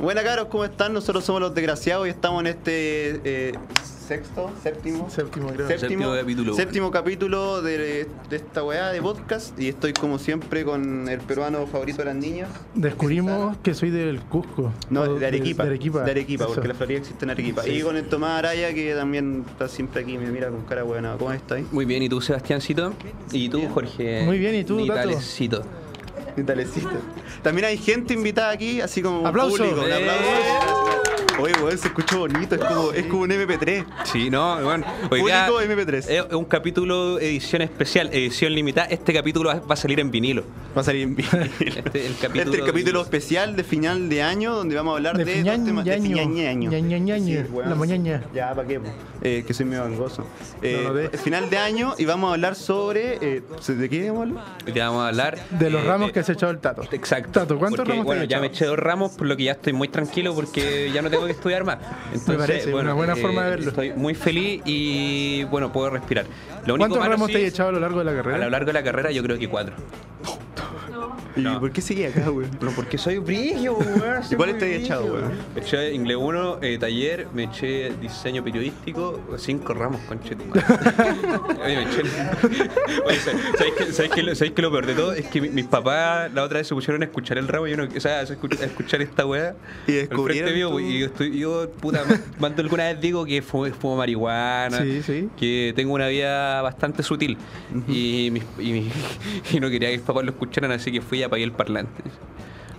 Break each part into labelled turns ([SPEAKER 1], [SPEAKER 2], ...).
[SPEAKER 1] Buenas caros, ¿cómo están? Nosotros somos los desgraciados y estamos en este eh, sexto, séptimo,
[SPEAKER 2] Séptimo, creo.
[SPEAKER 3] Séptimo capítulo.
[SPEAKER 1] séptimo capítulo de, de esta weá de podcast y estoy como siempre con el peruano favorito de las niñas.
[SPEAKER 2] Descubrimos que soy del Cusco.
[SPEAKER 1] No,
[SPEAKER 2] O
[SPEAKER 1] de Arequipa.
[SPEAKER 2] Oh, De Arequipa.
[SPEAKER 1] De Arequipa,
[SPEAKER 2] Eso.
[SPEAKER 1] porque la Florida existe en Arequipa. Y con el Tomás Araya, que también está siempre aquí, me mira con cara buena. ¿Cómo estáis?
[SPEAKER 3] Muy bien, ¿y tú, Sebastiáncito? ¿Y tú, Jorge?
[SPEAKER 2] Muy bien, ¿y tú, Tato?
[SPEAKER 3] Nitalecito.
[SPEAKER 1] ¿Qué tal existe? También hay gente invitada aquí, así como
[SPEAKER 2] ¡Aplausos! ¡Eh!
[SPEAKER 1] público. Un
[SPEAKER 3] ¡Eh!
[SPEAKER 1] aplauso. Oye, weón, se escuchó bonito, es como, es como un MP3.
[SPEAKER 3] Sí, no, bueno. Hoy día
[SPEAKER 1] Único MP3.
[SPEAKER 3] Es es un capítulo edición especial, edición limitada. Este capítulo va va a salir en vinilo.
[SPEAKER 1] Va a salir en vivo. Este
[SPEAKER 3] el
[SPEAKER 1] es el
[SPEAKER 3] capítulo-
[SPEAKER 1] capítulo especial de final de año donde vamos a hablar de,
[SPEAKER 2] De
[SPEAKER 1] dos
[SPEAKER 2] fiñaño,
[SPEAKER 1] temas de
[SPEAKER 2] ñaño.
[SPEAKER 1] fiñañaño.
[SPEAKER 2] Ñañañaño,
[SPEAKER 1] weón,
[SPEAKER 2] la mañaña.
[SPEAKER 1] Ya, ¿para qué? po? Eh, que soy medio gangoso. Eh,
[SPEAKER 2] no, de-
[SPEAKER 1] Final de año y vamos a hablar sobre. eh, ¿De qué vamos a hablar?
[SPEAKER 3] Hoy día vamos a hablar.
[SPEAKER 2] De los
[SPEAKER 3] eh,
[SPEAKER 2] ramos
[SPEAKER 3] de-
[SPEAKER 2] que se ha echado el Tato.
[SPEAKER 3] Exacto.
[SPEAKER 2] Tato, ¿cuántos
[SPEAKER 3] Porque,
[SPEAKER 2] ramos te
[SPEAKER 3] Bueno,
[SPEAKER 2] has
[SPEAKER 3] ya me
[SPEAKER 2] echado?
[SPEAKER 3] eché dos ramos, por lo que ya estoy muy tranquilo porque ya no tengo que estudiar más. Entonces,
[SPEAKER 2] parece
[SPEAKER 3] bueno, eh,
[SPEAKER 2] una buena forma de verlo.
[SPEAKER 3] Estoy muy feliz y bueno, puedo respirar. Lo único
[SPEAKER 2] ¿Cuántos
[SPEAKER 3] malo,
[SPEAKER 2] ramos
[SPEAKER 3] sí,
[SPEAKER 2] te has echado a lo largo de la
[SPEAKER 3] A
[SPEAKER 2] carrera?
[SPEAKER 3] lo largo de la carrera yo creo que cuatro.
[SPEAKER 1] ¿Y
[SPEAKER 3] No.
[SPEAKER 1] por qué seguí acá, güey?
[SPEAKER 3] Pero porque soy brillo, weón.
[SPEAKER 1] ¿Y cuál estás echado, weón?
[SPEAKER 3] Me eché inglés 1, taller, me eché diseño periodístico, cinco ramos, conchete. Oye, me eché. Oye, ¿sabéis que, sabéis que lo- sabéis que lo peor de todo? Es que mi- mis papás la otra vez se pusieron a escuchar el ramo, yo no, o sea, a escuch- a escuchar esta weá.
[SPEAKER 1] Y
[SPEAKER 3] al frente
[SPEAKER 1] descubrieron
[SPEAKER 3] mío,
[SPEAKER 1] tu-
[SPEAKER 3] y yo, estoy, yo, puta, cuando alguna vez digo que fumo, fumo marihuana,
[SPEAKER 2] Sí, sí.
[SPEAKER 3] que tengo una vida bastante sutil. y, mis- y mis- y no quería que mis papás lo escucharan, así que fui y apagué el parlante.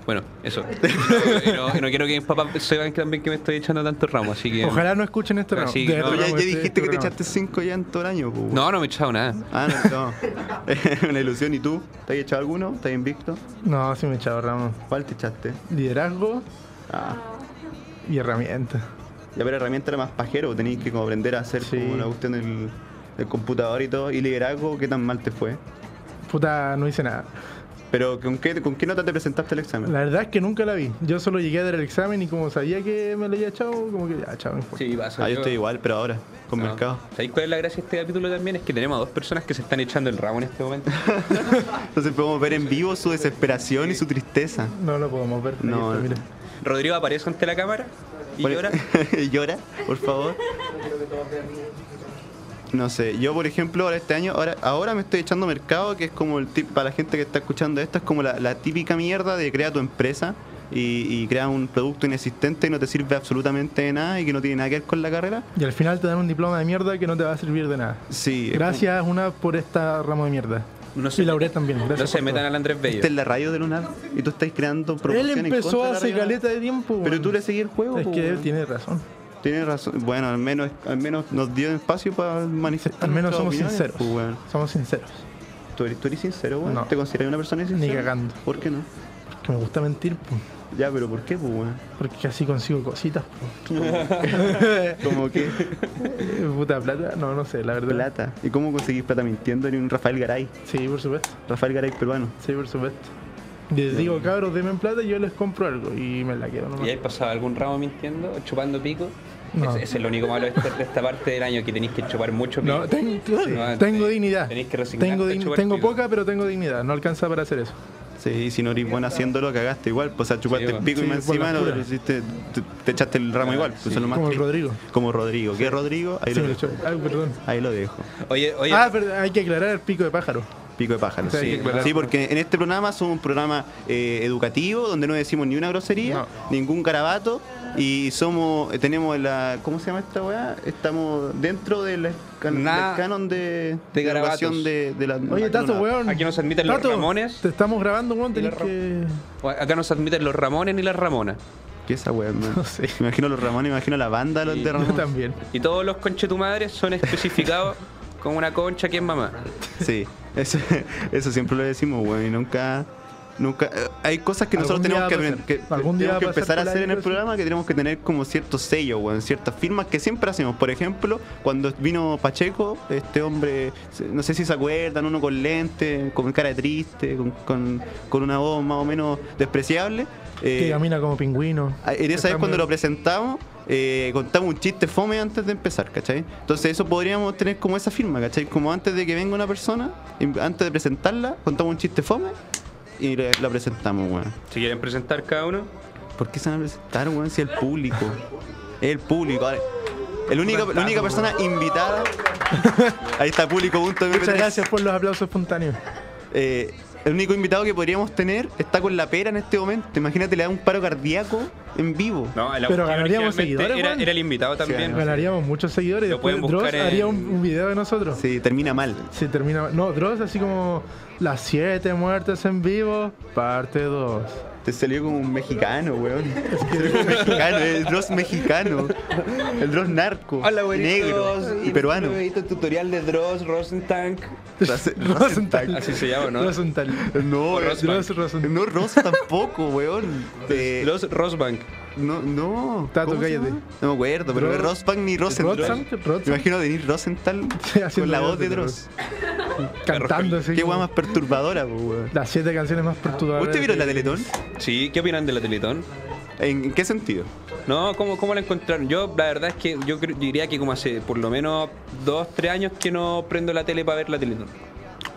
[SPEAKER 3] Bueno, eso. Y no, y no quiero que mis papás sepan que también que me estoy echando tantos ramos, así que.
[SPEAKER 2] Ojalá no escuchen este ramo.
[SPEAKER 3] Así,
[SPEAKER 2] de
[SPEAKER 3] no,
[SPEAKER 1] Pero ya,
[SPEAKER 2] ramo
[SPEAKER 1] ya
[SPEAKER 2] este
[SPEAKER 1] dijiste que te
[SPEAKER 2] programa.
[SPEAKER 1] echaste cinco ya en todo el año, po, güey.
[SPEAKER 3] No, no me he echado nada.
[SPEAKER 1] Ah, no, no. Una ilusión. ¿Y tú? ¿Te has echado alguno? ¿Estás invicto?
[SPEAKER 2] No, sí me he echado ramos.
[SPEAKER 1] ¿Cuál te echaste?
[SPEAKER 2] Liderazgo
[SPEAKER 1] Ah.
[SPEAKER 2] y herramientas.
[SPEAKER 1] Ya, pero herramienta era más pajero. Tenías que como aprender a hacer
[SPEAKER 2] Sí.
[SPEAKER 1] como una cuestión del, del computador y todo. ¿Y liderazgo qué tan mal te fue?
[SPEAKER 2] Puta, no hice nada.
[SPEAKER 1] Pero ¿con qué, con qué nota te presentaste al examen?
[SPEAKER 2] La verdad es que nunca la vi. Yo solo llegué a dar el examen y como sabía que me lo había echado, como que ya, chao, no importa.
[SPEAKER 3] Sí, pasa.
[SPEAKER 1] ah, yo estoy igual, pero ahora, con
[SPEAKER 2] Ah.
[SPEAKER 1] mercado.
[SPEAKER 3] ¿Sabéis cuál es la gracia de este capítulo también? Es que tenemos a dos personas que se están echando el ramo en este momento.
[SPEAKER 1] Entonces podemos ver en vivo su desesperación y su tristeza.
[SPEAKER 2] No lo podemos ver. ahí
[SPEAKER 1] No,
[SPEAKER 2] está,
[SPEAKER 1] no.
[SPEAKER 2] mira.
[SPEAKER 3] Rodrigo aparece ante la cámara y
[SPEAKER 1] Por- e-
[SPEAKER 3] llora.
[SPEAKER 1] ¿Llora? Por favor. No sé, yo por ejemplo ahora este año, ahora, ahora me estoy echando mercado, que es como el tip para la gente que está escuchando esto, es como la, la típica mierda de crea tu empresa y, y crea un producto inexistente y no te sirve absolutamente de nada y que no tiene nada que ver con la carrera.
[SPEAKER 2] Y al final te dan un diploma de mierda que no te va a servir de nada.
[SPEAKER 1] Sí, es
[SPEAKER 2] Gracias, una, por esta ramo de mierda.
[SPEAKER 3] No se-
[SPEAKER 2] y Lauret también. Gracias
[SPEAKER 3] No se
[SPEAKER 2] por
[SPEAKER 3] metan
[SPEAKER 2] todo.
[SPEAKER 3] al Andrés
[SPEAKER 1] como-
[SPEAKER 3] Bello.
[SPEAKER 1] Esta Este es la radio de Lunar y tú estás creando
[SPEAKER 2] Él
[SPEAKER 1] promoción en
[SPEAKER 2] empezó
[SPEAKER 1] contra de la
[SPEAKER 2] hace
[SPEAKER 1] radio de Lunar.
[SPEAKER 2] caleta de tiempo.
[SPEAKER 1] Pero
[SPEAKER 2] weón.
[SPEAKER 1] tú le seguís el juego.
[SPEAKER 2] Es
[SPEAKER 1] po,
[SPEAKER 2] que él
[SPEAKER 1] weón.
[SPEAKER 2] tiene razón.
[SPEAKER 1] Tienes razón. Bueno, al menos, al menos nos dio espacio para manifestar.
[SPEAKER 2] Al menos
[SPEAKER 1] nuestras
[SPEAKER 2] somos
[SPEAKER 1] opiniones,
[SPEAKER 2] sinceros.
[SPEAKER 1] pues, weón.
[SPEAKER 2] Somos sinceros.
[SPEAKER 1] ¿Tú eres, tú eres sincero, weón?
[SPEAKER 2] No.
[SPEAKER 1] ¿Te consideras una persona sincera?
[SPEAKER 2] cagando.
[SPEAKER 1] ¿Por qué no?
[SPEAKER 2] Que me gusta mentir, po,
[SPEAKER 1] Ya, pero ¿por qué, pues, weón?
[SPEAKER 2] porque así consigo cositas. po.
[SPEAKER 1] Como que
[SPEAKER 2] Eh, Puta plata, no, no sé, la verdad.
[SPEAKER 1] plata. ¿Y cómo conseguís plata mintiendo en un Rafael Garay?
[SPEAKER 2] Sí, por supuesto.
[SPEAKER 1] Rafael Garay peruano.
[SPEAKER 2] Sí, por supuesto. Les digo, cabros, denme plata y yo les compro algo. Y me la quedo nomás.
[SPEAKER 3] ¿Y ahí pasado algún ramo mintiendo, chupando pico?
[SPEAKER 2] No.
[SPEAKER 3] Ese, ese es lo único malo de esta, de esta parte del año que tenéis que chupar mucho pico.
[SPEAKER 2] No, ten-
[SPEAKER 3] No,
[SPEAKER 2] tengo
[SPEAKER 3] te-
[SPEAKER 2] dignidad.
[SPEAKER 3] Tenéis que resignarte
[SPEAKER 2] Tengo,
[SPEAKER 3] a
[SPEAKER 2] digni-
[SPEAKER 3] chupar
[SPEAKER 2] tengo
[SPEAKER 3] pico.
[SPEAKER 2] poca, pero tengo dignidad. No alcanza para hacer eso.
[SPEAKER 1] Sí, y si no eres bueno haciéndolo, cagaste igual. Pues, o sea, chupaste
[SPEAKER 3] Sí,
[SPEAKER 1] el
[SPEAKER 3] weón.
[SPEAKER 1] pico
[SPEAKER 2] Sí,
[SPEAKER 1] y más
[SPEAKER 2] por la
[SPEAKER 1] encima no,
[SPEAKER 2] pura.
[SPEAKER 1] hiciste- te, te echaste el ramo igual. Pues, eso es lo más
[SPEAKER 2] Como el
[SPEAKER 1] triste.
[SPEAKER 2] Rodrigo.
[SPEAKER 1] Como Rodrigo. ¿Qué Rodrigo? Ahí,
[SPEAKER 2] Sí,
[SPEAKER 1] lo
[SPEAKER 2] me lo
[SPEAKER 1] dejo.
[SPEAKER 2] chupo. Ay, perdón.
[SPEAKER 1] Ahí lo dejo.
[SPEAKER 3] Oye, oye.
[SPEAKER 2] Ah, pero hay que aclarar el pico de pájaro.
[SPEAKER 1] Pico de pájaro.
[SPEAKER 2] Sí, hay que
[SPEAKER 1] Sí,
[SPEAKER 2] aclarar.
[SPEAKER 1] Sí, porque en este programa somos un programa eh, educativo donde no decimos ni una grosería,
[SPEAKER 2] No.
[SPEAKER 1] ningún carabato y somos eh, tenemos la ¿cómo se llama esta weá? Estamos dentro del, esca- del
[SPEAKER 3] Nada
[SPEAKER 1] canon de,
[SPEAKER 3] de
[SPEAKER 1] de
[SPEAKER 3] garabatos.
[SPEAKER 1] educación de, de la
[SPEAKER 2] Oye, Tato,
[SPEAKER 1] no,
[SPEAKER 2] weón.
[SPEAKER 3] Aquí nos admiten los
[SPEAKER 2] Tato,
[SPEAKER 3] Ramones.
[SPEAKER 2] Te estamos grabando, weón.
[SPEAKER 3] Y los
[SPEAKER 2] Tenés que.
[SPEAKER 3] Acá no se admiten los Ramones ni las Ramonas.
[SPEAKER 1] ¿Qué es esa weá, man?
[SPEAKER 2] No sé.
[SPEAKER 1] Me imagino los Ramones, me imagino la banda de los de
[SPEAKER 2] Yo
[SPEAKER 1] Ramones.
[SPEAKER 2] también.
[SPEAKER 3] Y todos los conchetumadres son especificados con una concha que es mamá.
[SPEAKER 1] Sí, eso, eso siempre lo decimos, weón, y nunca Nunca, eh, hay cosas que nosotros
[SPEAKER 2] Algún día
[SPEAKER 1] tenemos que,
[SPEAKER 2] va
[SPEAKER 1] apren-
[SPEAKER 2] a pasar.
[SPEAKER 1] que-
[SPEAKER 2] Algún día
[SPEAKER 1] tenemos que
[SPEAKER 2] va a pasar
[SPEAKER 1] empezar a
[SPEAKER 2] por
[SPEAKER 1] hacer en
[SPEAKER 2] ahí,
[SPEAKER 1] el
[SPEAKER 2] pues, sí.
[SPEAKER 1] programa que tenemos que tener como ciertos sellos, weón, ciertas firmas que siempre hacemos. Por ejemplo, cuando vino Pacheco, este hombre, se- no sé si se acuerdan, uno con lente, con cara de triste, con, con- con una voz más o menos despreciable. eh,
[SPEAKER 2] Que camina como pingüino.
[SPEAKER 1] Ah, en esa vez
[SPEAKER 2] Cambio-
[SPEAKER 1] cuando lo presentamos, eh, contamos un chiste fome antes de empezar, ¿cachai? Entonces eso podríamos tener como esa firma, ¿cachai? Como antes de que venga una persona, en- antes de presentarla, contamos un chiste fome y le- la presentamos, weón.
[SPEAKER 3] Si quieren presentar cada uno.
[SPEAKER 1] ¿Por qué se van a presentar, weón, si el público? El público, vale. El único, la única persona invitada. Ahí está público.mp3.
[SPEAKER 2] Muchas gracias por los aplausos espontáneos.
[SPEAKER 1] Eh, el único invitado que podríamos tener está con la pera en este momento. Imagínate, le da un paro cardíaco en vivo.
[SPEAKER 3] No, el
[SPEAKER 2] Pero
[SPEAKER 3] autor
[SPEAKER 2] ganaríamos
[SPEAKER 3] originalmente
[SPEAKER 2] seguidores,
[SPEAKER 3] Era,
[SPEAKER 2] weón.
[SPEAKER 3] era el invitado también.
[SPEAKER 1] no
[SPEAKER 2] Ganaríamos muchos seguidores.
[SPEAKER 3] Lo
[SPEAKER 2] Después
[SPEAKER 3] pueden
[SPEAKER 2] Dross
[SPEAKER 3] buscar en-
[SPEAKER 2] haría un, un video de nosotros.
[SPEAKER 1] Sí, termina mal.
[SPEAKER 2] Se termina. No, Dross así como las siete muertes en vivo, parte 2.
[SPEAKER 1] Te salió como un mexicano, weón. Salió como un mexicano, el Dross mexicano. El Dross narco. negro y peruano.
[SPEAKER 3] el tutorial de Dross, Rosentank.
[SPEAKER 1] Ras- Rosenthal.
[SPEAKER 3] Así se llama, ¿no?
[SPEAKER 2] Dross un tal.
[SPEAKER 1] No,
[SPEAKER 3] Ross-
[SPEAKER 2] Dross Rosen-
[SPEAKER 1] no, Ross tampoco, weón. Eh,
[SPEAKER 3] Dross, Rosbank.
[SPEAKER 1] no, no.
[SPEAKER 2] Tato,
[SPEAKER 1] ¿Cómo se
[SPEAKER 2] cállate.
[SPEAKER 1] llama? No me acuerdo, pero
[SPEAKER 2] Dross-
[SPEAKER 1] es Rossbank ni Rosenthal.
[SPEAKER 2] Rosen- Rosen-
[SPEAKER 1] Me imagino a Denis Rosenthal
[SPEAKER 2] Sí, haciendo
[SPEAKER 1] con la
[SPEAKER 2] videos
[SPEAKER 1] voz de
[SPEAKER 2] de
[SPEAKER 1] Dross.
[SPEAKER 2] Cantando así.
[SPEAKER 1] Qué
[SPEAKER 2] como
[SPEAKER 1] weón más perturbadora, po, weón.
[SPEAKER 2] Las siete canciones más perturbadoras.
[SPEAKER 1] ¿Usted vieron la Teletón?
[SPEAKER 3] Sí, ¿qué opinan de la Teletón?
[SPEAKER 1] ¿En, en qué sentido?
[SPEAKER 3] No, ¿cómo, ¿cómo la encontraron? Yo, la verdad es que yo creo- diría que como hace por lo menos dos, tres años que no prendo la tele para ver la Teletón.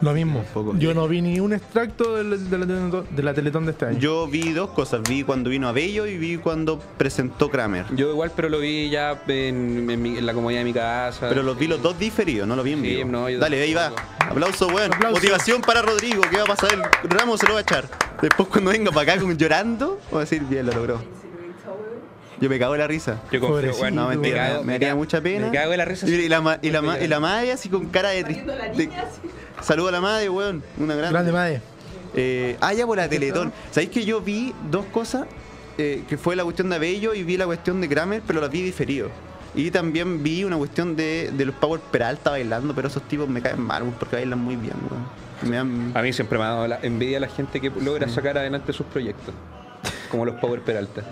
[SPEAKER 2] Lo mismo.
[SPEAKER 1] Poco.
[SPEAKER 2] Yo no vi ni un extracto del- de la, Teletón- de la Teletón de este año.
[SPEAKER 1] Yo vi dos cosas. Vi cuando vino Abello y vi cuando presentó Kramer.
[SPEAKER 3] Yo igual, pero lo vi ya en, en mi- en la comodidad de mi casa.
[SPEAKER 1] Pero los vi los dos diferidos, no los vi en
[SPEAKER 3] Sí,
[SPEAKER 1] vivo.
[SPEAKER 3] no, yo
[SPEAKER 1] Dale, ahí va.
[SPEAKER 3] tampoco.
[SPEAKER 1] Aplauso, weón.
[SPEAKER 2] Aplauso.
[SPEAKER 1] Motivación para Rodrigo, que va a pasar el ramo, se lo va a echar. Después cuando venga para acá con- llorando, voy a decir, bien, lo logró. Yo me cago en la risa.
[SPEAKER 3] Yo confío,
[SPEAKER 2] Pobrecito.
[SPEAKER 3] bueno,
[SPEAKER 1] No, mentira, me,
[SPEAKER 3] cago-
[SPEAKER 1] me haría mucha pena.
[SPEAKER 3] Me cago en la risa.
[SPEAKER 1] Y,
[SPEAKER 3] sí.
[SPEAKER 1] la, ma- y, la, ma-
[SPEAKER 3] Estoy
[SPEAKER 1] y la madre así con cara de tristeza. Saludo a la madre, weón. Una grande.
[SPEAKER 2] Grande madre.
[SPEAKER 1] Eh, ah, ya por la Teletón. ¿Sabéis que yo vi dos cosas? Eh, que fue la cuestión de Abello y vi la cuestión de Kramer, pero las vi diferido. Y también vi una cuestión de, de los Power Peralta bailando, pero esos tipos me caen mal, weón, porque bailan muy bien, weón. Me dan-
[SPEAKER 3] A mí siempre me ha dado la envidia a la gente que logra sacar adelante sus proyectos. Como los Power Peralta.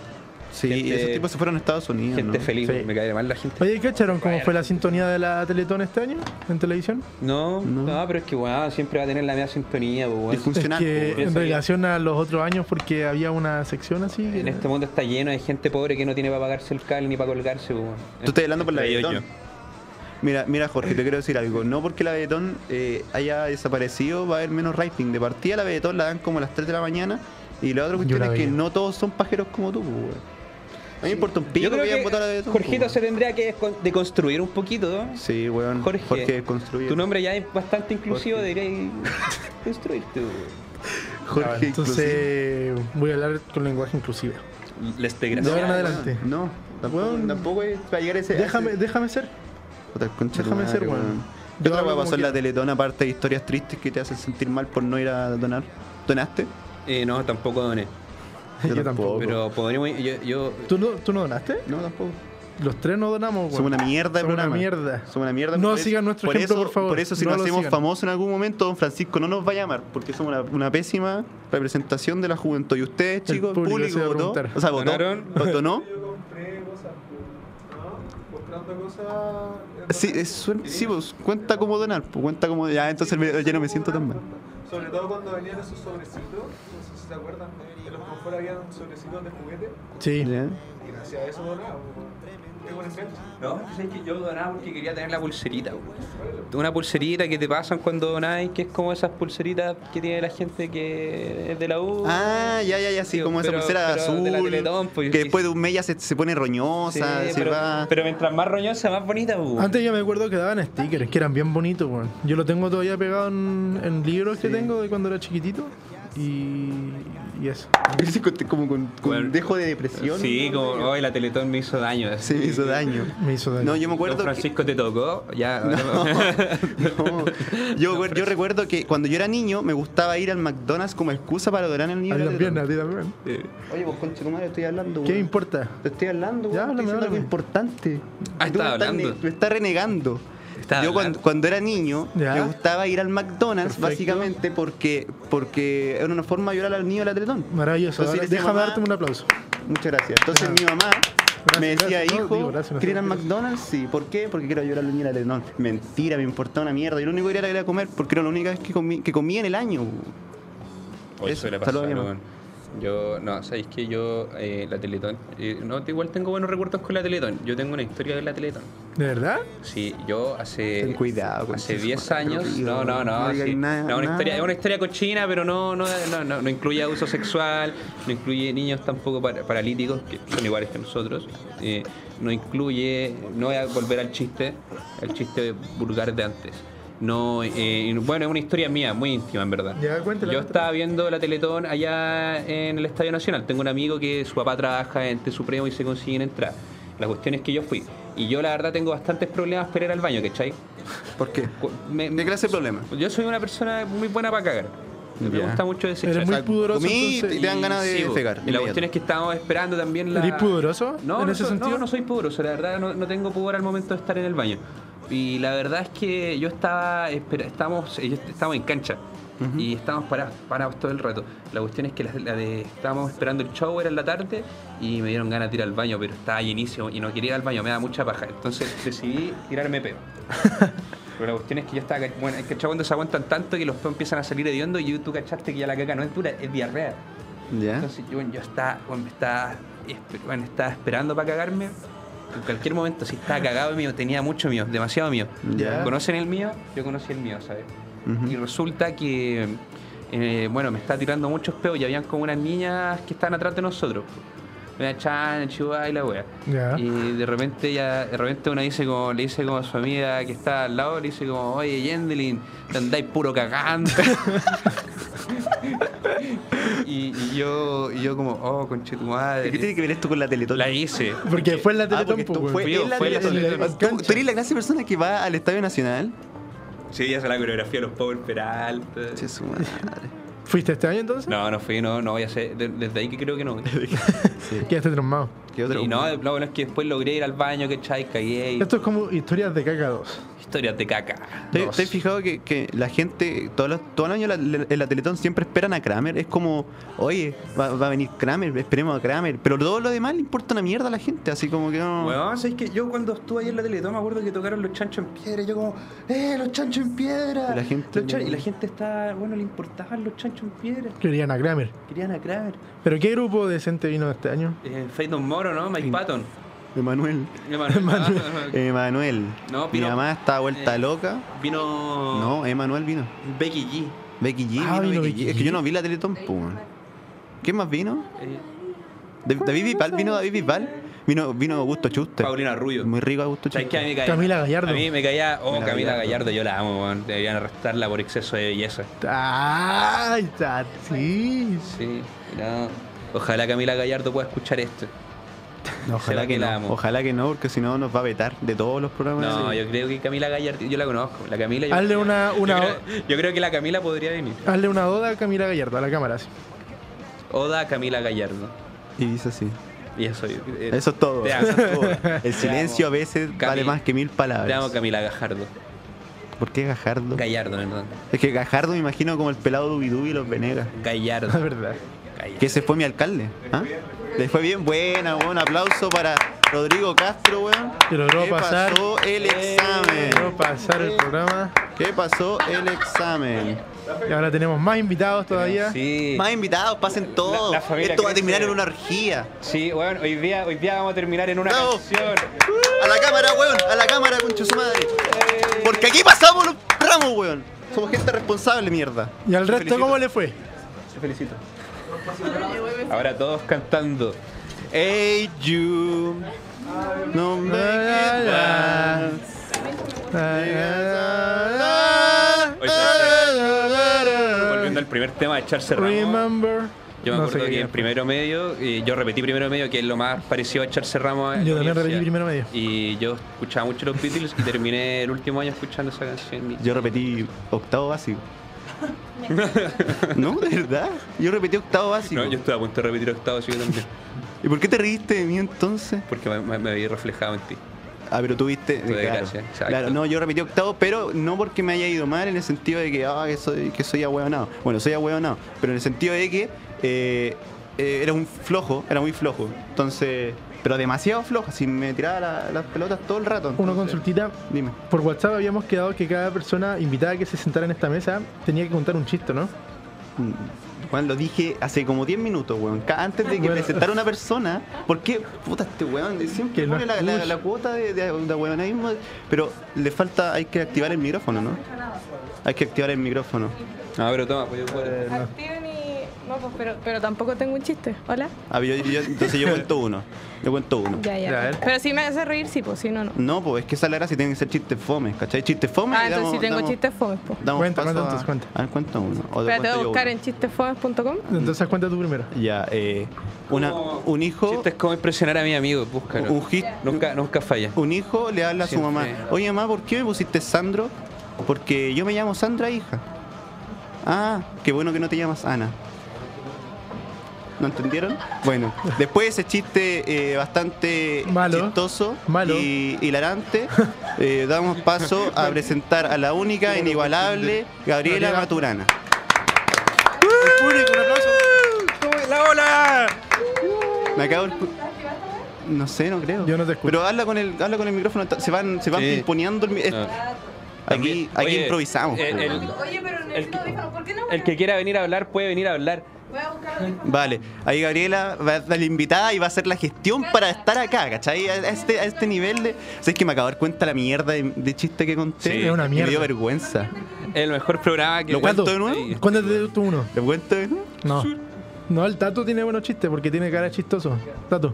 [SPEAKER 1] Sí,
[SPEAKER 3] gente-
[SPEAKER 1] esos tipos se fueron a Estados Unidos.
[SPEAKER 3] Gente
[SPEAKER 1] ¿no?
[SPEAKER 3] feliz,
[SPEAKER 2] Sí.
[SPEAKER 3] me cae mal la gente.
[SPEAKER 2] Oye, ¿cacharon cómo fue la sintonía de la Teletón este año en televisión?
[SPEAKER 3] No,
[SPEAKER 1] No.
[SPEAKER 3] no, pero es que weón, siempre va a tener la misma sintonía, po, weón.
[SPEAKER 1] Disfuncional,
[SPEAKER 2] Es
[SPEAKER 1] po,
[SPEAKER 2] que
[SPEAKER 1] weón.
[SPEAKER 2] en
[SPEAKER 3] Piensa que-
[SPEAKER 2] relación a los otros años, porque había una sección así. que-
[SPEAKER 3] En este mundo está lleno de gente pobre que no tiene para pagarse el cal ni para colgarse, po, weón.
[SPEAKER 1] Tú estás hablando por la
[SPEAKER 3] Entre ellos
[SPEAKER 1] Teletón.
[SPEAKER 3] yo.
[SPEAKER 1] Mira, mira, Jorge, te quiero decir algo. No porque la Betón haya desaparecido va a haber menos rating. De partida la Betón la dan como a las 3 de la mañana. Y la otra cuestión
[SPEAKER 2] la
[SPEAKER 1] es que
[SPEAKER 2] veía.
[SPEAKER 1] no todos son pajeros como tú, pues, weón. A mí me importa un pico
[SPEAKER 3] Yo
[SPEAKER 1] que hayan
[SPEAKER 3] creo
[SPEAKER 1] votado a la pues,
[SPEAKER 3] que
[SPEAKER 1] Betón.
[SPEAKER 3] Jorgito se tendría que descon- deconstruir un poquito, ¿no?
[SPEAKER 1] Sí, weón.
[SPEAKER 3] Jorge,
[SPEAKER 1] construye.
[SPEAKER 3] Tu nombre ya es bastante inclusivo,
[SPEAKER 1] Jorge.
[SPEAKER 3] debería construirte,
[SPEAKER 1] Jorge
[SPEAKER 2] Ah, Entonces, voy a hablar con lenguaje inclusivo.
[SPEAKER 3] Les
[SPEAKER 1] inclusive.
[SPEAKER 2] de ahora en adelante.
[SPEAKER 1] No, tampoco,
[SPEAKER 2] Weón.
[SPEAKER 1] tampoco es para llegar a ese.
[SPEAKER 2] Déjame,
[SPEAKER 1] a ese-
[SPEAKER 2] déjame ser.
[SPEAKER 1] Puta, concha tu
[SPEAKER 2] déjame
[SPEAKER 1] madre,
[SPEAKER 2] ser, weón.
[SPEAKER 1] ¿Qué
[SPEAKER 2] Yo
[SPEAKER 1] otra
[SPEAKER 2] hablo
[SPEAKER 1] weá
[SPEAKER 2] como
[SPEAKER 1] pasó en la
[SPEAKER 2] quiera.
[SPEAKER 1] Teletón aparte de historias tristes que te hacen sentir mal por no ir a donar? ¿Donaste?
[SPEAKER 3] Eh, no, tampoco doné.
[SPEAKER 2] Yo tampoco.
[SPEAKER 3] Pero podríamos. Yo, yo-
[SPEAKER 2] ¿Tú no, ¿Tú no donaste?
[SPEAKER 1] No, tampoco.
[SPEAKER 2] Los tres no donamos, güey.
[SPEAKER 1] Somos una mierda de
[SPEAKER 2] Somos
[SPEAKER 1] programa.
[SPEAKER 2] una mierda.
[SPEAKER 1] Somos una mierda.
[SPEAKER 2] No
[SPEAKER 1] Por eso-
[SPEAKER 2] sigan nuestro ejemplo,
[SPEAKER 1] eso,
[SPEAKER 2] por favor.
[SPEAKER 1] Por eso, si
[SPEAKER 2] No
[SPEAKER 1] nos
[SPEAKER 2] lo
[SPEAKER 1] hacemos
[SPEAKER 2] sigan.
[SPEAKER 1] famosos en algún momento, don Francisco no nos va a llamar, porque somos una, una pésima representación de la juventud. Y ustedes,
[SPEAKER 2] El
[SPEAKER 1] chicos, el
[SPEAKER 2] público
[SPEAKER 1] público,
[SPEAKER 2] se va a
[SPEAKER 1] votó.
[SPEAKER 2] preguntar.
[SPEAKER 1] O sea, votó.
[SPEAKER 3] ¿Ganaron?
[SPEAKER 1] ¿Votó no?
[SPEAKER 3] eh,
[SPEAKER 1] Sí, es, suer- sí, pues cuenta como donar, pues cuenta como. Ya, entonces me- ya no me siento tan mal.
[SPEAKER 4] Sobre todo cuando venían esos sobrecitos, no sé si se acuerdan, en los confort habían sobrecitos de juguete,
[SPEAKER 2] Sí.
[SPEAKER 1] Ya.
[SPEAKER 4] y gracias a eso donaba. Tengo un ejemplo.
[SPEAKER 3] No, es que yo donaba porque quería tener la pulserita, weón. Una pulserita que te pasan cuando donáis, que es como esas pulseritas que tiene la gente que es de la U.
[SPEAKER 1] Ah, ya, ya, ya, sí,
[SPEAKER 3] Sí,
[SPEAKER 1] como esa
[SPEAKER 3] pero-
[SPEAKER 1] pulsera
[SPEAKER 3] pero
[SPEAKER 1] azul.
[SPEAKER 3] de la Teletón, pues,
[SPEAKER 1] que
[SPEAKER 3] y-
[SPEAKER 1] después de un mes ya se, se pone
[SPEAKER 3] Sí,
[SPEAKER 1] roñosa, se
[SPEAKER 3] pero,
[SPEAKER 1] va.
[SPEAKER 3] pero mientras más roñosa, más bonita, weón.
[SPEAKER 2] Antes yo me acuerdo que daban stickers, que eran bien bonitos, weón. Yo lo tengo todavía pegado en, en libros que tengo de cuando era chiquitito. Y, y eso.
[SPEAKER 1] Sí, con- como con, con
[SPEAKER 3] Bueno.
[SPEAKER 1] dejo de depresión.
[SPEAKER 3] Sí, como oh. hoy la Teletón me hizo daño.
[SPEAKER 1] Se
[SPEAKER 3] así.
[SPEAKER 1] me hizo daño.
[SPEAKER 2] Me hizo daño.
[SPEAKER 1] No, yo me
[SPEAKER 3] Don
[SPEAKER 1] acuerdo. que-
[SPEAKER 3] Francisco te tocó, ya.
[SPEAKER 1] No, yo, yo recuerdo que cuando yo era niño me gustaba ir al McDonald's como excusa para adorar el niño.
[SPEAKER 2] a ti también, a ti también.
[SPEAKER 1] Oye, vos concha tu madre, estoy hablando.
[SPEAKER 2] ¿Qué me
[SPEAKER 1] weón.
[SPEAKER 2] importa?
[SPEAKER 1] Te estoy hablando,
[SPEAKER 2] Ya,
[SPEAKER 1] weón,
[SPEAKER 2] háblame,
[SPEAKER 1] estoy diciendo algo
[SPEAKER 2] háblame.
[SPEAKER 1] importante.
[SPEAKER 3] Ah,
[SPEAKER 1] Y tú me
[SPEAKER 3] estaba
[SPEAKER 1] estás
[SPEAKER 3] hablando.
[SPEAKER 1] ne- Me estás renegando.
[SPEAKER 3] Estaba
[SPEAKER 1] yo cuando,
[SPEAKER 3] hablando.
[SPEAKER 1] cuando era niño
[SPEAKER 2] Ya.
[SPEAKER 1] me gustaba ir al McDonald's
[SPEAKER 2] Perfecto.
[SPEAKER 1] básicamente porque porque era una forma de ayudar al niño de la Teletón.
[SPEAKER 2] Maravilloso.
[SPEAKER 1] Entonces,
[SPEAKER 2] Ahora
[SPEAKER 1] ese
[SPEAKER 2] déjame
[SPEAKER 1] mamá-
[SPEAKER 2] darte un aplauso.
[SPEAKER 1] Muchas gracias. Entonces mi mamá me
[SPEAKER 2] Gracias,
[SPEAKER 1] decía,
[SPEAKER 2] gracias. No,
[SPEAKER 1] hijo,
[SPEAKER 2] digo, gracias,
[SPEAKER 1] ¿quieres ir al
[SPEAKER 2] gracias.
[SPEAKER 1] McDonald's? Sí, ¿por qué? Porque quiero ayudar al niño de la Teletón. Mentira, me importaba una mierda. Yo lo único que quería era ir a comer porque era la única vez que comí, que comí en el año.
[SPEAKER 3] Oye,
[SPEAKER 1] Eso,
[SPEAKER 3] suele
[SPEAKER 1] saludos,
[SPEAKER 3] pasar,
[SPEAKER 1] mi mamá.
[SPEAKER 3] weón. Yo, no, sabéis que yo, eh, la Teletón, eh, no, igual tengo buenos recuerdos con la Teletón. Yo tengo una historia de la Teletón.
[SPEAKER 2] ¿De verdad?
[SPEAKER 3] Sí, yo hace.
[SPEAKER 1] Ten cuidado con
[SPEAKER 3] Hace
[SPEAKER 1] sus
[SPEAKER 3] 10
[SPEAKER 1] manos,
[SPEAKER 3] años.
[SPEAKER 1] tío.
[SPEAKER 3] No, no, no.
[SPEAKER 1] No digas
[SPEAKER 3] sí.
[SPEAKER 1] nada,
[SPEAKER 3] No, una
[SPEAKER 1] nada.
[SPEAKER 3] historia, es una historia cochina, pero no, no, no, no, no incluye abuso sexual, no incluye niños tampoco para- paralíticos, que son iguales que nosotros. eh, no incluye. No voy a volver al chiste, al chiste vulgar de antes. No, eh, bueno, es una historia mía, muy íntima en verdad.
[SPEAKER 2] Ya, cuéntala, cuéntala.
[SPEAKER 3] Yo estaba viendo la Teletón allá en el Estadio Nacional. Tengo un amigo que su papá trabaja en Te Supremo y se consiguen entrar. La cuestión es que yo fui. Y yo la verdad tengo bastantes problemas para ir al baño, ¿cachai?
[SPEAKER 1] ¿Por qué?
[SPEAKER 3] Cu- me-
[SPEAKER 1] ¿Qué clase de problema?
[SPEAKER 3] Yo soy una persona muy buena para cagar. Me
[SPEAKER 1] Ya.
[SPEAKER 3] gusta mucho desechar.
[SPEAKER 2] Eres muy pudoroso,
[SPEAKER 1] comí
[SPEAKER 2] entonces,
[SPEAKER 1] y te dan
[SPEAKER 3] Y
[SPEAKER 1] ganas de
[SPEAKER 3] sí, bo.
[SPEAKER 1] pegar.
[SPEAKER 3] Y la cuestión es que estábamos esperando también la.
[SPEAKER 2] ¿Eres pudoroso
[SPEAKER 3] No,
[SPEAKER 2] en
[SPEAKER 3] no,
[SPEAKER 2] ese
[SPEAKER 3] soy-
[SPEAKER 2] sentido?
[SPEAKER 3] no, no soy pudoroso, la verdad no, no tengo pudor al momento de estar en el baño. Y la verdad es que yo estaba. Espera, estábamos, eh, yo- estábamos en cancha. Y estábamos parados, parados todo el rato. La cuestión es que la, la de, estábamos esperando el show, era en la tarde, y me dieron ganas de ir al baño, pero estaba llenísimo y no quería ir al baño, me da mucha paja. Entonces decidí tirarme pedo. Pero la cuestión es que yo estaba. ca- Bueno, ¿cachai? Cuando se aguantan tanto que los pedos empiezan a salir hediondo y tú cachaste que ya la caca no es dura, es diarrea.
[SPEAKER 1] ¿Ya?
[SPEAKER 3] Entonces yo, yo estaba, bueno, me estaba, esper- bueno, estaba esperando para cagarme. En cualquier momento, si estaba cagado mío, tenía mucho mío, demasiado mío.
[SPEAKER 1] Ya.
[SPEAKER 3] ¿Conocen el mío? Yo conocí el mío, ¿sabes?
[SPEAKER 1] Ujú.
[SPEAKER 3] Y resulta que, eh, bueno, me estaba tirando muchos peos y habían como unas niñas que estaban atrás de nosotros. Una chan, chihuahua y la wea.
[SPEAKER 2] Ya.
[SPEAKER 3] Y de repente ella, de repente una dice como, le dice como a su amiga que está al lado, le dice como, oye Yendelin, te andáis puro cagando. y, y yo, y yo como, oh, conche tu
[SPEAKER 1] ¿Qué
[SPEAKER 3] madre.
[SPEAKER 1] tiene que ver esto con la Teletón?
[SPEAKER 3] La hice.
[SPEAKER 2] Porque después en la
[SPEAKER 1] Ah, porque
[SPEAKER 2] Teletón,
[SPEAKER 1] esto
[SPEAKER 2] pues,
[SPEAKER 1] fue,
[SPEAKER 2] weón.
[SPEAKER 3] Fui yo,
[SPEAKER 1] en la
[SPEAKER 3] fue en la
[SPEAKER 1] Teletón.
[SPEAKER 2] Teletón.
[SPEAKER 1] Tú- Tú eres la clase de persona que va al Estadio Nacional.
[SPEAKER 3] Sí, ella hace la coreografía de los Power Peralta.
[SPEAKER 1] Che, su madre.
[SPEAKER 2] ¿Fuiste este año entonces?
[SPEAKER 3] No, no fui, no, no voy a hacer. de- desde ahí que creo que no. voy.
[SPEAKER 2] Quedaste traumado.
[SPEAKER 1] ¿Qué otro?
[SPEAKER 3] Y no, lo bueno es que después logré ir al baño, que chai, cagué. y-
[SPEAKER 2] Esto es como historias de caca 2.
[SPEAKER 3] Historias de caca.
[SPEAKER 1] ¿Te,
[SPEAKER 2] Dos.
[SPEAKER 1] te has fijado que, que la gente, todos los, todo el año la- la- en la Teletón siempre esperan a Kramer? Es como, oye, va, va a venir Kramer, esperemos a Kramer. Pero todo lo demás le importa una mierda a la gente, así como que no.
[SPEAKER 3] Weón, ¿sabes que Yo cuando estuve ahí en la Teletón me acuerdo que tocaron los chanchos en piedra y yo como, ¡eh, los chanchos en piedra!
[SPEAKER 1] Y la gente-
[SPEAKER 3] Los chan- y la gente está, bueno, le importaban los chanchos en piedra.
[SPEAKER 2] Querían a Kramer.
[SPEAKER 3] Querían a Kramer.
[SPEAKER 2] ¿Pero qué grupo decente vino este año?
[SPEAKER 3] Eh, Phaeton Moro, ¿no? Mike Patton. Ah,
[SPEAKER 1] Emanuel.
[SPEAKER 3] Emanuel.
[SPEAKER 1] Eh, Emanuel.
[SPEAKER 3] No,
[SPEAKER 1] Mi
[SPEAKER 3] vino-
[SPEAKER 1] mamá está vuelta
[SPEAKER 3] eh,
[SPEAKER 1] loca.
[SPEAKER 3] Vino
[SPEAKER 1] No, Emanuel vino.
[SPEAKER 3] Becky G.
[SPEAKER 1] Becky G.
[SPEAKER 2] Ah,
[SPEAKER 1] vino
[SPEAKER 2] vino
[SPEAKER 1] Becky G.
[SPEAKER 2] Becky
[SPEAKER 1] Es que yo
[SPEAKER 2] G.
[SPEAKER 1] no vi la Teletón, po, weón. ¿Quién más vino?
[SPEAKER 3] eh,
[SPEAKER 1] Da- David Vival, vino David Vival. Vino, vino Augusto Chuster.
[SPEAKER 3] Paulina Rubio.
[SPEAKER 1] Muy rico Augusto
[SPEAKER 3] ¿Sabes
[SPEAKER 1] Chuster.
[SPEAKER 3] qué? A mí me caía-
[SPEAKER 2] Camila Gallardo.
[SPEAKER 3] A mí me caía, oh,
[SPEAKER 1] Camila
[SPEAKER 3] Camila,
[SPEAKER 1] Gallardo.
[SPEAKER 3] Gallardo, yo la amo, weón. Deberían arrestarla por exceso de belleza.
[SPEAKER 2] ¡Ay, Ah, está- sí!
[SPEAKER 3] Sí, no. Ojalá Camila Gallardo pueda escuchar esto.
[SPEAKER 1] No, ojalá
[SPEAKER 3] Será
[SPEAKER 1] que
[SPEAKER 3] que la
[SPEAKER 1] no.
[SPEAKER 3] amo.
[SPEAKER 1] Ojalá que no, porque si no nos va a vetar de todos los programas.
[SPEAKER 3] No,
[SPEAKER 1] Sí.
[SPEAKER 3] yo creo que Camila Gallardo, yo la conozco. La Camila, yo,
[SPEAKER 2] Hazle una, una,
[SPEAKER 3] yo, creo, yo creo que la Camila podría venir.
[SPEAKER 2] hazle una oda a Camila Gallardo, a la cámara, sí.
[SPEAKER 3] Oda a Camila Gallardo.
[SPEAKER 1] Y dice así.
[SPEAKER 3] Y eso, eh,
[SPEAKER 1] Eso es todo.
[SPEAKER 3] Te amo.
[SPEAKER 1] Eso es todo. El
[SPEAKER 3] Te
[SPEAKER 1] silencio a
[SPEAKER 3] amo.
[SPEAKER 1] veces vale
[SPEAKER 3] Cami-
[SPEAKER 1] más que mil palabras.
[SPEAKER 3] Te amo, Camila Gajardo.
[SPEAKER 1] ¿Por qué Gajardo?
[SPEAKER 3] Gallardo, perdón.
[SPEAKER 1] Es que Gajardo me imagino como el pelado Dubidubi y los Venegas.
[SPEAKER 2] La
[SPEAKER 3] Gallardo.
[SPEAKER 2] verdad.
[SPEAKER 3] Gallardo.
[SPEAKER 1] Que ese fue mi alcalde. ¿ah? Le fue bien, buena, un aplauso para Rodrigo Castro, weón.
[SPEAKER 2] Que logró
[SPEAKER 1] que
[SPEAKER 2] pasar.
[SPEAKER 1] pasó el
[SPEAKER 3] Eh,
[SPEAKER 1] examen.
[SPEAKER 2] Quiero pasar el programa.
[SPEAKER 1] ¿Qué pasó el examen?
[SPEAKER 2] Y ahora tenemos más invitados todavía.
[SPEAKER 3] Sí.
[SPEAKER 1] Más invitados, pasen todo.
[SPEAKER 3] la familia
[SPEAKER 1] Esto va a
[SPEAKER 3] crece.
[SPEAKER 1] terminar en una orgía.
[SPEAKER 3] Sí, bueno, hoy día, hoy día vamos a terminar en una
[SPEAKER 1] Bravo.
[SPEAKER 3] canción.
[SPEAKER 1] A la cámara, weón, a la cámara, concha su madre. Porque aquí pasamos los ramos, weón. Somos gente responsable, mierda.
[SPEAKER 2] ¿Y al resto
[SPEAKER 3] Felicito.
[SPEAKER 2] cómo le fue?
[SPEAKER 3] Te felicito. Ahora todos cantando.
[SPEAKER 1] Hey, you. No me quedas.
[SPEAKER 2] Ah,
[SPEAKER 3] Volviendo al primer tema de echarse ramos.
[SPEAKER 2] Remember.
[SPEAKER 3] Yo me
[SPEAKER 2] No sé
[SPEAKER 3] acuerdo
[SPEAKER 2] qué
[SPEAKER 3] que
[SPEAKER 2] quería.
[SPEAKER 3] en primero medio, y yo repetí primero medio, que es lo más parecido a echarse ramos. en
[SPEAKER 2] Yo
[SPEAKER 3] la
[SPEAKER 2] también repetí
[SPEAKER 3] universidad.
[SPEAKER 2] primero medio.
[SPEAKER 3] Y yo escuchaba mucho los Beatles y terminé el último año escuchando esa canción.
[SPEAKER 1] Yo repetí octavo básico. no, de verdad. Yo repetí octavo básico.
[SPEAKER 3] No, yo estuve a punto de repetir octavo, así que también.
[SPEAKER 1] ¿Y por qué te reíste de mí entonces?
[SPEAKER 3] Porque me, me- me vi reflejado en ti.
[SPEAKER 1] Ah, pero tuviste.
[SPEAKER 3] Tuve
[SPEAKER 1] claro,
[SPEAKER 3] gracia, exacto.
[SPEAKER 1] claro, no, yo repetí octavo, pero no porque me haya ido mal en el sentido de que, ah, que soy, que soy ahueonado. Bueno, soy ahueonado, pero en el sentido de que eh, eh, era un flojo, era muy flojo. Entonces, pero demasiado flojo, así me tiraba la- las pelotas todo el rato.
[SPEAKER 2] Una
[SPEAKER 1] entonces-
[SPEAKER 2] consultita.
[SPEAKER 1] Dime.
[SPEAKER 2] Por WhatsApp habíamos quedado que cada persona invitada que se sentara en esta mesa tenía que contar un chiste, ¿no?
[SPEAKER 1] Mm, Juan, lo dije hace como 10 minutos, weón. Ca- Antes de que
[SPEAKER 2] Bueno.
[SPEAKER 1] presentara una persona, ¿por qué? Puta, este weón de siempre
[SPEAKER 2] Que no
[SPEAKER 1] pone la, la-
[SPEAKER 2] escucha.
[SPEAKER 1] la cuota de, de, de weonadismo, Pero le falta, hay que activar el micrófono, ¿no? Hay que activar el micrófono.
[SPEAKER 3] Ah, pero toma, pues yo
[SPEAKER 2] Eh,
[SPEAKER 3] puedo.
[SPEAKER 5] Activen y. No, pues, pero, pero tampoco tengo un chiste. Hola.
[SPEAKER 1] Ah, yo- yo- entonces yo cuento uno. Yo cuento uno.
[SPEAKER 5] Ya,
[SPEAKER 2] Ya, a
[SPEAKER 5] ya.
[SPEAKER 2] ver.
[SPEAKER 5] Pero si me hace reír, sí, pues si no, no.
[SPEAKER 1] No, pues es que esa es la gracia, tienen que ser chistes fome, ¿cachai? Chistes fome.
[SPEAKER 5] Ah,
[SPEAKER 1] y
[SPEAKER 5] entonces
[SPEAKER 1] damos-
[SPEAKER 5] si tengo
[SPEAKER 1] damos-
[SPEAKER 5] chistes fomes, pues.
[SPEAKER 1] damos
[SPEAKER 2] Cuenta,
[SPEAKER 1] paso
[SPEAKER 2] cuenta,
[SPEAKER 1] a,
[SPEAKER 2] cuenta.
[SPEAKER 1] a ver, cuenta uno. O te
[SPEAKER 5] Espérate,
[SPEAKER 1] cuento
[SPEAKER 5] voy a
[SPEAKER 1] yo
[SPEAKER 5] buscar
[SPEAKER 1] uno.
[SPEAKER 5] en chistesfomes.com.
[SPEAKER 2] Entonces cuenta tu primera.
[SPEAKER 1] Ya, eh, una, un hijo.
[SPEAKER 3] Chistes como impresionar a mi amigo, búscalo.
[SPEAKER 1] Un hit-
[SPEAKER 3] Nunca, nunca falla.
[SPEAKER 1] Un hijo le habla a su
[SPEAKER 3] Siempre.
[SPEAKER 1] mamá, oye mamá, ¿por qué me pusiste Sandro? Porque yo me llamo Sandra, hija. Ah, qué bueno que no te llamas Ana. ¿No entendieron? Bueno, después ese chiste eh, bastante
[SPEAKER 2] Malo.
[SPEAKER 1] chistoso
[SPEAKER 2] Malo.
[SPEAKER 1] y hilarante, eh, damos paso a presentar a la única, inigualable, Gabriela
[SPEAKER 2] Gabriela. ¡Uh!
[SPEAKER 1] Maturana.
[SPEAKER 3] ¡La ola!
[SPEAKER 1] Me acabo el... cu- No sé, no creo.
[SPEAKER 2] Yo no te escucho.
[SPEAKER 1] Pero habla con el, habla con el micrófono, se van, se van
[SPEAKER 3] Sí.
[SPEAKER 1] pimponeando el mi-
[SPEAKER 3] No.
[SPEAKER 1] Aquí,
[SPEAKER 3] También-
[SPEAKER 1] aquí
[SPEAKER 3] oye,
[SPEAKER 1] improvisamos.
[SPEAKER 3] el-
[SPEAKER 1] po,
[SPEAKER 3] el-
[SPEAKER 1] weón.
[SPEAKER 5] Oye, pero
[SPEAKER 3] necesito El que- audífonos,
[SPEAKER 5] ¿Por qué no?
[SPEAKER 3] El que quiera venir a hablar puede venir a hablar.
[SPEAKER 5] Voy a buscar audífonos.
[SPEAKER 1] Vale, ahí Gabriela va a ser la invitada y va a hacer la gestión para estar acá, ¿cachai? A a este, a este nivel de... ¿Sabes que me acabo de dar cuenta la mierda de, de chiste que conté?
[SPEAKER 3] Sí,
[SPEAKER 1] Y
[SPEAKER 3] es
[SPEAKER 2] una
[SPEAKER 1] Me dio
[SPEAKER 2] mierda.
[SPEAKER 1] vergüenza.
[SPEAKER 3] El mejor programa que.
[SPEAKER 1] Lo cuento
[SPEAKER 2] Tato,
[SPEAKER 1] de nuevo?
[SPEAKER 3] Ahí.
[SPEAKER 2] Cuéntate tú uno.
[SPEAKER 1] ¿Lo cuento de nuevo?
[SPEAKER 2] No. No, el Tato tiene buenos chistes porque tiene cara chistoso. Tato.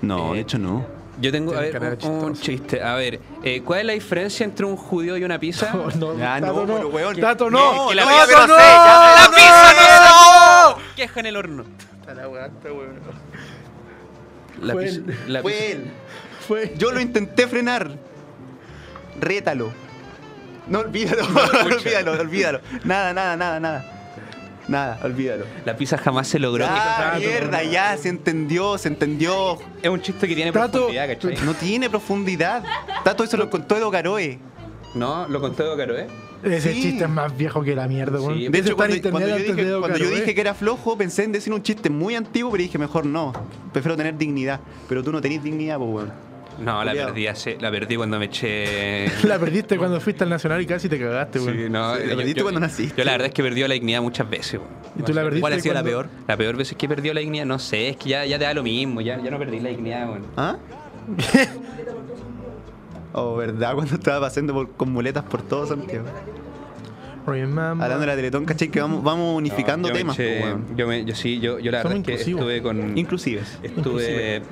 [SPEAKER 1] No, de hecho no.
[SPEAKER 3] Yo tengo a
[SPEAKER 2] Tiene
[SPEAKER 3] ver,
[SPEAKER 2] cara de
[SPEAKER 3] un, un
[SPEAKER 2] chistoso.
[SPEAKER 3] chiste. A ver, eh, ¿cuál es la diferencia entre un judío y una pizza?
[SPEAKER 2] Oh,
[SPEAKER 1] Ah, no,
[SPEAKER 2] Tato,
[SPEAKER 1] pero, weón.
[SPEAKER 2] Tato,
[SPEAKER 1] No,
[SPEAKER 2] no.
[SPEAKER 1] que la
[SPEAKER 2] Tato,
[SPEAKER 1] voy a ver
[SPEAKER 2] no.
[SPEAKER 1] hacer, ya.
[SPEAKER 3] ¡La pizza no! Queja en el horno. La
[SPEAKER 2] Fue
[SPEAKER 3] pizza.
[SPEAKER 2] él.
[SPEAKER 3] La
[SPEAKER 1] Fue
[SPEAKER 3] pizza.
[SPEAKER 1] él.
[SPEAKER 2] Fue.
[SPEAKER 1] Yo lo intenté frenar. Rétalo. No, olvídalo.
[SPEAKER 3] escucha.
[SPEAKER 1] olvídalo, olvídalo. Nada, nada, nada, nada. Nada, olvídalo.
[SPEAKER 3] La pizza jamás se logró.
[SPEAKER 1] Ah,
[SPEAKER 2] Tato,
[SPEAKER 1] mierda,
[SPEAKER 2] no.
[SPEAKER 1] ya, se entendió, se entendió.
[SPEAKER 3] Es un chiste que tiene
[SPEAKER 2] Tato,
[SPEAKER 3] profundidad, ¿cachai?
[SPEAKER 1] No tiene profundidad. Tato, eso lo contó Edo Garoe.
[SPEAKER 3] No, lo contó Edo Caro, ¿eh?
[SPEAKER 2] Ese
[SPEAKER 1] Sí.
[SPEAKER 2] chiste es más viejo que la mierda,
[SPEAKER 3] Sí,
[SPEAKER 2] weón.
[SPEAKER 3] de
[SPEAKER 1] De
[SPEAKER 2] Ese
[SPEAKER 1] hecho,
[SPEAKER 2] está en
[SPEAKER 1] cuando,
[SPEAKER 2] internet
[SPEAKER 1] cuando yo,
[SPEAKER 2] antes de
[SPEAKER 1] dije,
[SPEAKER 2] Edo
[SPEAKER 1] cuando yo
[SPEAKER 2] Caro,
[SPEAKER 1] dije
[SPEAKER 2] eh.
[SPEAKER 1] que era flojo, pensé en decir un chiste muy antiguo, pero dije, mejor no. Prefiero tener dignidad. Pero tú no tenés dignidad, pues, weón.
[SPEAKER 3] No, la
[SPEAKER 1] Culeado.
[SPEAKER 3] perdí, hace- la perdí cuando me eché.
[SPEAKER 2] La perdiste cuando fuiste al Nacional y casi te cagaste, weón.
[SPEAKER 3] Sí, no,
[SPEAKER 1] Sí, la
[SPEAKER 3] yo-
[SPEAKER 1] perdiste
[SPEAKER 3] yo-
[SPEAKER 1] cuando naciste.
[SPEAKER 3] Yo la verdad es que he perdido la dignidad muchas veces. weón.
[SPEAKER 2] ¿Y tú la perdiste
[SPEAKER 3] ¿Cuál ha sido la peor?
[SPEAKER 2] cuando-
[SPEAKER 3] La peor vez es que he perdido la dignidad, no sé, es que ya, ya te da lo mismo, ya, ya no perdí la dignidad, weón.
[SPEAKER 1] ¿Ah? Oh, ¿verdad? Cuando estaba pasando por- con muletas por todo Santiago.
[SPEAKER 2] Remember.
[SPEAKER 1] Hablando de la Teletón, caché que vamos, vamos unificando
[SPEAKER 3] No, yo me
[SPEAKER 1] temas,
[SPEAKER 3] eché-
[SPEAKER 1] pues, weón.
[SPEAKER 3] yo, me- yo sí, yo, yo la
[SPEAKER 2] Somos
[SPEAKER 3] verdad es que
[SPEAKER 2] inclusivos.
[SPEAKER 3] estuve con.
[SPEAKER 1] Inclusives.
[SPEAKER 3] Estuve.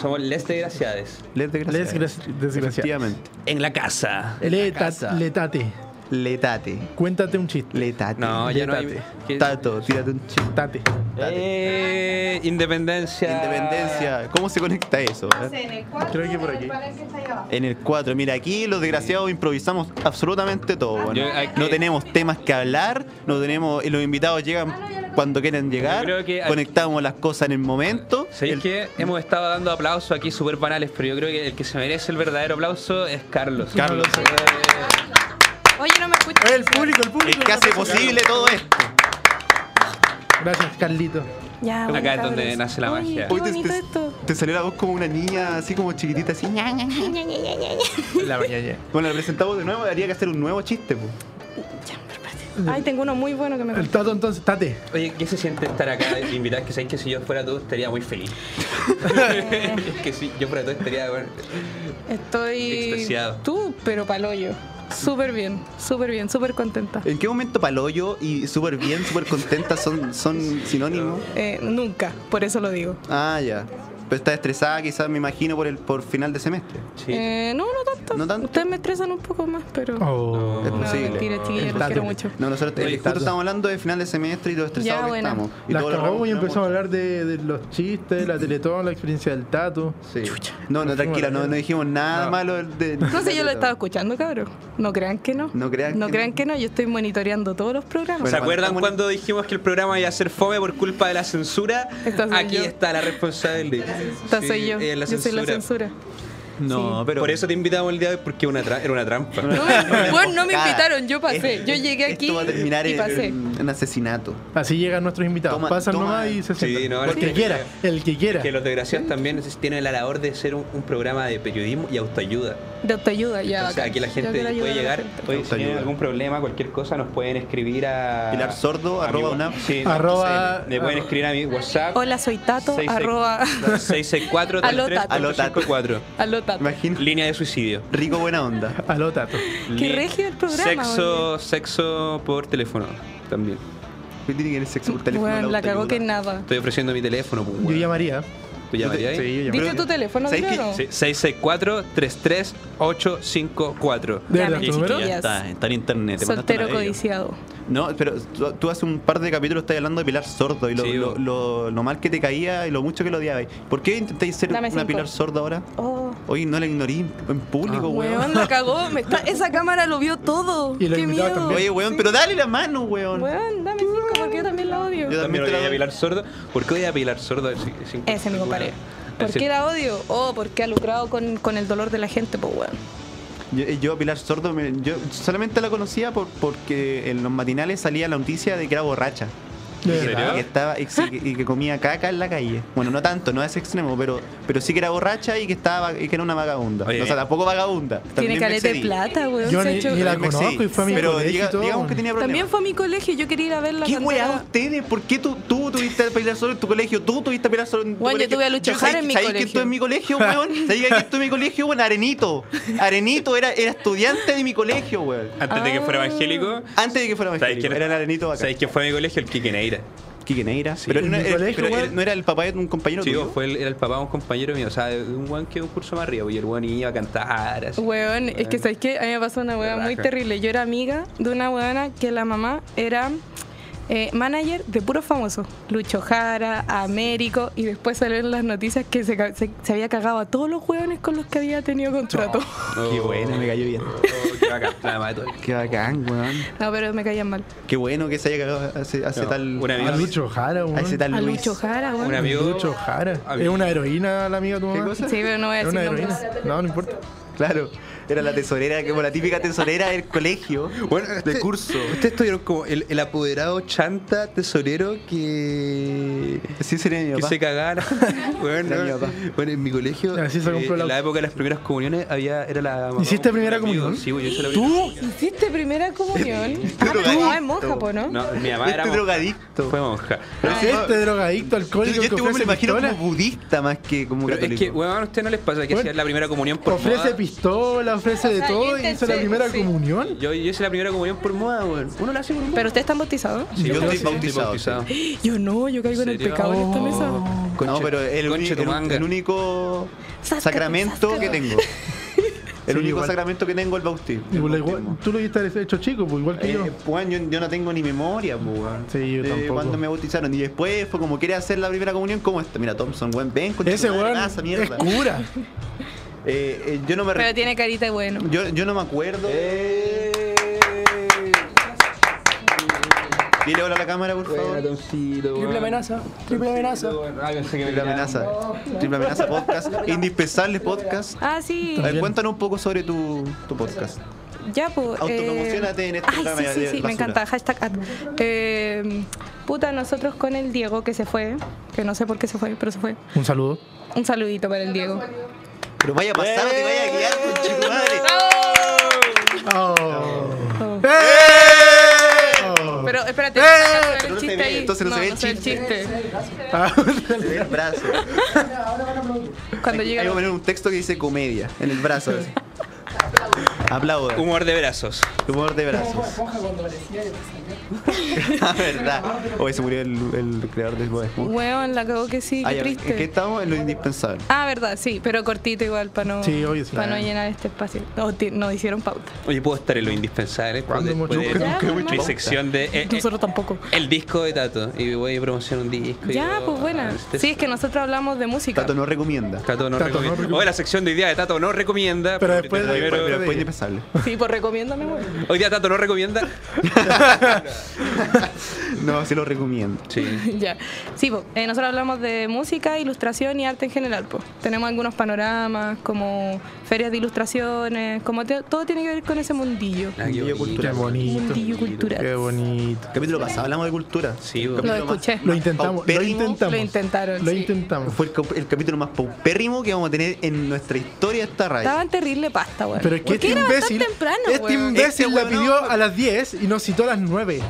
[SPEAKER 3] Somos este les desgraciades.
[SPEAKER 1] Les
[SPEAKER 2] Les
[SPEAKER 1] desgraciadas.
[SPEAKER 2] gra- desgraciadas.
[SPEAKER 1] Efectivamente.
[SPEAKER 3] En la casa.
[SPEAKER 2] Letat- Letate.
[SPEAKER 1] Letate.
[SPEAKER 2] Cuéntate un chiste.
[SPEAKER 1] Letate.
[SPEAKER 3] No, ya no hay. ¿Qué-
[SPEAKER 1] Tato, tírate un chiste.
[SPEAKER 2] Tate.
[SPEAKER 3] Eh, independencia.
[SPEAKER 1] Independencia. ¿Cómo se conecta eso? A ver.
[SPEAKER 5] En el cuarto,
[SPEAKER 2] Creo que por
[SPEAKER 5] en el
[SPEAKER 2] aquí.
[SPEAKER 5] panel que está ahí abajo.
[SPEAKER 1] En el 4, mira, aquí los desgraciados improvisamos absolutamente todo. bueno.
[SPEAKER 3] Yo- hay que-
[SPEAKER 1] no tenemos temas que hablar, no tenemos, y los invitados llegan cuando quieren llegar,
[SPEAKER 3] Yo creo que hay-
[SPEAKER 1] conectamos las cosas en el momento.
[SPEAKER 3] ¿Sabéis
[SPEAKER 1] El-
[SPEAKER 3] que hemos estado dando aplausos aquí súper banales, pero yo creo que el que se merece el verdadero aplauso es Carlos. Eh,
[SPEAKER 1] Carlos.
[SPEAKER 5] Oye, no me escuchas.
[SPEAKER 2] El público, el público.
[SPEAKER 1] el que hace posible todo esto.
[SPEAKER 2] Gracias, Carlito.
[SPEAKER 5] Ya, bueno,
[SPEAKER 3] Acá es donde
[SPEAKER 5] cabros.
[SPEAKER 3] nace la
[SPEAKER 5] Oye,
[SPEAKER 3] magia.
[SPEAKER 5] Qué
[SPEAKER 1] Uy, te,
[SPEAKER 5] bonito
[SPEAKER 1] te-
[SPEAKER 5] esto.
[SPEAKER 1] te salió la voz como una niña, así como chiquitita, así. ña, ña, ña.
[SPEAKER 2] La mañana.
[SPEAKER 1] Bueno, la presentamos de nuevo, habría que hacer un nuevo chiste. po.
[SPEAKER 5] Ay, tengo uno muy bueno que me
[SPEAKER 2] El
[SPEAKER 5] contó.
[SPEAKER 2] Tato entonces, Tate.
[SPEAKER 3] Oye, ¿qué se siente estar acá de invitar? Que sabéis que si yo fuera tú estaría muy feliz. que si yo fuera tú estaría. bueno,
[SPEAKER 5] Estoy
[SPEAKER 3] Extasiado.
[SPEAKER 5] tú, pero palollo. Súper bien, súper bien, súper contenta.
[SPEAKER 1] ¿En qué momento Paloyo y súper bien, súper contenta son, son sinónimos?
[SPEAKER 5] Eh, nunca, por eso lo digo.
[SPEAKER 1] Ah, ya. Pero está estresada, quizás me imagino, por el por final de semestre.
[SPEAKER 3] sí.
[SPEAKER 5] Eh, no, no tanto.
[SPEAKER 1] No tanto.
[SPEAKER 5] Ustedes me estresan un poco más, pero.
[SPEAKER 2] Oh.
[SPEAKER 1] Es
[SPEAKER 5] no,
[SPEAKER 1] posible.
[SPEAKER 5] mentira,
[SPEAKER 2] El
[SPEAKER 5] chiquillos, los
[SPEAKER 2] Tato.
[SPEAKER 5] quiero mucho.
[SPEAKER 1] No, nosotros
[SPEAKER 3] Oye,
[SPEAKER 1] eh, justo
[SPEAKER 3] Tato.
[SPEAKER 1] estamos hablando de final de semestre y lo estresados
[SPEAKER 5] Ya,
[SPEAKER 1] que
[SPEAKER 5] bueno.
[SPEAKER 1] estamos. Y
[SPEAKER 2] Las
[SPEAKER 1] todo lo
[SPEAKER 2] cagamos y
[SPEAKER 1] relacionamos.
[SPEAKER 2] empezamos a hablar de, de los chistes, la teletón, la experiencia del Tato.
[SPEAKER 1] Sí. No, no, tranquila, no, no dijimos nada
[SPEAKER 2] No.
[SPEAKER 1] malo de.
[SPEAKER 5] No sé, yo lo estaba escuchando, cabrón. No crean que no.
[SPEAKER 1] No crean
[SPEAKER 5] no
[SPEAKER 1] que
[SPEAKER 5] crean
[SPEAKER 1] no.
[SPEAKER 5] que no. Yo estoy monitoreando todos los programas.
[SPEAKER 1] Bueno,
[SPEAKER 3] ¿Se acuerdan
[SPEAKER 1] mandamos-
[SPEAKER 3] cuando dijimos que el programa iba a ser fome por culpa de la censura?
[SPEAKER 5] Esta soy
[SPEAKER 3] Aquí
[SPEAKER 5] yo.
[SPEAKER 3] está la responsable.
[SPEAKER 5] Esta soy yo.
[SPEAKER 3] eh,
[SPEAKER 5] yo soy la censura.
[SPEAKER 6] No, pero.
[SPEAKER 3] Por eso te invitamos el día de hoy, porque una tra- era una trampa.
[SPEAKER 5] No, bueno, no me
[SPEAKER 1] Cara,
[SPEAKER 5] invitaron, yo pasé.
[SPEAKER 1] es-
[SPEAKER 5] Yo llegué
[SPEAKER 1] Eh, esto
[SPEAKER 5] aquí
[SPEAKER 1] va a terminar
[SPEAKER 5] y
[SPEAKER 1] en-
[SPEAKER 5] pasé.
[SPEAKER 1] en asesinato.
[SPEAKER 2] Así llegan nuestros invitados.
[SPEAKER 1] Toma-
[SPEAKER 2] Pasan
[SPEAKER 1] toma-
[SPEAKER 2] nomás y se
[SPEAKER 3] Sí,
[SPEAKER 2] sientan.
[SPEAKER 3] no,
[SPEAKER 2] el que
[SPEAKER 3] sí.
[SPEAKER 2] quiera, el que quiera.
[SPEAKER 3] Que los desgraciados también tienen la labor de ser un, un programa de periodismo y autoayuda.
[SPEAKER 5] De autoayuda, ya.
[SPEAKER 3] Entonces,
[SPEAKER 5] bacán.
[SPEAKER 3] aquí la
[SPEAKER 5] Yo
[SPEAKER 3] gente
[SPEAKER 5] quiero ayudar a
[SPEAKER 3] puede
[SPEAKER 5] la
[SPEAKER 3] llegar.
[SPEAKER 5] gente.
[SPEAKER 3] Oye, si tienen
[SPEAKER 1] Autoayuda.
[SPEAKER 3] algún problema, cualquier cosa, nos pueden escribir a.
[SPEAKER 1] Pilar Sordo,
[SPEAKER 3] a mi
[SPEAKER 1] arroba
[SPEAKER 3] wa-
[SPEAKER 1] UNAP.
[SPEAKER 3] Sí,
[SPEAKER 2] Arroba-
[SPEAKER 3] Me pueden escribir a mi WhatsApp.
[SPEAKER 5] Hola, soy Tato,
[SPEAKER 3] Seis, seis-
[SPEAKER 5] arroba.
[SPEAKER 3] 664
[SPEAKER 1] Alotato.
[SPEAKER 3] 454
[SPEAKER 5] Aló, Tato.
[SPEAKER 1] Imagínate.
[SPEAKER 3] Línea de suicidio.
[SPEAKER 1] Rico buena onda.
[SPEAKER 2] Aló, Tato.
[SPEAKER 5] Qué regio el programa,
[SPEAKER 3] Sexo, sexo por teléfono también.
[SPEAKER 1] ¿Qué tiene que ver el sexo por teléfono?
[SPEAKER 5] Bueno, la cagó
[SPEAKER 1] autoayuda?
[SPEAKER 5] que nada.
[SPEAKER 3] Estoy ofreciendo mi teléfono. pues,
[SPEAKER 2] Yo
[SPEAKER 3] weón.
[SPEAKER 2] llamaría.
[SPEAKER 3] ¿Tú llamarías ahí?
[SPEAKER 2] Sí, yo
[SPEAKER 5] ¿Viste
[SPEAKER 2] llamaría.
[SPEAKER 5] tu teléfono,
[SPEAKER 1] ¿Sabes
[SPEAKER 5] Miguel,
[SPEAKER 1] qué?
[SPEAKER 5] o no?
[SPEAKER 3] Sí,
[SPEAKER 2] ¿De
[SPEAKER 3] 664-33854.
[SPEAKER 2] verdad
[SPEAKER 5] Llamen,
[SPEAKER 2] tu número?
[SPEAKER 6] Ya está,
[SPEAKER 1] este
[SPEAKER 6] está en internet. te mandaste
[SPEAKER 5] Soltero
[SPEAKER 6] una de ellos.
[SPEAKER 5] codiciado.
[SPEAKER 1] No, pero tú, tú hace un par de capítulos estás hablando de Pilar Sordo y lo,
[SPEAKER 3] Sí,
[SPEAKER 1] lo,
[SPEAKER 3] bo.
[SPEAKER 1] lo- lo mal que te caía y lo mucho que lo odiabais. ¿Por qué intentáis ser
[SPEAKER 5] Dame
[SPEAKER 1] una
[SPEAKER 5] cinco.
[SPEAKER 1] Pilar Sordo ahora?
[SPEAKER 5] Oh.
[SPEAKER 1] Oye, no la ignorí en en público,
[SPEAKER 5] Ah. Weón,
[SPEAKER 1] weón.
[SPEAKER 5] la cagó. me está- Esa cámara lo vio todo.
[SPEAKER 2] Y los
[SPEAKER 5] Qué
[SPEAKER 2] invitados
[SPEAKER 5] miedo.
[SPEAKER 2] también.
[SPEAKER 1] Oye, weón, pero dale la mano, weón.
[SPEAKER 5] Weón, dame cinco porque yo también la odio.
[SPEAKER 1] Yo
[SPEAKER 3] También
[SPEAKER 1] También te la
[SPEAKER 3] odia a
[SPEAKER 1] doy.
[SPEAKER 3] Pilar Sordo. ¿Por qué odia a Pilar Sordo? Es- es inc-
[SPEAKER 5] Ese es mi compadre.
[SPEAKER 3] Bueno,
[SPEAKER 5] ¿Por
[SPEAKER 3] es
[SPEAKER 5] qué
[SPEAKER 3] decir,
[SPEAKER 5] la odio? Oh, porque ha lucrado con, con el dolor de la gente, pues weón.
[SPEAKER 1] Yo, eh, yo a Pilar Sordo, me- yo solamente la conocía por, porque en los matinales salía la noticia de que era borracha.
[SPEAKER 2] ¿De
[SPEAKER 1] Y que-
[SPEAKER 2] verdad?
[SPEAKER 1] y que estaba y que- y que comía caca en la calle. Bueno, no tanto, no a ese extremo, pero, pero sí que era borracha y que estaba y que era una vagabunda.
[SPEAKER 3] Oye.
[SPEAKER 1] o sea, tampoco vagabunda.
[SPEAKER 5] Tiene
[SPEAKER 1] También me
[SPEAKER 5] caleta de
[SPEAKER 1] excedí.
[SPEAKER 5] plata, weón.
[SPEAKER 2] Yo
[SPEAKER 5] se ha
[SPEAKER 2] ni-
[SPEAKER 5] hecho-
[SPEAKER 2] ni la
[SPEAKER 1] También me excedí.
[SPEAKER 2] conozco y fue a mi
[SPEAKER 1] Pero
[SPEAKER 2] colegio y
[SPEAKER 1] diga-
[SPEAKER 2] todo.
[SPEAKER 1] digamos que tenía problemas.
[SPEAKER 5] También fue a mi colegio, yo quería ir a verla.
[SPEAKER 1] ¿Qué
[SPEAKER 5] cuando
[SPEAKER 1] weá
[SPEAKER 5] era-
[SPEAKER 1] ustedes? ¿Por qué tú, tú tuviste a pelear solo en tu colegio? ¿Tú tuviste a pelear solo en tu
[SPEAKER 5] Weón, yo
[SPEAKER 1] colegio?
[SPEAKER 5] tuve a Lucho Jara en mi
[SPEAKER 1] ¿Sabéis que
[SPEAKER 5] colegio.
[SPEAKER 1] esto en mi colegio, weón? ¿Sabéis que esto en mi colegio, weón? Arenito. Arenito era, era estudiante de mi colegio, weón.
[SPEAKER 3] Antes de que fuera
[SPEAKER 5] Ah.
[SPEAKER 3] evangélico,
[SPEAKER 1] Antes de que fuera
[SPEAKER 3] ¿Sabéis
[SPEAKER 1] evangélico.
[SPEAKER 3] quién-
[SPEAKER 1] Era el Arenito acá.
[SPEAKER 3] ¿sabéis quién fue a mi colegio? El Quique Neira.
[SPEAKER 1] Quique Neira. Pero,
[SPEAKER 2] ¿En
[SPEAKER 1] no,
[SPEAKER 2] mi
[SPEAKER 1] era,
[SPEAKER 2] colegio,
[SPEAKER 1] pero
[SPEAKER 2] weón?
[SPEAKER 1] era- no era el papá de un compañero
[SPEAKER 3] Sí,
[SPEAKER 1] tuyo.
[SPEAKER 3] fue el, era el papá de un compañero mío, o sea, de un guan que un curso más arriba, pues, y el guan iba a cantar. Así.
[SPEAKER 5] Weón, es que sabes que a mí me pasó una weá
[SPEAKER 3] Raja.
[SPEAKER 5] muy terrible. Yo era amiga de una weona que la mamá era eh, manager de puros famosos. Lucho Jara, Américo, y después salieron las noticias que se, ca- se- se había cagado a todos los weones con los que había tenido contrato.
[SPEAKER 1] Qué bueno, me cayó bien.
[SPEAKER 3] Oh, qué bacán, la mato.
[SPEAKER 1] Qué bacán, weón.
[SPEAKER 5] No, pero me caían mal.
[SPEAKER 1] pues. Qué bueno que se haya cagado a ese, a ese
[SPEAKER 3] No,
[SPEAKER 1] tal.
[SPEAKER 3] una
[SPEAKER 2] A
[SPEAKER 3] amiga-
[SPEAKER 2] Lucho Jara,
[SPEAKER 1] a ese
[SPEAKER 2] weón.
[SPEAKER 1] tal
[SPEAKER 5] A
[SPEAKER 1] Luis.
[SPEAKER 5] Lucho Jara, weón.
[SPEAKER 3] Un amigo.
[SPEAKER 2] Lucho Jara.
[SPEAKER 3] A mí-
[SPEAKER 2] Es una heroína la amiga de tu mamá.
[SPEAKER 1] cosa?
[SPEAKER 5] Sí, pero no voy a
[SPEAKER 2] Es
[SPEAKER 5] decir
[SPEAKER 2] una heroína.
[SPEAKER 5] nombres.
[SPEAKER 2] No, no importa.
[SPEAKER 1] Claro. Era la tesorera, como la típica tesorera del colegio.
[SPEAKER 3] Bueno, este-
[SPEAKER 1] de curso.
[SPEAKER 3] Ustedes tuvieron como el, el apoderado chanta tesorero que.
[SPEAKER 1] Sí, sería mi
[SPEAKER 3] Que
[SPEAKER 1] papá.
[SPEAKER 3] se cagara. bueno,
[SPEAKER 1] Era mi papá.
[SPEAKER 3] bueno, en mi colegio,
[SPEAKER 2] Así se
[SPEAKER 3] eh,
[SPEAKER 2] compró la-
[SPEAKER 3] en la época de las primeras comuniones, había, era la. mamá-
[SPEAKER 2] ¿Hiciste primera
[SPEAKER 3] un amigo.
[SPEAKER 2] comunión?
[SPEAKER 3] Sí, güey, yo hice la primera
[SPEAKER 2] ¿Tú?
[SPEAKER 5] ¿Hiciste primera comunión? Ah, pero tu
[SPEAKER 1] drogadicto.
[SPEAKER 5] mamá es monja, po, ¿no?
[SPEAKER 3] No, mi mamá
[SPEAKER 1] Este
[SPEAKER 3] era. monja.
[SPEAKER 1] drogadicto.
[SPEAKER 3] Fue monja.
[SPEAKER 2] Pero
[SPEAKER 5] Ah,
[SPEAKER 2] si este drogadicto
[SPEAKER 1] Yo,
[SPEAKER 2] alcohólico
[SPEAKER 1] yo
[SPEAKER 2] que
[SPEAKER 1] este weón me
[SPEAKER 2] ofrece
[SPEAKER 1] lo imagino
[SPEAKER 2] pistola.
[SPEAKER 1] como budista más que como
[SPEAKER 3] Pero es
[SPEAKER 1] católico.
[SPEAKER 3] que, weón, a ustedes no les pasa que
[SPEAKER 2] Bueno,
[SPEAKER 3] hacían la primera comunión por
[SPEAKER 2] Ofrece
[SPEAKER 3] moda.
[SPEAKER 2] pistola, ofrece
[SPEAKER 5] O
[SPEAKER 2] de
[SPEAKER 5] sea,
[SPEAKER 2] todo
[SPEAKER 5] yo
[SPEAKER 2] y hizo la
[SPEAKER 5] intenté,
[SPEAKER 2] primera
[SPEAKER 5] sí.
[SPEAKER 2] comunión.
[SPEAKER 3] Yo, yo hice la primera comunión por moda, weón. Uno la hace por moda.
[SPEAKER 5] ¿Pero ustedes están bautizados?
[SPEAKER 3] Sí,
[SPEAKER 1] Yo estoy
[SPEAKER 3] sí,
[SPEAKER 1] bautizado, Oh.
[SPEAKER 5] Yo no, yo caigo en el
[SPEAKER 3] ¿Serio?
[SPEAKER 5] pecado en esta mesa.
[SPEAKER 1] no,
[SPEAKER 3] Conche-
[SPEAKER 1] pero el,
[SPEAKER 3] conche
[SPEAKER 1] uni-
[SPEAKER 3] tu
[SPEAKER 1] el-
[SPEAKER 3] manga.
[SPEAKER 1] el único
[SPEAKER 5] Sáscate,
[SPEAKER 1] sacramento
[SPEAKER 5] sáscate.
[SPEAKER 1] que tengo. El
[SPEAKER 2] Sí,
[SPEAKER 1] único
[SPEAKER 2] igual.
[SPEAKER 1] sacramento que tengo es el bautismo.
[SPEAKER 2] Y
[SPEAKER 1] el
[SPEAKER 2] pues, igual-
[SPEAKER 1] bautismo.
[SPEAKER 2] tú lo hiciste hecho chico, pues igual que yo.
[SPEAKER 1] Eh, weón, yo, yo no tengo ni memoria, po, weón.
[SPEAKER 2] Sí, yo
[SPEAKER 1] de
[SPEAKER 2] tampoco.
[SPEAKER 1] cuando me bautizaron. Y después fue como quiere hacer la primera comunión como esta. Mira, Thompson, weón, ven con
[SPEAKER 2] Ese weón es cura.
[SPEAKER 1] Eh, eh, yo no me
[SPEAKER 5] Pero tiene carita de bueno.
[SPEAKER 1] yo, yo no me acuerdo.
[SPEAKER 3] Eh.
[SPEAKER 1] Dile hola a la cámara, por favor.
[SPEAKER 3] Triple amenaza. Triple amenaza.
[SPEAKER 1] Triple amenaza. Triple amenaza podcast. Indispensable podcast.
[SPEAKER 5] Ah, sí.
[SPEAKER 1] A ver,
[SPEAKER 2] Bien.
[SPEAKER 1] cuéntanos un poco sobre tu, tu podcast.
[SPEAKER 5] Ya, pues.
[SPEAKER 1] Autopromocionate en este
[SPEAKER 5] ay,
[SPEAKER 1] programa
[SPEAKER 5] Sí, sí,
[SPEAKER 1] de
[SPEAKER 5] sí,
[SPEAKER 1] basura.
[SPEAKER 5] me encanta. Hashtag ad. Eh, puta, nosotros con el Diego que se fue, que no sé por qué se fue, pero se fue.
[SPEAKER 2] Un saludo.
[SPEAKER 5] Un saludito para el Diego.
[SPEAKER 1] Pero vaya a pasar, te vaya a guiar, pues, conchetumadre.
[SPEAKER 2] Oh.
[SPEAKER 5] Oh.
[SPEAKER 2] Oh.
[SPEAKER 5] Pero espérate, no se
[SPEAKER 1] Pero no se
[SPEAKER 5] ve el chiste
[SPEAKER 1] ve,
[SPEAKER 5] ahí.
[SPEAKER 1] entonces no se ve el
[SPEAKER 5] el chiste.
[SPEAKER 2] Ah,
[SPEAKER 1] Se ve el brazo.
[SPEAKER 5] Cuando
[SPEAKER 1] Hay
[SPEAKER 5] llega.
[SPEAKER 1] que poner un texto que dice comedia en el brazo. así. Aplauda.
[SPEAKER 3] Humor de brazos.
[SPEAKER 1] Humor de brazos. La verdad. Hoy se murió el, el creador de Bob Esponja.
[SPEAKER 5] Weón, la cagó que sí,
[SPEAKER 1] Ah,
[SPEAKER 5] qué
[SPEAKER 1] ya, ¿En
[SPEAKER 5] triste.
[SPEAKER 1] qué estamos? En lo indispensable.
[SPEAKER 5] Ah, verdad, sí, pero cortito igual para no,
[SPEAKER 2] Sí, obvio, sí.
[SPEAKER 5] para no llenar este espacio. No, ti- no hicieron pauta.
[SPEAKER 3] Oye, puedo estar en lo indispensable. Puedo-
[SPEAKER 2] ¿Cuándo hemos-
[SPEAKER 3] puedo-
[SPEAKER 2] nunca-
[SPEAKER 5] nunca hemos
[SPEAKER 3] Mi
[SPEAKER 5] hecho
[SPEAKER 3] sección de. eh, eh,
[SPEAKER 5] Nosotros tampoco.
[SPEAKER 3] el disco de Tato. Y voy a promocionar un disco. y
[SPEAKER 5] Ya,
[SPEAKER 3] yo-
[SPEAKER 5] pues buena.
[SPEAKER 3] Este-
[SPEAKER 5] Sí, es que nosotros hablamos de música.
[SPEAKER 1] Tato no recomienda.
[SPEAKER 3] Tato no
[SPEAKER 2] Tato no
[SPEAKER 3] recomienda.
[SPEAKER 2] recomienda.
[SPEAKER 3] Oye, la sección de idea de Tato no recomienda.
[SPEAKER 2] Pero
[SPEAKER 3] porque
[SPEAKER 2] después-
[SPEAKER 1] Pero
[SPEAKER 3] primero-
[SPEAKER 1] después, pero
[SPEAKER 2] de-
[SPEAKER 1] después responsable.
[SPEAKER 5] Sí, pues recomiéndame, weón.
[SPEAKER 3] Hoy día Tato no recomienda.
[SPEAKER 1] No, sí lo recomiendo.
[SPEAKER 3] Sí.
[SPEAKER 5] ya. Sí, pues eh, nosotros hablamos de música, ilustración y arte en general, pues. Tenemos algunos panoramas, como ferias de ilustraciones, como te- todo tiene que ver con ese mundillo.
[SPEAKER 3] Ah, qué
[SPEAKER 1] Mundillo
[SPEAKER 3] bonito.
[SPEAKER 1] cultural.
[SPEAKER 5] Mundillo cultural.
[SPEAKER 2] Qué bonito.
[SPEAKER 1] El capítulo pasado hablamos de cultura.
[SPEAKER 3] Sí,
[SPEAKER 1] El
[SPEAKER 3] bo.
[SPEAKER 5] Lo
[SPEAKER 1] capítulo más-
[SPEAKER 5] escuché.
[SPEAKER 2] Lo intentamos, lo
[SPEAKER 1] Paupérrimo.
[SPEAKER 2] intentamos.
[SPEAKER 5] Lo intentaron,
[SPEAKER 2] Lo
[SPEAKER 5] sí.
[SPEAKER 2] intentamos.
[SPEAKER 1] Fue el, cap- el capítulo más paupérrimo que vamos a tener en nuestra historia esta radio.
[SPEAKER 5] Estaban terrible pasta, weón.
[SPEAKER 2] Pero es que
[SPEAKER 5] ¿Por
[SPEAKER 2] este
[SPEAKER 5] qué levantar
[SPEAKER 2] imbécil,
[SPEAKER 5] temprano,
[SPEAKER 2] este
[SPEAKER 5] weón?
[SPEAKER 1] Este
[SPEAKER 2] imbécil la
[SPEAKER 1] weón, no,
[SPEAKER 2] pidió
[SPEAKER 1] weón.
[SPEAKER 2] a las 10 y nos citó a las 9.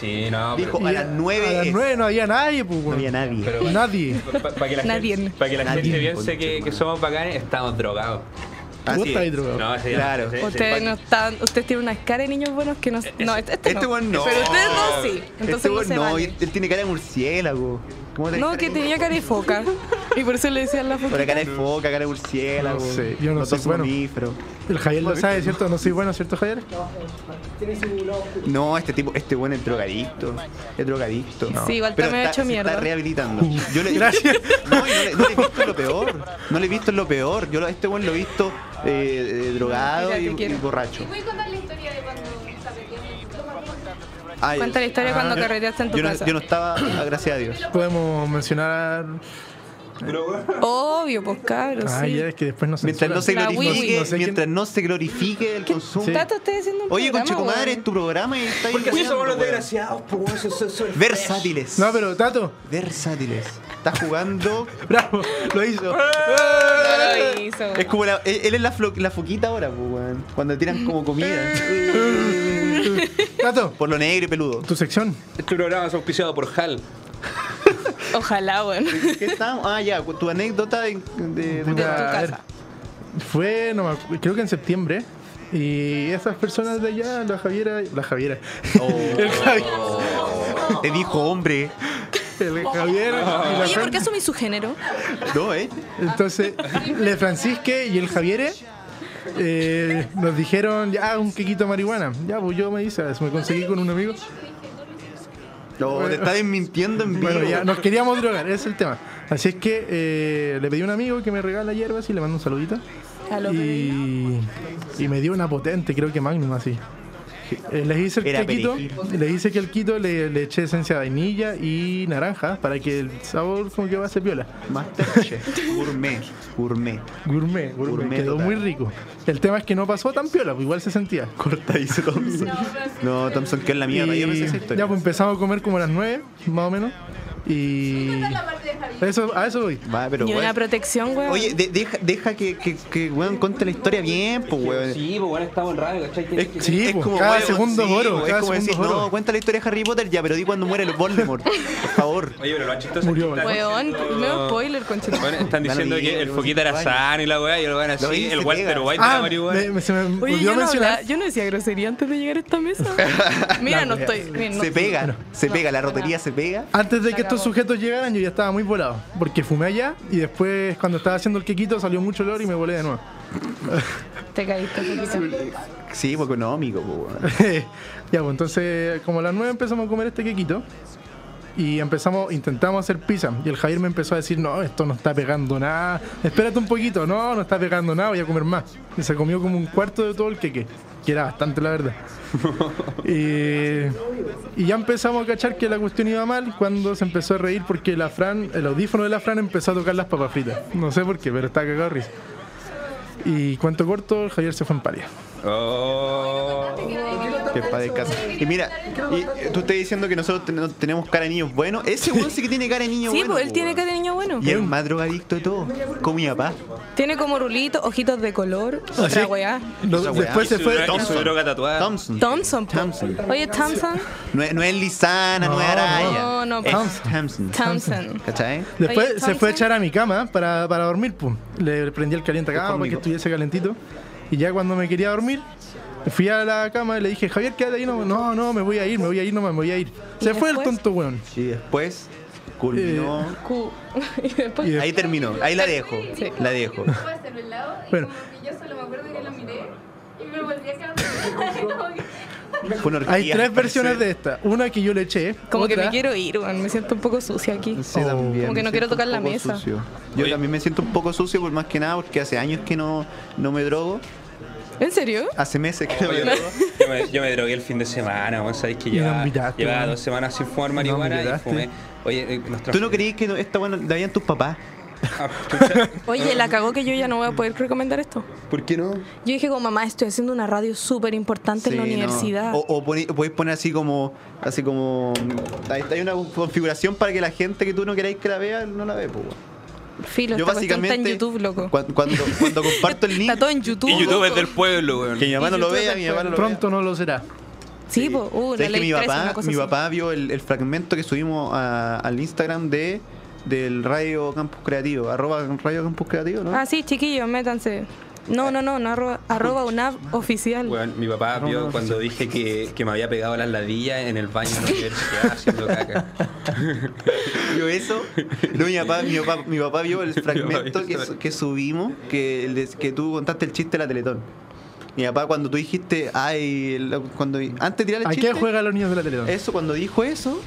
[SPEAKER 3] Sí, no, pero-
[SPEAKER 1] Dijo a
[SPEAKER 2] Y
[SPEAKER 1] las 9.
[SPEAKER 2] A las
[SPEAKER 1] es.
[SPEAKER 2] 9 no había nadie, pues,
[SPEAKER 1] No había nadie.
[SPEAKER 3] pero-
[SPEAKER 2] Nadie.
[SPEAKER 3] Para que la
[SPEAKER 5] Nadie.
[SPEAKER 3] gente, pa' que la
[SPEAKER 1] Nadie,
[SPEAKER 3] gente piense
[SPEAKER 1] conche,
[SPEAKER 3] que, que
[SPEAKER 1] madre.
[SPEAKER 3] somos bacanes, estamos drogados.
[SPEAKER 1] Así
[SPEAKER 2] Vos
[SPEAKER 1] es.
[SPEAKER 2] estás ahí drogado.
[SPEAKER 3] No, sí,
[SPEAKER 1] Claro.
[SPEAKER 3] sí, sí.
[SPEAKER 5] Eh, Ustedes no están, ustedes tienen unas caras de niños buenos que no. No, este, este
[SPEAKER 1] Este
[SPEAKER 5] no.
[SPEAKER 1] weón no.
[SPEAKER 5] Pero ustedes dos sí. Entonces
[SPEAKER 1] Este
[SPEAKER 5] no
[SPEAKER 1] weón
[SPEAKER 5] se
[SPEAKER 1] no,
[SPEAKER 5] vale.
[SPEAKER 1] él, él tiene cara de murciélago. ¿Cómo
[SPEAKER 5] No, que tenía cara de foca. Y por eso le decían la foca.
[SPEAKER 1] Por cara de foca, cara de murciélago.
[SPEAKER 2] No sé, yo no
[SPEAKER 1] Los
[SPEAKER 2] sé,
[SPEAKER 1] dos
[SPEAKER 2] bueno.
[SPEAKER 1] mamíferos.
[SPEAKER 2] El Javier lo sabe, ¿cierto? No soy bueno, ¿cierto, Javier?
[SPEAKER 1] No, este tipo, este buen es drogadicto. Es drogadicto.
[SPEAKER 5] Sí, igual
[SPEAKER 1] Pero
[SPEAKER 5] también
[SPEAKER 1] está,
[SPEAKER 5] ha hecho
[SPEAKER 1] se
[SPEAKER 5] mierda.
[SPEAKER 1] Está rehabilitando. Yo le, No, y no le, no le he visto lo peor. No le he visto en lo peor. Yo lo- a este buen lo he visto eh, eh, drogado
[SPEAKER 5] Mira, te
[SPEAKER 1] y- y,
[SPEAKER 5] quiero.
[SPEAKER 1] borracho.
[SPEAKER 7] Voy a contar la historia de cuando capeteamos.
[SPEAKER 1] Ah, ya.
[SPEAKER 5] Cuenta la historia cuando
[SPEAKER 2] Ah,
[SPEAKER 5] carreteaste en tu
[SPEAKER 1] yo, no,
[SPEAKER 5] casa.
[SPEAKER 1] yo no estaba, ah, gracias a Dios.
[SPEAKER 2] Podemos mencionar.
[SPEAKER 5] Obvio, pues cabros.
[SPEAKER 2] Ah,
[SPEAKER 5] sí.
[SPEAKER 2] ya es que después nos
[SPEAKER 1] Mientras no se
[SPEAKER 5] La
[SPEAKER 1] glorifique,
[SPEAKER 5] Wii.
[SPEAKER 2] No sé quién-
[SPEAKER 1] mientras no se glorifique el consumo.
[SPEAKER 2] Sí.
[SPEAKER 5] Tato, ustedes haciendo un
[SPEAKER 1] Oye,
[SPEAKER 5] programa,
[SPEAKER 1] conchetumadre,
[SPEAKER 5] weón.
[SPEAKER 1] es tu programa y está ahí
[SPEAKER 3] Porque así
[SPEAKER 1] weando,
[SPEAKER 3] somos los
[SPEAKER 1] weón.
[SPEAKER 3] desgraciados, po, weón, so- so- so-
[SPEAKER 1] Versátiles.
[SPEAKER 2] No, pero Tato,
[SPEAKER 1] Versátiles. Estás jugando.
[SPEAKER 2] bravo, lo hizo.
[SPEAKER 5] No lo hizo,
[SPEAKER 1] Es
[SPEAKER 5] weón.
[SPEAKER 1] como la, eh, él, él es la, flo- la foquita ahora, pues, weón. Cuando tiran como comida.
[SPEAKER 2] Eh. Tato,
[SPEAKER 1] Por lo negro y peludo.
[SPEAKER 2] tu sección.
[SPEAKER 3] Este programa es auspiciado por HAL.
[SPEAKER 5] Ojalá, weón.
[SPEAKER 1] ¿Qué estábamos? Ah, ya, cu- tu anécdota de. Eh, de- de-
[SPEAKER 5] tu
[SPEAKER 2] Puta, a ver,
[SPEAKER 5] casa.
[SPEAKER 2] Fue, no me acu- creo que en septiembre. Y esas personas de allá, la Javiera. La Javiera. El, Javi-
[SPEAKER 1] Oh. Te dijo hombre.
[SPEAKER 2] el Javier. y la
[SPEAKER 5] Oye, ¿por
[SPEAKER 2] Fran-
[SPEAKER 5] qué asumí su género?
[SPEAKER 1] No, ¿eh?
[SPEAKER 2] Entonces, Le Francisque y el Javier eh, nos dijeron, ya, un quequito de marihuana. Ya, pues yo me hice, eso me conseguí con un amigo.
[SPEAKER 1] No, te está desmintiendo en vivo.
[SPEAKER 2] Bueno, ya, nos queríamos drogar, ese es el tema. Así es que eh, le pedí a un amigo que me regala hierbas y le mando un saludito.
[SPEAKER 5] A lo que
[SPEAKER 2] Y, y me dio una potente, creo que Magnum así. Eh, les hice el
[SPEAKER 1] Era
[SPEAKER 2] quequito,
[SPEAKER 1] perejil.
[SPEAKER 2] les hice que el quito le, le eché esencia de vainilla y naranja para que el sabor como que va a ser viola.
[SPEAKER 1] Masterchef. Gourmet. Gourmet.
[SPEAKER 2] Gourmet, gourmet,
[SPEAKER 1] Gourmet
[SPEAKER 2] quedó
[SPEAKER 1] total.
[SPEAKER 2] muy rico. El tema es que no pasó tan piola, pues igual se sentía.
[SPEAKER 1] Corta, dice Thompson. No, Thompson, que es la mierda. Yo me sé esa
[SPEAKER 2] Y
[SPEAKER 1] historia.
[SPEAKER 2] ya pues empezamos a comer como a las 9, más o menos. Y
[SPEAKER 7] la parte de Javier.
[SPEAKER 2] eso, a eso voy.
[SPEAKER 1] Va, pero,
[SPEAKER 5] Ni
[SPEAKER 1] weón.
[SPEAKER 5] una protección, weón.
[SPEAKER 1] Oye, de- deja, deja que, que, que, weón, conte la historia bien, pues, weón.
[SPEAKER 3] Sí, po, weón, estamos en radio, ¿cachai? Que- que-
[SPEAKER 2] Sí, po, cada
[SPEAKER 1] weón,
[SPEAKER 2] segundo
[SPEAKER 1] sí,
[SPEAKER 2] oro,
[SPEAKER 1] po,
[SPEAKER 2] cada
[SPEAKER 1] es como
[SPEAKER 2] segundo
[SPEAKER 1] decir,
[SPEAKER 2] oro.
[SPEAKER 1] no, cuenta la historia de Harry Potter ya, pero di cuando muere el Voldemort, por favor.
[SPEAKER 3] Oye, pero lo chistoso
[SPEAKER 2] Murió,
[SPEAKER 3] es que están
[SPEAKER 5] Weón,
[SPEAKER 3] diciendo-
[SPEAKER 5] primero spoiler, conchetumadre.
[SPEAKER 3] Bueno, están
[SPEAKER 1] Da lo
[SPEAKER 3] diciendo
[SPEAKER 1] mismo,
[SPEAKER 3] que el
[SPEAKER 1] weón,
[SPEAKER 3] foquita era
[SPEAKER 1] vaya.
[SPEAKER 3] sano y la weá, y lo van
[SPEAKER 1] Lo
[SPEAKER 3] así,
[SPEAKER 1] hice,
[SPEAKER 3] el Walter
[SPEAKER 1] pega.
[SPEAKER 3] White de la
[SPEAKER 2] Ah,
[SPEAKER 3] marihuana.
[SPEAKER 2] me, me- se me
[SPEAKER 5] Oye,
[SPEAKER 2] olvidó
[SPEAKER 5] Pues yo no,
[SPEAKER 2] mencionar.
[SPEAKER 5] hablaba- yo no decía grosería antes de llegar a esta mesa. Mira, no estoy. mira, no
[SPEAKER 1] se
[SPEAKER 5] estoy-
[SPEAKER 1] pega, se
[SPEAKER 5] no,
[SPEAKER 1] pega, la
[SPEAKER 5] no.
[SPEAKER 1] rotería se pega.
[SPEAKER 2] Antes de
[SPEAKER 5] Se
[SPEAKER 2] que estos
[SPEAKER 5] acabó.
[SPEAKER 2] sujetos llegaran, yo ya estaba muy volado. Porque fumé allá y después, cuando estaba haciendo el quequito, salió mucho olor y me volé de nuevo.
[SPEAKER 5] Te caíste un poquito.
[SPEAKER 1] Sí, pues económico, pues, weón.
[SPEAKER 2] ya, pues entonces, como a las 9 empezamos a comer este quequito. Y empezamos, intentamos hacer pizza. Y el Javier me empezó a decir, no, esto no está pegando nada. Espérate un poquito, no, no está pegando nada, voy a comer más. Y se comió como un cuarto de todo el queque, que era bastante la verdad. Eh, y ya empezamos a cachar que la cuestión iba mal cuando se empezó a reír porque la Fran, el audífono de la Fran empezó a tocar las papas fritas. No sé por qué, pero está cagado de risa. Y cuanto corto, el Javier se fue en paria.
[SPEAKER 3] Oh.
[SPEAKER 1] Que pa' descanse. Y mira, y, eh, tú estás diciendo que nosotros ten- no tenemos cara de niños buenos. Ese weón sí que tiene cara de niño
[SPEAKER 5] Sí,
[SPEAKER 1] bueno.
[SPEAKER 5] pues él tiene cara
[SPEAKER 1] weón.
[SPEAKER 5] de niño bueno.
[SPEAKER 1] Y es el más drogadicto de todo. Como mi papá.
[SPEAKER 5] Tiene como rulitos, ojitos de color,
[SPEAKER 1] Ah,
[SPEAKER 5] otra weá.
[SPEAKER 2] Lo-
[SPEAKER 1] Esa weá.
[SPEAKER 2] después se
[SPEAKER 3] Y su
[SPEAKER 2] fue.
[SPEAKER 3] dro- y su droga tatuada.
[SPEAKER 1] Thompson.
[SPEAKER 5] Thompson, po.
[SPEAKER 1] Thompson.
[SPEAKER 5] Oye, Thompson.
[SPEAKER 1] No es, no es Lisana, no, es
[SPEAKER 2] No,
[SPEAKER 1] Araya.
[SPEAKER 5] no. No, no,
[SPEAKER 1] es
[SPEAKER 2] Thompson.
[SPEAKER 1] Thompson.
[SPEAKER 5] Thompson.
[SPEAKER 1] ¿Cachai?
[SPEAKER 2] Después
[SPEAKER 5] Oye,
[SPEAKER 2] se fue a
[SPEAKER 5] Thompson.
[SPEAKER 2] echar a mi cama para, para dormir, pum. Le prendí el caliente acá para que
[SPEAKER 1] conmigo.
[SPEAKER 2] estuviese calentito. Y ya cuando me quería dormir, fui a la cama y le dije, Javier, quédate ahí. No, no, no, me voy a ir, me voy a ir, no me voy a ir.
[SPEAKER 5] ¿Y
[SPEAKER 2] Se fue el
[SPEAKER 5] después?
[SPEAKER 2] tonto weón.
[SPEAKER 1] Y después culminó.
[SPEAKER 2] Eh.
[SPEAKER 5] Q. Y después.
[SPEAKER 2] Y de-
[SPEAKER 1] Ahí terminó, ahí la dejo.
[SPEAKER 7] Sí.
[SPEAKER 1] La dejo.
[SPEAKER 7] Bueno. Y como que yo solo me acuerdo que lo miré y me volví a quedar.
[SPEAKER 1] Fue una orgía,
[SPEAKER 2] Hay tres
[SPEAKER 1] parece.
[SPEAKER 2] versiones de esta. Una que yo le eché.
[SPEAKER 5] Como que
[SPEAKER 2] otra-
[SPEAKER 5] me quiero ir, weón. Me siento un poco sucia aquí.
[SPEAKER 1] Sí,
[SPEAKER 2] Oh.
[SPEAKER 1] también.
[SPEAKER 5] Como que
[SPEAKER 1] Me
[SPEAKER 5] no quiero
[SPEAKER 1] siento
[SPEAKER 5] tocar
[SPEAKER 1] un
[SPEAKER 5] la
[SPEAKER 1] poco
[SPEAKER 5] mesa.
[SPEAKER 1] sucio. Yo
[SPEAKER 3] Oye.
[SPEAKER 1] también me siento un poco sucio, por más que nada, porque hace años que no, no me drogo.
[SPEAKER 5] ¿En serio?
[SPEAKER 1] Hace meses que no
[SPEAKER 3] Oye,
[SPEAKER 1] me
[SPEAKER 3] yo, me, yo me drogué el fin de semana, vos sabés que
[SPEAKER 2] Y no
[SPEAKER 3] llevaba,
[SPEAKER 2] invitaste,
[SPEAKER 3] llevaba
[SPEAKER 2] weón.
[SPEAKER 3] dos semanas sin fumar marihuana y
[SPEAKER 2] invitaste.
[SPEAKER 3] fumé. Oye, eh, nos
[SPEAKER 1] ¿Tú no
[SPEAKER 3] trajo-
[SPEAKER 1] creías que no- esta bueno la habían tus papás?
[SPEAKER 3] Ah, chucha.
[SPEAKER 5] Oye, la cagó que yo ya no voy a poder recomendar esto.
[SPEAKER 3] ¿Por qué no?
[SPEAKER 5] Yo dije, como mamá, estoy haciendo una radio súper importante en la
[SPEAKER 1] Sí, no.
[SPEAKER 5] universidad.
[SPEAKER 1] O, o poni- podéis poner así como. Así como. Hay, hay una configuración para que la gente que tú no queráis que la vea no la ve, pues, weón.
[SPEAKER 5] Filo,
[SPEAKER 1] Yo
[SPEAKER 5] esta cuestión
[SPEAKER 1] básicamente.
[SPEAKER 5] está en YouTube, loco.
[SPEAKER 1] cuan- Cuando, cuando comparto el link.
[SPEAKER 5] Está todo en YouTube.
[SPEAKER 8] Y YouTube
[SPEAKER 5] loco.
[SPEAKER 8] es del pueblo, weón.
[SPEAKER 1] Que mi mamá
[SPEAKER 5] Y
[SPEAKER 1] no lo
[SPEAKER 5] YouTube
[SPEAKER 1] vea, mi mamá
[SPEAKER 5] después.
[SPEAKER 1] no lo vea.
[SPEAKER 2] Pronto no lo será.
[SPEAKER 5] Sí, po. Uh, la
[SPEAKER 1] ¿Sabes que
[SPEAKER 5] ley
[SPEAKER 1] mi
[SPEAKER 5] 13,
[SPEAKER 1] papá,
[SPEAKER 5] una cosa
[SPEAKER 1] mi
[SPEAKER 5] así.
[SPEAKER 1] papá vio el, el fragmento que subimos a- al Instagram de del Radio Campus Creativo, arroba Radio Campus Creativo, ¿no?
[SPEAKER 5] Ah, sí, chiquillos, métanse. No, no, no, no arroba, arroba UNAV oficial.
[SPEAKER 3] Weón, mi papá vio cuando dije que, que me había pegado las ladillas en el baño de la universidad haciendo caca.
[SPEAKER 1] Vio eso. No, mi papá, mi papá, mi papá vio el fragmento que, su- que subimos, que, el de- que tú contaste el chiste de la Teletón. Mi papá cuando tú dijiste, ay, el- cuando antes de tirar el
[SPEAKER 2] ¿A
[SPEAKER 1] chiste,
[SPEAKER 2] qué juegan los niños de la Teletón?
[SPEAKER 1] eso cuando dijo eso,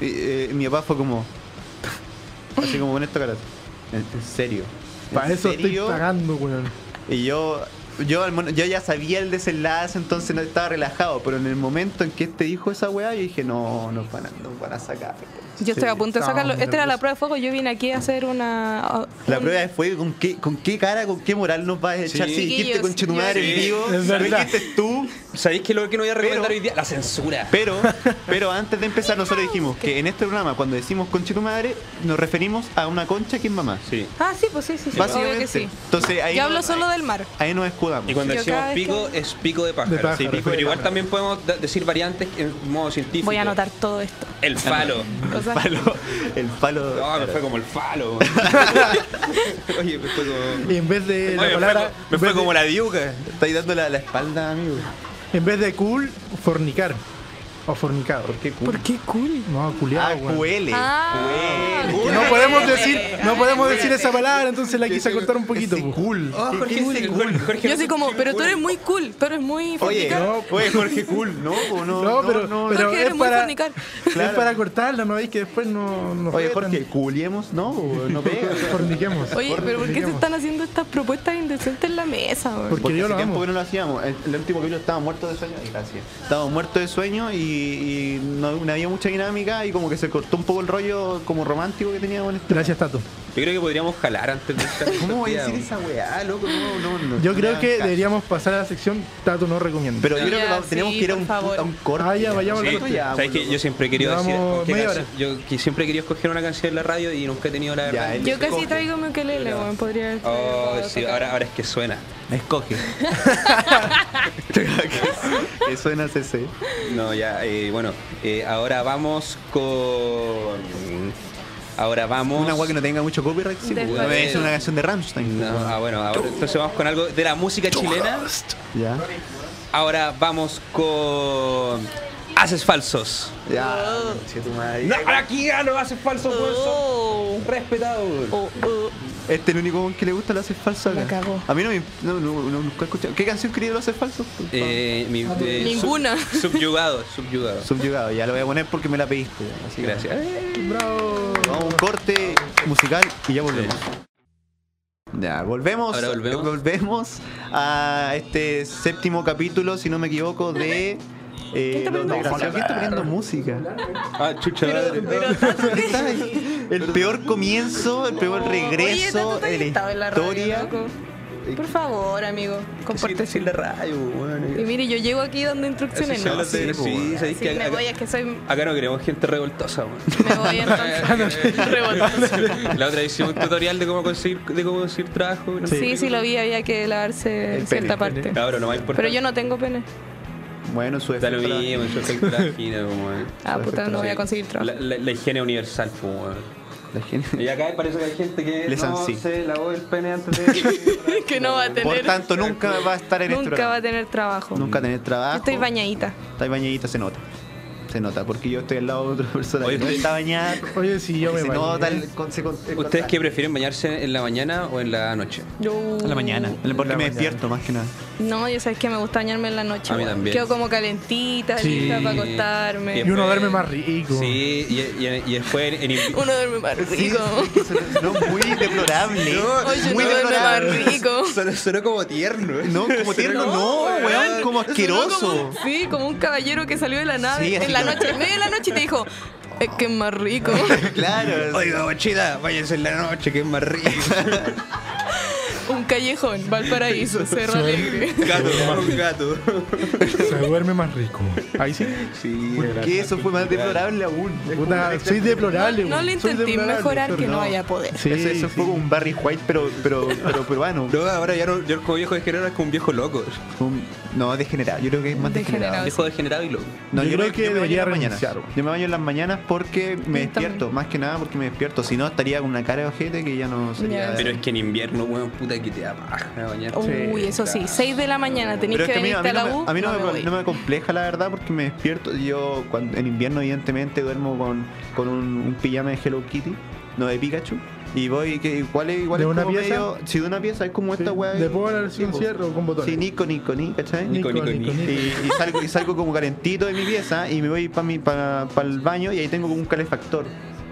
[SPEAKER 1] eh, eh, mi papá fue como así como con esta cara. En, en serio. ¿En
[SPEAKER 2] Para eso estoy
[SPEAKER 1] serio?
[SPEAKER 2] pagando, weón.
[SPEAKER 1] Y yo, yo, al mon- yo ya sabía el desenlace, entonces no estaba relajado. Pero en el momento en que este dijo esa weá, yo dije, no, nos van a, nos van a sacar.
[SPEAKER 5] Yo estoy
[SPEAKER 1] Sí.
[SPEAKER 5] a punto de
[SPEAKER 2] estaba
[SPEAKER 5] sacarlo.
[SPEAKER 2] muy
[SPEAKER 5] Esta era la
[SPEAKER 2] nervioso.
[SPEAKER 5] prueba de fuego. Yo vine aquí a hacer una.
[SPEAKER 1] La
[SPEAKER 5] un-
[SPEAKER 1] prueba de fuego, ¿con qué, con qué cara, con qué moral nos vas a echar si dijiste
[SPEAKER 5] Chiquillos,
[SPEAKER 1] con Chetumare
[SPEAKER 5] yo-
[SPEAKER 1] en vivo?
[SPEAKER 2] Es
[SPEAKER 1] Lo
[SPEAKER 2] verdad.
[SPEAKER 1] dijiste tú.
[SPEAKER 3] ¿Sabéis qué es lo que no voy a recomendar
[SPEAKER 1] Pero-
[SPEAKER 3] hoy día? La censura.
[SPEAKER 1] Pero, pero antes de empezar, nosotros dijimos que en este programa, cuando decimos concha tu madre, nos referimos a una concha que es mamá.
[SPEAKER 3] Sí.
[SPEAKER 5] Ah, sí, pues sí, sí, sí. Obvio
[SPEAKER 1] Básicamente.
[SPEAKER 5] que sí.
[SPEAKER 1] Entonces ahí.
[SPEAKER 5] Yo
[SPEAKER 1] no-
[SPEAKER 5] hablo solo del mar.
[SPEAKER 1] Ahí nos escudamos.
[SPEAKER 3] Y cuando
[SPEAKER 5] Yo
[SPEAKER 3] decimos
[SPEAKER 5] cada vez
[SPEAKER 3] pico,
[SPEAKER 5] que-
[SPEAKER 3] es pico de pájaro.
[SPEAKER 2] De pájaro,
[SPEAKER 3] sí,
[SPEAKER 2] pico
[SPEAKER 3] pero
[SPEAKER 2] de
[SPEAKER 3] igual
[SPEAKER 2] pájaro.
[SPEAKER 3] también podemos da- decir variantes en modo científico.
[SPEAKER 5] Voy a anotar todo esto.
[SPEAKER 2] Ah,
[SPEAKER 3] El falo.
[SPEAKER 5] O sea,
[SPEAKER 1] El palo. El palo.
[SPEAKER 3] No, me fue como el falo. Oye, me fue como...
[SPEAKER 2] Y en vez de la
[SPEAKER 8] Oye, me
[SPEAKER 2] palabra.
[SPEAKER 8] fue, me fue
[SPEAKER 2] en vez de-
[SPEAKER 8] como la diuca.
[SPEAKER 1] Estáis dando la, la espalda, amigo.
[SPEAKER 2] En vez de cool, fornicar. O fornicado. ¿Por qué cool?
[SPEAKER 5] ¿Por qué cool?
[SPEAKER 2] No,
[SPEAKER 1] Ah,
[SPEAKER 2] culiado, weón.
[SPEAKER 1] QL.
[SPEAKER 5] Ah,
[SPEAKER 2] Que No podemos decir, no podemos decir esa palabra, entonces la quise cortar un poquito.
[SPEAKER 1] Ese
[SPEAKER 2] po.
[SPEAKER 1] cool.
[SPEAKER 3] Oh, Jorge,
[SPEAKER 1] ¿Qué es ese
[SPEAKER 3] Jorge,
[SPEAKER 1] cool?
[SPEAKER 3] Jorge,
[SPEAKER 5] yo soy como, pero tú eres muy cool, tú eres muy
[SPEAKER 1] Oye,
[SPEAKER 5] fornicar.
[SPEAKER 2] no,
[SPEAKER 1] oye, Jorge cool, no, po, no,
[SPEAKER 2] No,
[SPEAKER 1] no,
[SPEAKER 2] pero,
[SPEAKER 1] no,
[SPEAKER 2] pero
[SPEAKER 5] Jorge,
[SPEAKER 2] es
[SPEAKER 5] eres muy
[SPEAKER 2] para
[SPEAKER 5] fornicar.
[SPEAKER 1] Claro.
[SPEAKER 2] es para cortarla, no veis que después no no
[SPEAKER 1] Oye,
[SPEAKER 2] fue
[SPEAKER 1] Jorge, culiemos, no, po, no pega.
[SPEAKER 2] tan- forniquemos.
[SPEAKER 5] Oye, pero ¿por qué se
[SPEAKER 2] forniquemos.
[SPEAKER 5] están haciendo estas propuestas indecentes en la mesa? weón?
[SPEAKER 2] Porque
[SPEAKER 1] Porque
[SPEAKER 2] yo
[SPEAKER 1] hace
[SPEAKER 2] lo
[SPEAKER 1] tiempo
[SPEAKER 2] amo.
[SPEAKER 1] que no lo hacíamos. El, el último capítulo estaba muerto de sueño. y Gracias. Estaba muerto de sueño y, y no, no había mucha dinámica y como que se cortó un poco el rollo como romántico que teníamos en este.
[SPEAKER 2] Gracias, Tato.
[SPEAKER 3] Yo creo que podríamos jalar antes de esta
[SPEAKER 1] ¿Cómo voy a
[SPEAKER 3] partida,
[SPEAKER 1] decir esa weá, loco? No, no, no.
[SPEAKER 2] Yo
[SPEAKER 1] no me
[SPEAKER 2] creo
[SPEAKER 1] hagan
[SPEAKER 2] que
[SPEAKER 1] caso.
[SPEAKER 2] deberíamos pasar a la sección Tato no recomienda.
[SPEAKER 1] Pero yo creo que
[SPEAKER 5] Ya,
[SPEAKER 1] vamos- tenemos
[SPEAKER 5] sí,
[SPEAKER 1] que ir a
[SPEAKER 5] por
[SPEAKER 1] un,
[SPEAKER 5] favor.
[SPEAKER 1] a un corte.
[SPEAKER 2] Ah, ya, vayamos
[SPEAKER 3] Sí,
[SPEAKER 2] al corte.
[SPEAKER 1] Ya,
[SPEAKER 3] ¿Sabes
[SPEAKER 1] pues,
[SPEAKER 3] que yo siempre he querido decir
[SPEAKER 2] Llevamos
[SPEAKER 3] qué
[SPEAKER 2] media
[SPEAKER 3] canción- yo que siempre he querido escoger una canción en la radio y nunca he tenido la
[SPEAKER 1] Ya,
[SPEAKER 3] verdad.
[SPEAKER 1] él
[SPEAKER 5] Yo casi
[SPEAKER 1] escoge.
[SPEAKER 5] traigo mi ukelele, weón, podría haber traído
[SPEAKER 3] Oh,
[SPEAKER 5] para
[SPEAKER 3] sí,
[SPEAKER 5] tocar.
[SPEAKER 3] ahora, ahora es que suena.
[SPEAKER 1] Escoge. que suena CC.
[SPEAKER 3] No, ya, eh, bueno, eh, ahora vamos con. Ahora vamos.
[SPEAKER 1] Una weá que no tenga mucho copyright, sí, pues,
[SPEAKER 5] Después.
[SPEAKER 1] Es una canción de Rammstein.
[SPEAKER 3] No,
[SPEAKER 1] pues,
[SPEAKER 3] ah, bueno, ahora, entonces vamos con algo de la música chilena.
[SPEAKER 1] Ya.
[SPEAKER 3] Ahora vamos con. Haces falsos.
[SPEAKER 1] Ya. conche tu madre.
[SPEAKER 3] aquí gano, haces falsos,
[SPEAKER 5] Oh,
[SPEAKER 3] Respetado.
[SPEAKER 5] oh, oh.
[SPEAKER 1] Este es el único weón que le gusta lo hace falso acá.
[SPEAKER 5] La cagó.
[SPEAKER 1] A mí no me. No, no, no, nunca he escuchado. ¿Qué canción quería lo hace falso? Por favor.
[SPEAKER 3] Eh, mi- eh,
[SPEAKER 5] Ninguna.
[SPEAKER 3] sub- subyugado, subyugado.
[SPEAKER 1] Subyugado, ya lo voy a poner porque me la pediste. Así que
[SPEAKER 3] Gracias.
[SPEAKER 2] Bravo.
[SPEAKER 1] Vamos a un corte musical y ya volvemos. Ya, volvemos,
[SPEAKER 3] Ahora volvemos.
[SPEAKER 1] volvemos a este séptimo capítulo, si no me equivoco, de. Eh,
[SPEAKER 5] está
[SPEAKER 1] los
[SPEAKER 5] poniendo
[SPEAKER 1] desgraciados. ¿Quién está poniendo música?
[SPEAKER 3] Ah, chucha madre.
[SPEAKER 1] ¿Qué está ahí? El peor comienzo, el peor
[SPEAKER 5] Oye, tanto
[SPEAKER 1] regreso
[SPEAKER 5] te
[SPEAKER 1] de la
[SPEAKER 5] gustaba en la radio,
[SPEAKER 1] historia.
[SPEAKER 5] loco. Por favor, amigo, comparte.
[SPEAKER 3] Sí, la radio,
[SPEAKER 5] Y
[SPEAKER 3] bueno.
[SPEAKER 5] mire, yo llego aquí dando
[SPEAKER 3] Así
[SPEAKER 5] instrucciones,
[SPEAKER 3] se
[SPEAKER 5] ¿no?
[SPEAKER 3] habla
[SPEAKER 5] Sí,
[SPEAKER 3] de- Sí, sabéis
[SPEAKER 5] sí,
[SPEAKER 3] que
[SPEAKER 5] me
[SPEAKER 3] acá-
[SPEAKER 5] voy, es que soy...
[SPEAKER 3] Acá no queremos gente revoltosa, weón.
[SPEAKER 5] Me voy entonces. Rebotosa.
[SPEAKER 3] La otra vez hicimos un tutorial de cómo conseguir, de cómo conseguir trabajo. No
[SPEAKER 5] Sí. sí, lo vi, había que lavarse
[SPEAKER 1] El
[SPEAKER 5] cierta
[SPEAKER 1] pene.
[SPEAKER 5] parte.
[SPEAKER 3] Cabrón, no va a importar.
[SPEAKER 5] Pero yo no tengo pene.
[SPEAKER 1] Bueno, su
[SPEAKER 3] Da lo
[SPEAKER 1] efecto la-
[SPEAKER 3] mismo, yo soy trajina, como es.
[SPEAKER 5] Ah, puta, no voy a conseguir trabajo.
[SPEAKER 3] La, la- la higiene universal, pues, weón.
[SPEAKER 1] la gente-
[SPEAKER 3] Y acá parece que hay gente que
[SPEAKER 1] Les
[SPEAKER 3] no
[SPEAKER 1] ansí.
[SPEAKER 3] se lavó el pene antes de...
[SPEAKER 5] que no va a
[SPEAKER 1] Por
[SPEAKER 5] tener...
[SPEAKER 1] tanto, nunca va a estar en este
[SPEAKER 5] Nunca va a
[SPEAKER 1] programa.
[SPEAKER 5] tener trabajo.
[SPEAKER 1] Nunca tener
[SPEAKER 5] Yo
[SPEAKER 1] trabajo.
[SPEAKER 5] estoy bañadita.
[SPEAKER 1] Está bañadita, se nota. Se nota, porque yo estoy al lado de otra persona
[SPEAKER 3] Oye,
[SPEAKER 1] que no
[SPEAKER 3] usted-
[SPEAKER 1] está bañada.
[SPEAKER 2] Oye, si yo me
[SPEAKER 1] se
[SPEAKER 2] bañé.
[SPEAKER 1] nota el- con- se con- eh, se
[SPEAKER 3] ¿Ustedes qué prefieren, bañarse en la mañana o en la noche?
[SPEAKER 5] Yo...
[SPEAKER 6] En la mañana.
[SPEAKER 1] porque me despierto más que nada.
[SPEAKER 5] No, yo sabes que me gusta bañarme en la noche.
[SPEAKER 3] A mí
[SPEAKER 5] weón.
[SPEAKER 3] también.
[SPEAKER 5] Quedo como calentita,
[SPEAKER 2] Sí.
[SPEAKER 5] lista para
[SPEAKER 2] Y
[SPEAKER 5] acostarme.
[SPEAKER 2] uno
[SPEAKER 3] después-
[SPEAKER 2] duerme más rico.
[SPEAKER 3] Sí, y, y- y después en, en invi-
[SPEAKER 5] Uno duerme más
[SPEAKER 1] Sí,
[SPEAKER 5] rico.
[SPEAKER 1] sí, que sonó- sonó muy deplorable.
[SPEAKER 5] Oye,
[SPEAKER 1] muy
[SPEAKER 5] no duerme más
[SPEAKER 1] deplorable.
[SPEAKER 5] rico.
[SPEAKER 3] Sonó, sonó como tierno. ¿eh?
[SPEAKER 1] No, como tierno, no, weón, como asqueroso.
[SPEAKER 5] Sí, como un caballero que salió de la nave
[SPEAKER 1] Sí, así
[SPEAKER 5] en la
[SPEAKER 1] como-
[SPEAKER 5] noche, en medio de la noche y te dijo, es que es más rico.
[SPEAKER 1] Claro.
[SPEAKER 3] Oiga, bochita, váyanse en la noche, que es más rico.
[SPEAKER 5] Un callejón, Valparaíso, Cerro Alegre.
[SPEAKER 3] Gato, un gato.
[SPEAKER 2] Se duerme más rico. Ahí sí.
[SPEAKER 3] Sí,
[SPEAKER 1] Que eso fue más deplorable aún.
[SPEAKER 2] Puta, soy deplorable.
[SPEAKER 5] No
[SPEAKER 2] weón.
[SPEAKER 5] lo
[SPEAKER 2] Soy
[SPEAKER 5] intenté
[SPEAKER 2] deplorable,
[SPEAKER 5] mejorar que
[SPEAKER 2] sorry.
[SPEAKER 5] no vaya a poder.
[SPEAKER 2] Sí,
[SPEAKER 1] eso, eso fue
[SPEAKER 2] sí.
[SPEAKER 1] como un Barry White, pero, pero, pero peruano.
[SPEAKER 3] No, ahora ya no, yo como viejo degenerado es como un viejo loco.
[SPEAKER 1] Un- no, degenerado. Yo creo que es más degenerado.
[SPEAKER 5] Degenerado.
[SPEAKER 3] Viejo degenerado y loco.
[SPEAKER 1] No,
[SPEAKER 2] Yo creo que
[SPEAKER 1] me baño en
[SPEAKER 2] debería
[SPEAKER 1] las mañanas.
[SPEAKER 2] renunciar, güey.
[SPEAKER 1] Yo me baño en las mañanas porque me
[SPEAKER 5] Yo
[SPEAKER 1] despierto,
[SPEAKER 5] también.
[SPEAKER 1] más que nada porque me despierto. Si no, estaría con una cara de ojete que ya no sería.
[SPEAKER 5] Ya.
[SPEAKER 3] Pero es que en invierno, weón, puta que te da paja bañarte.
[SPEAKER 5] Uy, eso sí, 6 de la mañana, tenéis
[SPEAKER 1] Pero
[SPEAKER 5] que
[SPEAKER 1] es que a mí,
[SPEAKER 5] venirte
[SPEAKER 1] a mí
[SPEAKER 5] a la
[SPEAKER 1] no,
[SPEAKER 5] U.
[SPEAKER 1] me, a mí no
[SPEAKER 5] no
[SPEAKER 1] me-
[SPEAKER 5] me voy.
[SPEAKER 1] no me compleja la verdad porque me despierto. Yo cuando, en invierno evidentemente duermo con, con un, un pijama de Hello Kitty, no de Pikachu. Y voy, que igual es, igual
[SPEAKER 2] ¿De
[SPEAKER 1] es
[SPEAKER 2] una
[SPEAKER 1] como
[SPEAKER 2] pieza?
[SPEAKER 1] medio- si de una pieza es como
[SPEAKER 2] Sí,
[SPEAKER 1] esta weá.
[SPEAKER 2] De polar
[SPEAKER 1] Sí,
[SPEAKER 2] sin
[SPEAKER 1] po.
[SPEAKER 2] cierre con botones.
[SPEAKER 1] Sí, Nico, Nico, Nico, ¿cachai?
[SPEAKER 3] Nico, Nico, Nico.
[SPEAKER 1] Y, y salgo, y salgo como calentito de mi pieza y me voy para pa, el baño y ahí tengo como un calefactor.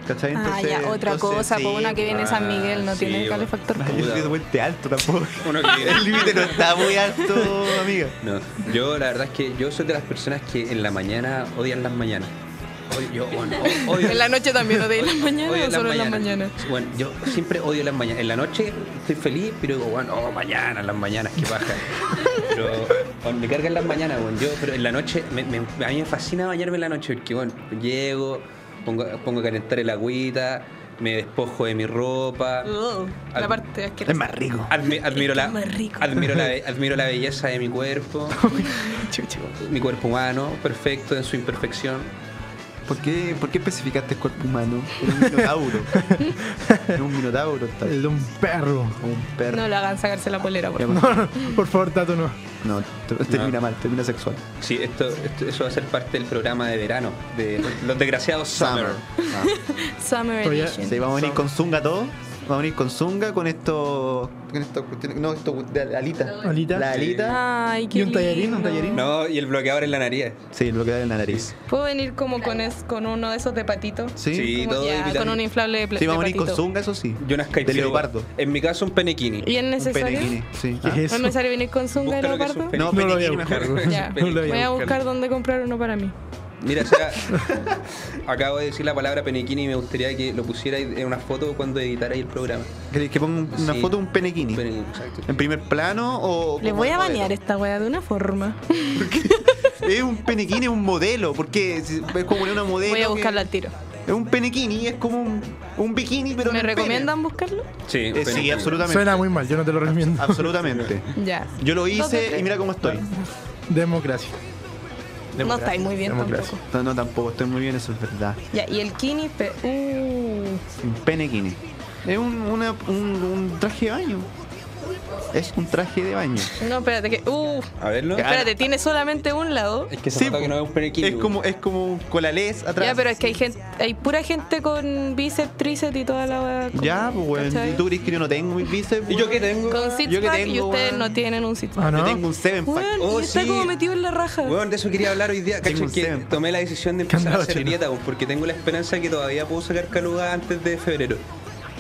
[SPEAKER 1] ¿Cachai?
[SPEAKER 5] Ah, ya, otra
[SPEAKER 1] entonces,
[SPEAKER 5] cosa,
[SPEAKER 1] sí,
[SPEAKER 5] por una que viene
[SPEAKER 3] pues,
[SPEAKER 5] San Miguel, no
[SPEAKER 3] sí,
[SPEAKER 5] tiene
[SPEAKER 3] pues.
[SPEAKER 5] calefactor.
[SPEAKER 1] Ah, Yo soy de puente alto tampoco.
[SPEAKER 3] Uno que-
[SPEAKER 1] El límite no está muy alto, amiga.
[SPEAKER 3] No, yo la verdad es que yo soy de las personas que en la mañana odian las mañanas. Odio, yo, bueno, o- odio-
[SPEAKER 5] En la noche también, ¿o de la mañana
[SPEAKER 3] odio
[SPEAKER 5] o solo en la mañana?
[SPEAKER 3] Bueno, yo siempre odio las mañanas. En la noche estoy feliz, pero digo, bueno, oh, mañana, las mañanas, qué baja. Pero bueno, me cargan las mañanas, bueno, yo, pero en la noche, me- me- a mí me fascina bañarme en la noche, porque bueno, llego, pongo, pongo a calentar el agüita, me despojo de mi ropa.
[SPEAKER 5] Ugh,
[SPEAKER 3] Al-
[SPEAKER 5] Uh, La parte asquerosa.
[SPEAKER 1] Es más rico.
[SPEAKER 3] Admi- admiro, la,
[SPEAKER 5] más rico.
[SPEAKER 3] admiro, la, be- admiro la belleza de mi cuerpo, mi cuerpo humano, perfecto en su imperfección.
[SPEAKER 1] ¿Por qué, ¿Por qué especificaste el cuerpo humano? Era un minotauro. Era un minotauro, tal.
[SPEAKER 2] El de un perro.
[SPEAKER 1] Un perro.
[SPEAKER 5] No le hagan sacarse la polera, por
[SPEAKER 1] Ya,
[SPEAKER 5] favor.
[SPEAKER 1] pues,
[SPEAKER 2] Por favor, Tato, no.
[SPEAKER 1] No, te- termina mal, termina sexual.
[SPEAKER 3] Sí, esto, esto- eso va a ser parte del programa de verano, de los, los desgraciados Summer.
[SPEAKER 1] Summer.
[SPEAKER 5] Summer
[SPEAKER 2] Estoy-
[SPEAKER 5] Edition.
[SPEAKER 1] Sí, vamos a venir con zunga todo. Vamos a venir con zunga, con esto. Con esto no, esto de alita.
[SPEAKER 2] ¿Alita?
[SPEAKER 1] La alita.
[SPEAKER 5] Ay, qué
[SPEAKER 2] ¿Y un tallarín? ¿Un
[SPEAKER 5] lindo.
[SPEAKER 2] tallarín?
[SPEAKER 3] No, y el bloqueador en la nariz.
[SPEAKER 1] Sí, lo que da en la nariz.
[SPEAKER 5] ¿Puedo venir como con, es, con uno de esos de patito?
[SPEAKER 1] Sí.
[SPEAKER 3] Sí. Y
[SPEAKER 5] Como
[SPEAKER 3] todo
[SPEAKER 5] ya,
[SPEAKER 3] de
[SPEAKER 5] con un inflable de, pla-
[SPEAKER 1] Sí,
[SPEAKER 5] de
[SPEAKER 1] vamos a venir con
[SPEAKER 5] patito.
[SPEAKER 1] zunga, eso sí.
[SPEAKER 3] Yo unas
[SPEAKER 1] De leopardo.
[SPEAKER 3] En mi caso, un penequini.
[SPEAKER 5] ¿Y es
[SPEAKER 1] Un
[SPEAKER 5] necesario?
[SPEAKER 1] penequini, sí.
[SPEAKER 2] ¿Qué
[SPEAKER 1] Ah.
[SPEAKER 2] es
[SPEAKER 5] ¿No
[SPEAKER 2] eso?
[SPEAKER 5] es necesario venir con zunga de
[SPEAKER 3] Busca lo que es un
[SPEAKER 5] leopardo?
[SPEAKER 3] pene-
[SPEAKER 1] No,
[SPEAKER 2] No lo voy a
[SPEAKER 1] penequini mejor.
[SPEAKER 3] buscar.
[SPEAKER 5] Ya,
[SPEAKER 3] Penequini.
[SPEAKER 2] Lo
[SPEAKER 5] voy a buscar dónde comprar uno para mí.
[SPEAKER 3] Mira, o sea, acabo de decir la palabra penequini y me gustaría que lo pusierais en una foto cuando editarais el programa.
[SPEAKER 1] Que, que ponga una
[SPEAKER 3] Sí.
[SPEAKER 1] foto de un penequini.
[SPEAKER 3] Penequini, exacto.
[SPEAKER 1] ¿En primer plano o.?
[SPEAKER 5] Le
[SPEAKER 1] como
[SPEAKER 5] voy a
[SPEAKER 1] modelo?
[SPEAKER 5] bañar esta wea de una forma.
[SPEAKER 1] Es un penequini, es un modelo. Porque si- es como una modelo.
[SPEAKER 5] Voy a
[SPEAKER 1] que-
[SPEAKER 5] buscarla al tiro.
[SPEAKER 1] Es un penequini, es como un, un bikini, pero. en
[SPEAKER 5] ¿Me
[SPEAKER 1] el pene.
[SPEAKER 5] recomiendan buscarlo?
[SPEAKER 3] Sí,
[SPEAKER 1] Eh,
[SPEAKER 3] un
[SPEAKER 1] sí,
[SPEAKER 3] penequini.
[SPEAKER 1] absolutamente.
[SPEAKER 2] Suena muy mal, yo no te lo recomiendo.
[SPEAKER 1] ah. Absolutamente.
[SPEAKER 5] Ya.
[SPEAKER 1] Yo lo
[SPEAKER 5] Dos de
[SPEAKER 1] hice
[SPEAKER 5] tres.
[SPEAKER 1] y mira cómo estoy.
[SPEAKER 2] Democracia.
[SPEAKER 5] No estáis muy bien
[SPEAKER 1] Democracia.
[SPEAKER 5] tampoco.
[SPEAKER 1] No, no, tampoco estoy muy bien, eso es verdad.
[SPEAKER 5] Ya, y el kini, pe- uh,
[SPEAKER 1] Un penequini. Es un, una- un, un traje de baño. Es un traje de baño.
[SPEAKER 5] No, espérate, que. Uh,
[SPEAKER 3] A verlo.
[SPEAKER 5] espérate, tiene solamente un lado.
[SPEAKER 3] Es que se
[SPEAKER 1] Sí,
[SPEAKER 3] nota que no es un penequini.
[SPEAKER 1] Es como, es como un colalés atrás.
[SPEAKER 5] Ya, pero es que hay gente, hay pura gente con bíceps, tríceps y toda la wea. como-
[SPEAKER 1] Ya, pues, weón.
[SPEAKER 5] ¿cachai?
[SPEAKER 1] ¿Y tú crees que yo no tengo mis bíceps?
[SPEAKER 3] ¿Y yo qué tengo?
[SPEAKER 5] Con six
[SPEAKER 1] Yo que
[SPEAKER 5] pack y
[SPEAKER 1] tengo,
[SPEAKER 5] ustedes
[SPEAKER 1] weón.
[SPEAKER 5] no tienen un six pack.
[SPEAKER 2] Ah,
[SPEAKER 1] Yo
[SPEAKER 2] ¿no?
[SPEAKER 1] tengo un seven pack.
[SPEAKER 5] Weón,
[SPEAKER 3] Oh,
[SPEAKER 5] y está
[SPEAKER 3] sí.
[SPEAKER 5] como metido en la raja.
[SPEAKER 3] Weón, de eso quería hablar hoy día.
[SPEAKER 1] Tengo
[SPEAKER 3] Cacho,
[SPEAKER 1] un
[SPEAKER 3] que
[SPEAKER 1] semen.
[SPEAKER 3] tomé la decisión de empezar a
[SPEAKER 2] Candado
[SPEAKER 3] hacer
[SPEAKER 2] chino.
[SPEAKER 3] dieta, weón, porque tengo la esperanza de que todavía puedo sacar caluga antes de febrero,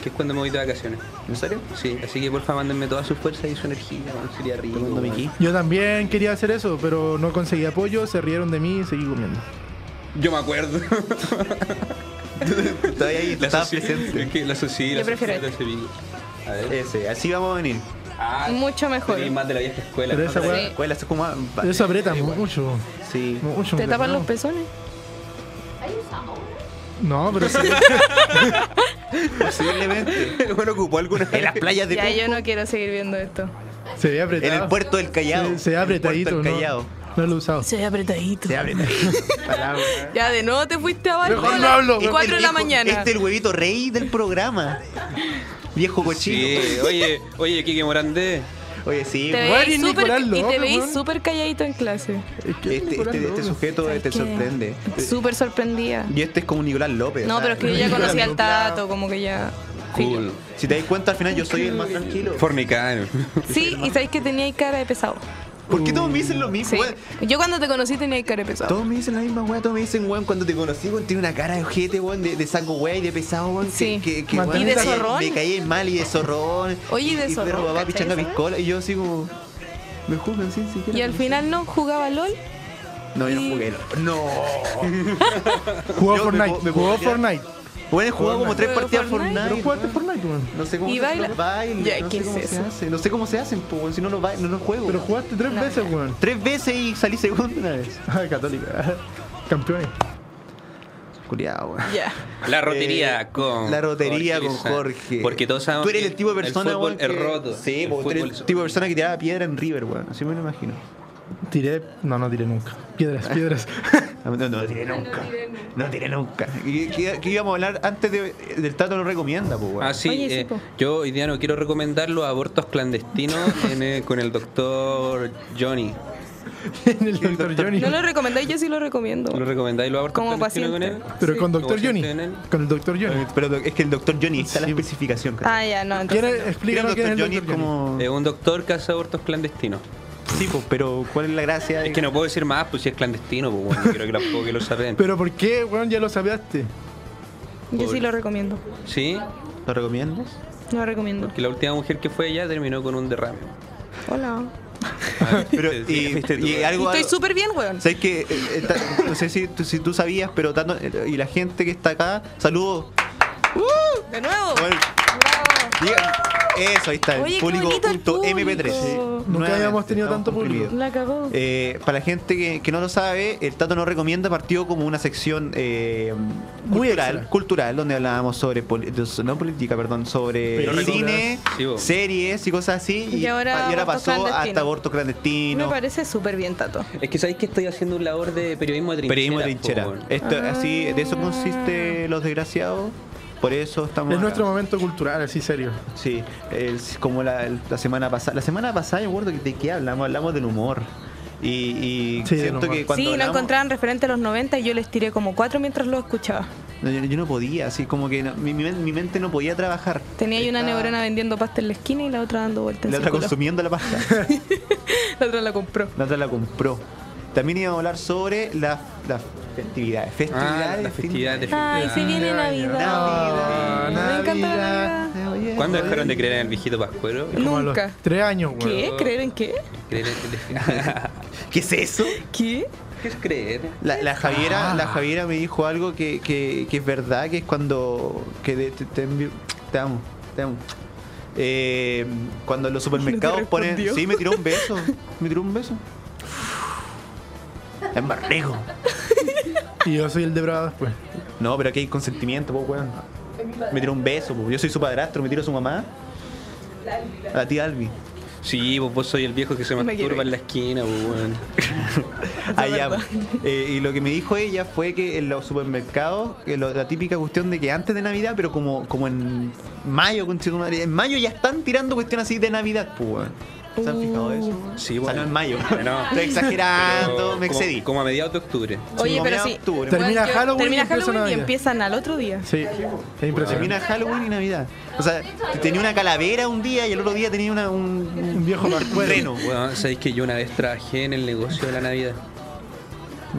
[SPEAKER 3] que es cuando me voy de vacaciones.
[SPEAKER 1] ¿En serio?
[SPEAKER 3] Sí, así que porfa, mándenme todas sus fuerzas y su energía, weón, sería rico.
[SPEAKER 1] Tomando
[SPEAKER 3] weón.
[SPEAKER 1] Mickey.
[SPEAKER 2] Yo también quería hacer eso, pero no conseguí apoyo, se rieron de mí y seguí comiendo.
[SPEAKER 3] Yo me acuerdo.
[SPEAKER 1] Todavía ahí, estaba
[SPEAKER 3] asoci- Es
[SPEAKER 1] presente. Eh,
[SPEAKER 3] que la sociedad.
[SPEAKER 5] Yo prefiero
[SPEAKER 3] A ver.
[SPEAKER 1] Ese, así vamos a venir.
[SPEAKER 3] Ah,
[SPEAKER 5] Mucho mejor.
[SPEAKER 3] tenés más de la vieja escuela.
[SPEAKER 2] Pero esa
[SPEAKER 3] Más de la-
[SPEAKER 2] weá-
[SPEAKER 1] Cuela, eso es como.
[SPEAKER 2] Eso aprieta mucho,
[SPEAKER 1] Sí.
[SPEAKER 2] mucho.
[SPEAKER 5] Te tapan
[SPEAKER 2] ¿no?
[SPEAKER 5] los pezones.
[SPEAKER 7] ¿Hay un sauna?
[SPEAKER 2] No, pero sí.
[SPEAKER 1] Posiblemente.
[SPEAKER 3] El weón ocupó alguna.
[SPEAKER 1] En las playas de
[SPEAKER 5] Ya,
[SPEAKER 1] Cusco,
[SPEAKER 5] yo no quiero seguir viendo esto.
[SPEAKER 2] se ve
[SPEAKER 1] En
[SPEAKER 2] apretado.
[SPEAKER 1] el puerto del Callao.
[SPEAKER 2] Se, se ve
[SPEAKER 1] En el puerto
[SPEAKER 2] apretadito,
[SPEAKER 1] del Callao.
[SPEAKER 2] ¿no? No lo he usado.
[SPEAKER 5] Se ve apretadito.
[SPEAKER 1] Se abre la- Palabra.
[SPEAKER 5] Ya, de nuevo te fuiste a barco.
[SPEAKER 2] Mejor no hablo,
[SPEAKER 5] Y
[SPEAKER 2] mejor
[SPEAKER 5] cuatro de la
[SPEAKER 1] Viejo,
[SPEAKER 5] mañana.
[SPEAKER 1] Este es el huevito rey del programa. Viejo cochino.
[SPEAKER 3] Sí, oye, oye, Kike Morandé.
[SPEAKER 1] Oye, sí.
[SPEAKER 5] Te
[SPEAKER 2] Weón, y
[SPEAKER 5] veis súper
[SPEAKER 2] Nicolás
[SPEAKER 5] y te
[SPEAKER 2] López,
[SPEAKER 5] veis
[SPEAKER 2] weón.
[SPEAKER 5] súper calladito en clase.
[SPEAKER 2] Es que
[SPEAKER 1] Este,
[SPEAKER 2] Nicolás
[SPEAKER 1] este, este
[SPEAKER 2] López.
[SPEAKER 1] sujeto te
[SPEAKER 5] ¿Sabes qué?
[SPEAKER 1] sorprende.
[SPEAKER 5] Súper sorprendida.
[SPEAKER 1] Y este es como Nicolás López.
[SPEAKER 5] No,
[SPEAKER 1] o sea,
[SPEAKER 5] pero es que yo ya
[SPEAKER 2] Nicolás
[SPEAKER 5] conocía al
[SPEAKER 2] López.
[SPEAKER 5] Tato, como que ya.
[SPEAKER 3] Cool.
[SPEAKER 1] Si te das cuenta, al final yo soy el más tranquilo.
[SPEAKER 3] Fornicano.
[SPEAKER 5] Sí, y sabéis que tenía cara de pesado.
[SPEAKER 1] ¿Por qué todos me dicen lo mismo?
[SPEAKER 5] Sí.
[SPEAKER 1] weón?
[SPEAKER 5] Yo cuando te conocí tenía cara de pesado.
[SPEAKER 1] Todos me dicen la misma weá, todos me dicen, weón, cuando te conocí, weón, tiene una cara de ojete, weón, de, de saco weón, y de pesado, weón, que-
[SPEAKER 5] Sí.
[SPEAKER 1] que, que,
[SPEAKER 2] Y
[SPEAKER 1] weón,
[SPEAKER 5] de
[SPEAKER 1] me caí-
[SPEAKER 5] zorrón.
[SPEAKER 1] Me caí mal y de zorrón.
[SPEAKER 5] Oye, y de
[SPEAKER 1] y,
[SPEAKER 5] zorrón,
[SPEAKER 1] perro papá
[SPEAKER 5] ¿cachai
[SPEAKER 1] pichanga
[SPEAKER 5] esa weá?
[SPEAKER 1] piscola, y yo así como, me juzgan sin siquiera.
[SPEAKER 5] Y al final no, jugaba LOL.
[SPEAKER 1] No, yo no jugué, no. Yo
[SPEAKER 2] Jugó
[SPEAKER 1] me
[SPEAKER 2] Fortnite,
[SPEAKER 1] puedo- me
[SPEAKER 2] jugó
[SPEAKER 1] puedo tirar.
[SPEAKER 2] Fortnite.
[SPEAKER 1] Bueno, he jugado como tres
[SPEAKER 5] ¿Juego
[SPEAKER 1] partidas
[SPEAKER 5] Fortnite?
[SPEAKER 1] Fortnite.
[SPEAKER 2] Pero
[SPEAKER 1] weón.
[SPEAKER 2] jugaste Fortnite, weón.
[SPEAKER 1] No sé cómo
[SPEAKER 5] Y
[SPEAKER 1] se
[SPEAKER 5] baila-
[SPEAKER 1] los bailes,
[SPEAKER 5] Ya,
[SPEAKER 1] no
[SPEAKER 5] ¿qué
[SPEAKER 1] sé
[SPEAKER 5] es
[SPEAKER 1] cómo se
[SPEAKER 5] eso?
[SPEAKER 1] hace. No sé cómo se hacen, pues, si no los bailes, no los juego.
[SPEAKER 2] Pero jugaste tres veces, weón.
[SPEAKER 1] Tres veces y salí segundo una vez.
[SPEAKER 2] Ah, Católica. Campeones.
[SPEAKER 1] Curiado, weón.
[SPEAKER 5] Ya.
[SPEAKER 3] La rotería
[SPEAKER 1] Eh,
[SPEAKER 3] con.
[SPEAKER 1] la rotería con
[SPEAKER 3] Lizán.
[SPEAKER 1] Jorge.
[SPEAKER 3] Porque todos sabemos.
[SPEAKER 1] Tú eres
[SPEAKER 3] que
[SPEAKER 1] el tipo de persona,
[SPEAKER 3] El fútbol
[SPEAKER 1] weón,
[SPEAKER 3] es
[SPEAKER 1] que-
[SPEAKER 3] roto.
[SPEAKER 1] Sí,
[SPEAKER 3] El
[SPEAKER 1] pues, tú eres
[SPEAKER 3] fútbol-
[SPEAKER 1] el tipo de persona que tiraba piedra en River, weón. Así me lo imagino.
[SPEAKER 2] Tiré. No, no tiré nunca. Piedras, piedras.
[SPEAKER 1] No, no, no tiré nunca. No tiré nunca. ¿Qué, qué- qué íbamos a hablar antes de- del trato lo recomienda, pues, weón?
[SPEAKER 3] Ah, sí,
[SPEAKER 5] Oye, sí,
[SPEAKER 3] eh,
[SPEAKER 5] po.
[SPEAKER 3] yo hoy día no quiero recomendar los abortos clandestinos en, eh, con el doctor Johnny.
[SPEAKER 2] En el doctor Johnny.
[SPEAKER 5] No lo recomendáis, yo sí lo recomiendo.
[SPEAKER 3] ¿Lo recomendáis los abortos
[SPEAKER 5] Como
[SPEAKER 3] clandestinos
[SPEAKER 5] paciente.
[SPEAKER 3] con él?
[SPEAKER 2] Pero
[SPEAKER 5] Sí.
[SPEAKER 2] con
[SPEAKER 3] Como
[SPEAKER 2] doctor
[SPEAKER 3] siempre
[SPEAKER 2] Johnny.
[SPEAKER 3] en él.
[SPEAKER 2] Con el doctor Johnny.
[SPEAKER 1] Eh, Pero es que el doctor Johnny está la
[SPEAKER 2] Sí.
[SPEAKER 1] especificación.
[SPEAKER 5] Ah, ya, no.
[SPEAKER 2] ¿Quién
[SPEAKER 5] Entonces,
[SPEAKER 2] es? Explícanos
[SPEAKER 1] Mira,
[SPEAKER 2] quién es
[SPEAKER 1] el
[SPEAKER 2] el
[SPEAKER 1] doctor Johnny es
[SPEAKER 2] doctor Johnny.
[SPEAKER 1] como.
[SPEAKER 3] Es un doctor que hace abortos clandestinos.
[SPEAKER 1] Sí, pues, pero ¿cuál es la gracia?
[SPEAKER 3] Es que no puedo decir más, pues si es clandestino, pues bueno, quiero que tampoco que lo saben.
[SPEAKER 2] Pero ¿por qué, weón? Ya lo sabíaste.
[SPEAKER 5] yo sí lo recomiendo.
[SPEAKER 3] Sí,
[SPEAKER 1] ¿Lo recomiendas?
[SPEAKER 5] Lo recomiendo.
[SPEAKER 3] porque la última mujer que fue ella terminó con un derrame.
[SPEAKER 5] Hola.
[SPEAKER 3] Ah,
[SPEAKER 1] Pero,
[SPEAKER 3] viste, sí,
[SPEAKER 1] y,
[SPEAKER 3] viste tú. eh.
[SPEAKER 1] y
[SPEAKER 5] Y
[SPEAKER 1] algo.
[SPEAKER 5] estoy súper bien, weón.
[SPEAKER 1] ¿Sabes que No sé si, tú- si tú sabías, pero tanto, y la gente que está acá, saludos.
[SPEAKER 5] De nuevo.
[SPEAKER 1] Bueno,
[SPEAKER 5] Bravo.
[SPEAKER 1] diga- eso, ahí está, el
[SPEAKER 5] Oye, qué
[SPEAKER 1] público
[SPEAKER 5] bonito el
[SPEAKER 1] punto MP3.
[SPEAKER 5] público. Sí.
[SPEAKER 2] Nunca
[SPEAKER 1] Nuevamente,
[SPEAKER 2] habíamos tenido
[SPEAKER 1] estamos
[SPEAKER 2] tanto público.
[SPEAKER 1] comprimidos.
[SPEAKER 5] La cagó.
[SPEAKER 1] Eh, para la gente que, que no lo sabe, el Tato no recomienda partió como una sección eh,
[SPEAKER 2] Muy
[SPEAKER 1] cultural,
[SPEAKER 2] extra.
[SPEAKER 1] cultural, donde hablábamos sobre poli- dos- no política, perdón, sobre
[SPEAKER 2] Pero
[SPEAKER 1] cine,
[SPEAKER 3] sí, vos.
[SPEAKER 1] series y cosas así.
[SPEAKER 5] Y ahora abortos
[SPEAKER 1] pasó hasta
[SPEAKER 5] clandestinos.
[SPEAKER 1] aborto
[SPEAKER 5] Me
[SPEAKER 1] clandestino.
[SPEAKER 5] parece súper bien, Tato.
[SPEAKER 3] Es que sabéis que estoy haciendo un labor de periodismo de trinchera.
[SPEAKER 1] Periodismo de trinchera.
[SPEAKER 3] po, bueno.
[SPEAKER 1] Esto, así, de eso
[SPEAKER 5] Ah.
[SPEAKER 1] consiste los desgraciados. Por eso estamos.
[SPEAKER 2] Es
[SPEAKER 1] acá.
[SPEAKER 2] nuestro momento cultural, así serio.
[SPEAKER 1] Sí, es como la, la semana pasada. La semana pasada, yo recuerdo que de qué hablamos, hablamos del humor. Y, y
[SPEAKER 2] Sí, del
[SPEAKER 1] siento
[SPEAKER 2] humor.
[SPEAKER 1] que cuando.
[SPEAKER 5] sí, no
[SPEAKER 1] hablamos-
[SPEAKER 5] encontraban referente a los 90 y yo les tiré como cuatro mientras lo escuchaba.
[SPEAKER 1] No, yo, yo no podía, así como que no- mi, mi men- mi mente no podía trabajar.
[SPEAKER 5] Tenía ahí una
[SPEAKER 1] Estaba-
[SPEAKER 5] neurona vendiendo pasta en la esquina y la otra dando vueltas. en
[SPEAKER 1] La otra
[SPEAKER 5] círculo.
[SPEAKER 1] consumiendo la pasta.
[SPEAKER 5] La otra la compró.
[SPEAKER 1] la otra la compró. También íbamos a hablar sobre las las festividades.
[SPEAKER 3] Ah,
[SPEAKER 1] Festividades.
[SPEAKER 3] la festividad de
[SPEAKER 5] Ay, se viene Navidad.
[SPEAKER 1] Navidad.
[SPEAKER 5] Me encanta la Navidad.
[SPEAKER 1] Navidad.
[SPEAKER 3] ¿Cuándo dejaron de creer en el viejito Pascuero?
[SPEAKER 2] Como a los
[SPEAKER 5] Nunca.
[SPEAKER 2] tres años, weón.
[SPEAKER 5] ¿Qué? ¿Creer en qué?
[SPEAKER 3] Creer en-
[SPEAKER 1] ¿Qué es eso?
[SPEAKER 5] ¿Qué?
[SPEAKER 3] ¿Qué es creer?
[SPEAKER 1] La, la Javiera, la Javiera me dijo algo que, que- que es verdad, que es cuando que de- te, te envi- te amo, te amo. Eh, cuando en los supermercados ponen,
[SPEAKER 5] respondió.
[SPEAKER 1] sí, me tiró un beso, me tiró un beso. Es más rico.
[SPEAKER 2] Y yo soy el pues. depravado después.
[SPEAKER 1] No, pero aquí hay consentimiento, po, weón. Me tiró un beso, po. yo soy su padrastro, me tiró su mamá. A ti, Albi.
[SPEAKER 3] Sí, vos, vos soy el viejo que se
[SPEAKER 5] Me quiero
[SPEAKER 3] masturba
[SPEAKER 5] ir.
[SPEAKER 3] en la esquina, pues, bueno.
[SPEAKER 1] Allá.
[SPEAKER 5] verdad.
[SPEAKER 1] Eh, y lo que me dijo ella fue que en los supermercados, que lo- la típica cuestión de que antes de Navidad, pero como, como en mayo, con su madre, en mayo ya están tirando cuestiones así de Navidad, pues. weón. ¿Se han fijado eso?
[SPEAKER 5] Uh.
[SPEAKER 1] weón?
[SPEAKER 3] Sí, bueno.
[SPEAKER 1] Salió en mayo.
[SPEAKER 3] No.
[SPEAKER 1] Estoy exagerando,
[SPEAKER 3] Pero
[SPEAKER 1] me excedí.
[SPEAKER 3] Como, como a mediados de octubre.
[SPEAKER 5] Oye,
[SPEAKER 1] Como
[SPEAKER 5] pero
[SPEAKER 1] a
[SPEAKER 5] sí.
[SPEAKER 1] octubre.
[SPEAKER 5] Bueno,
[SPEAKER 2] Termina
[SPEAKER 5] yo-
[SPEAKER 2] Halloween y
[SPEAKER 5] termina
[SPEAKER 2] empieza
[SPEAKER 5] Halloween y
[SPEAKER 2] Navidad.
[SPEAKER 5] empiezan al otro día.
[SPEAKER 2] Sí, es
[SPEAKER 1] Termina
[SPEAKER 2] impresionante.
[SPEAKER 1] Halloween y Navidad. O sea, tenía una calavera un día y el otro día tenía una, un,
[SPEAKER 2] Un viejo
[SPEAKER 1] un
[SPEAKER 2] pascuero.
[SPEAKER 1] reno.
[SPEAKER 3] Bueno, sabéis que yo una vez trabajé en el negocio de la Navidad.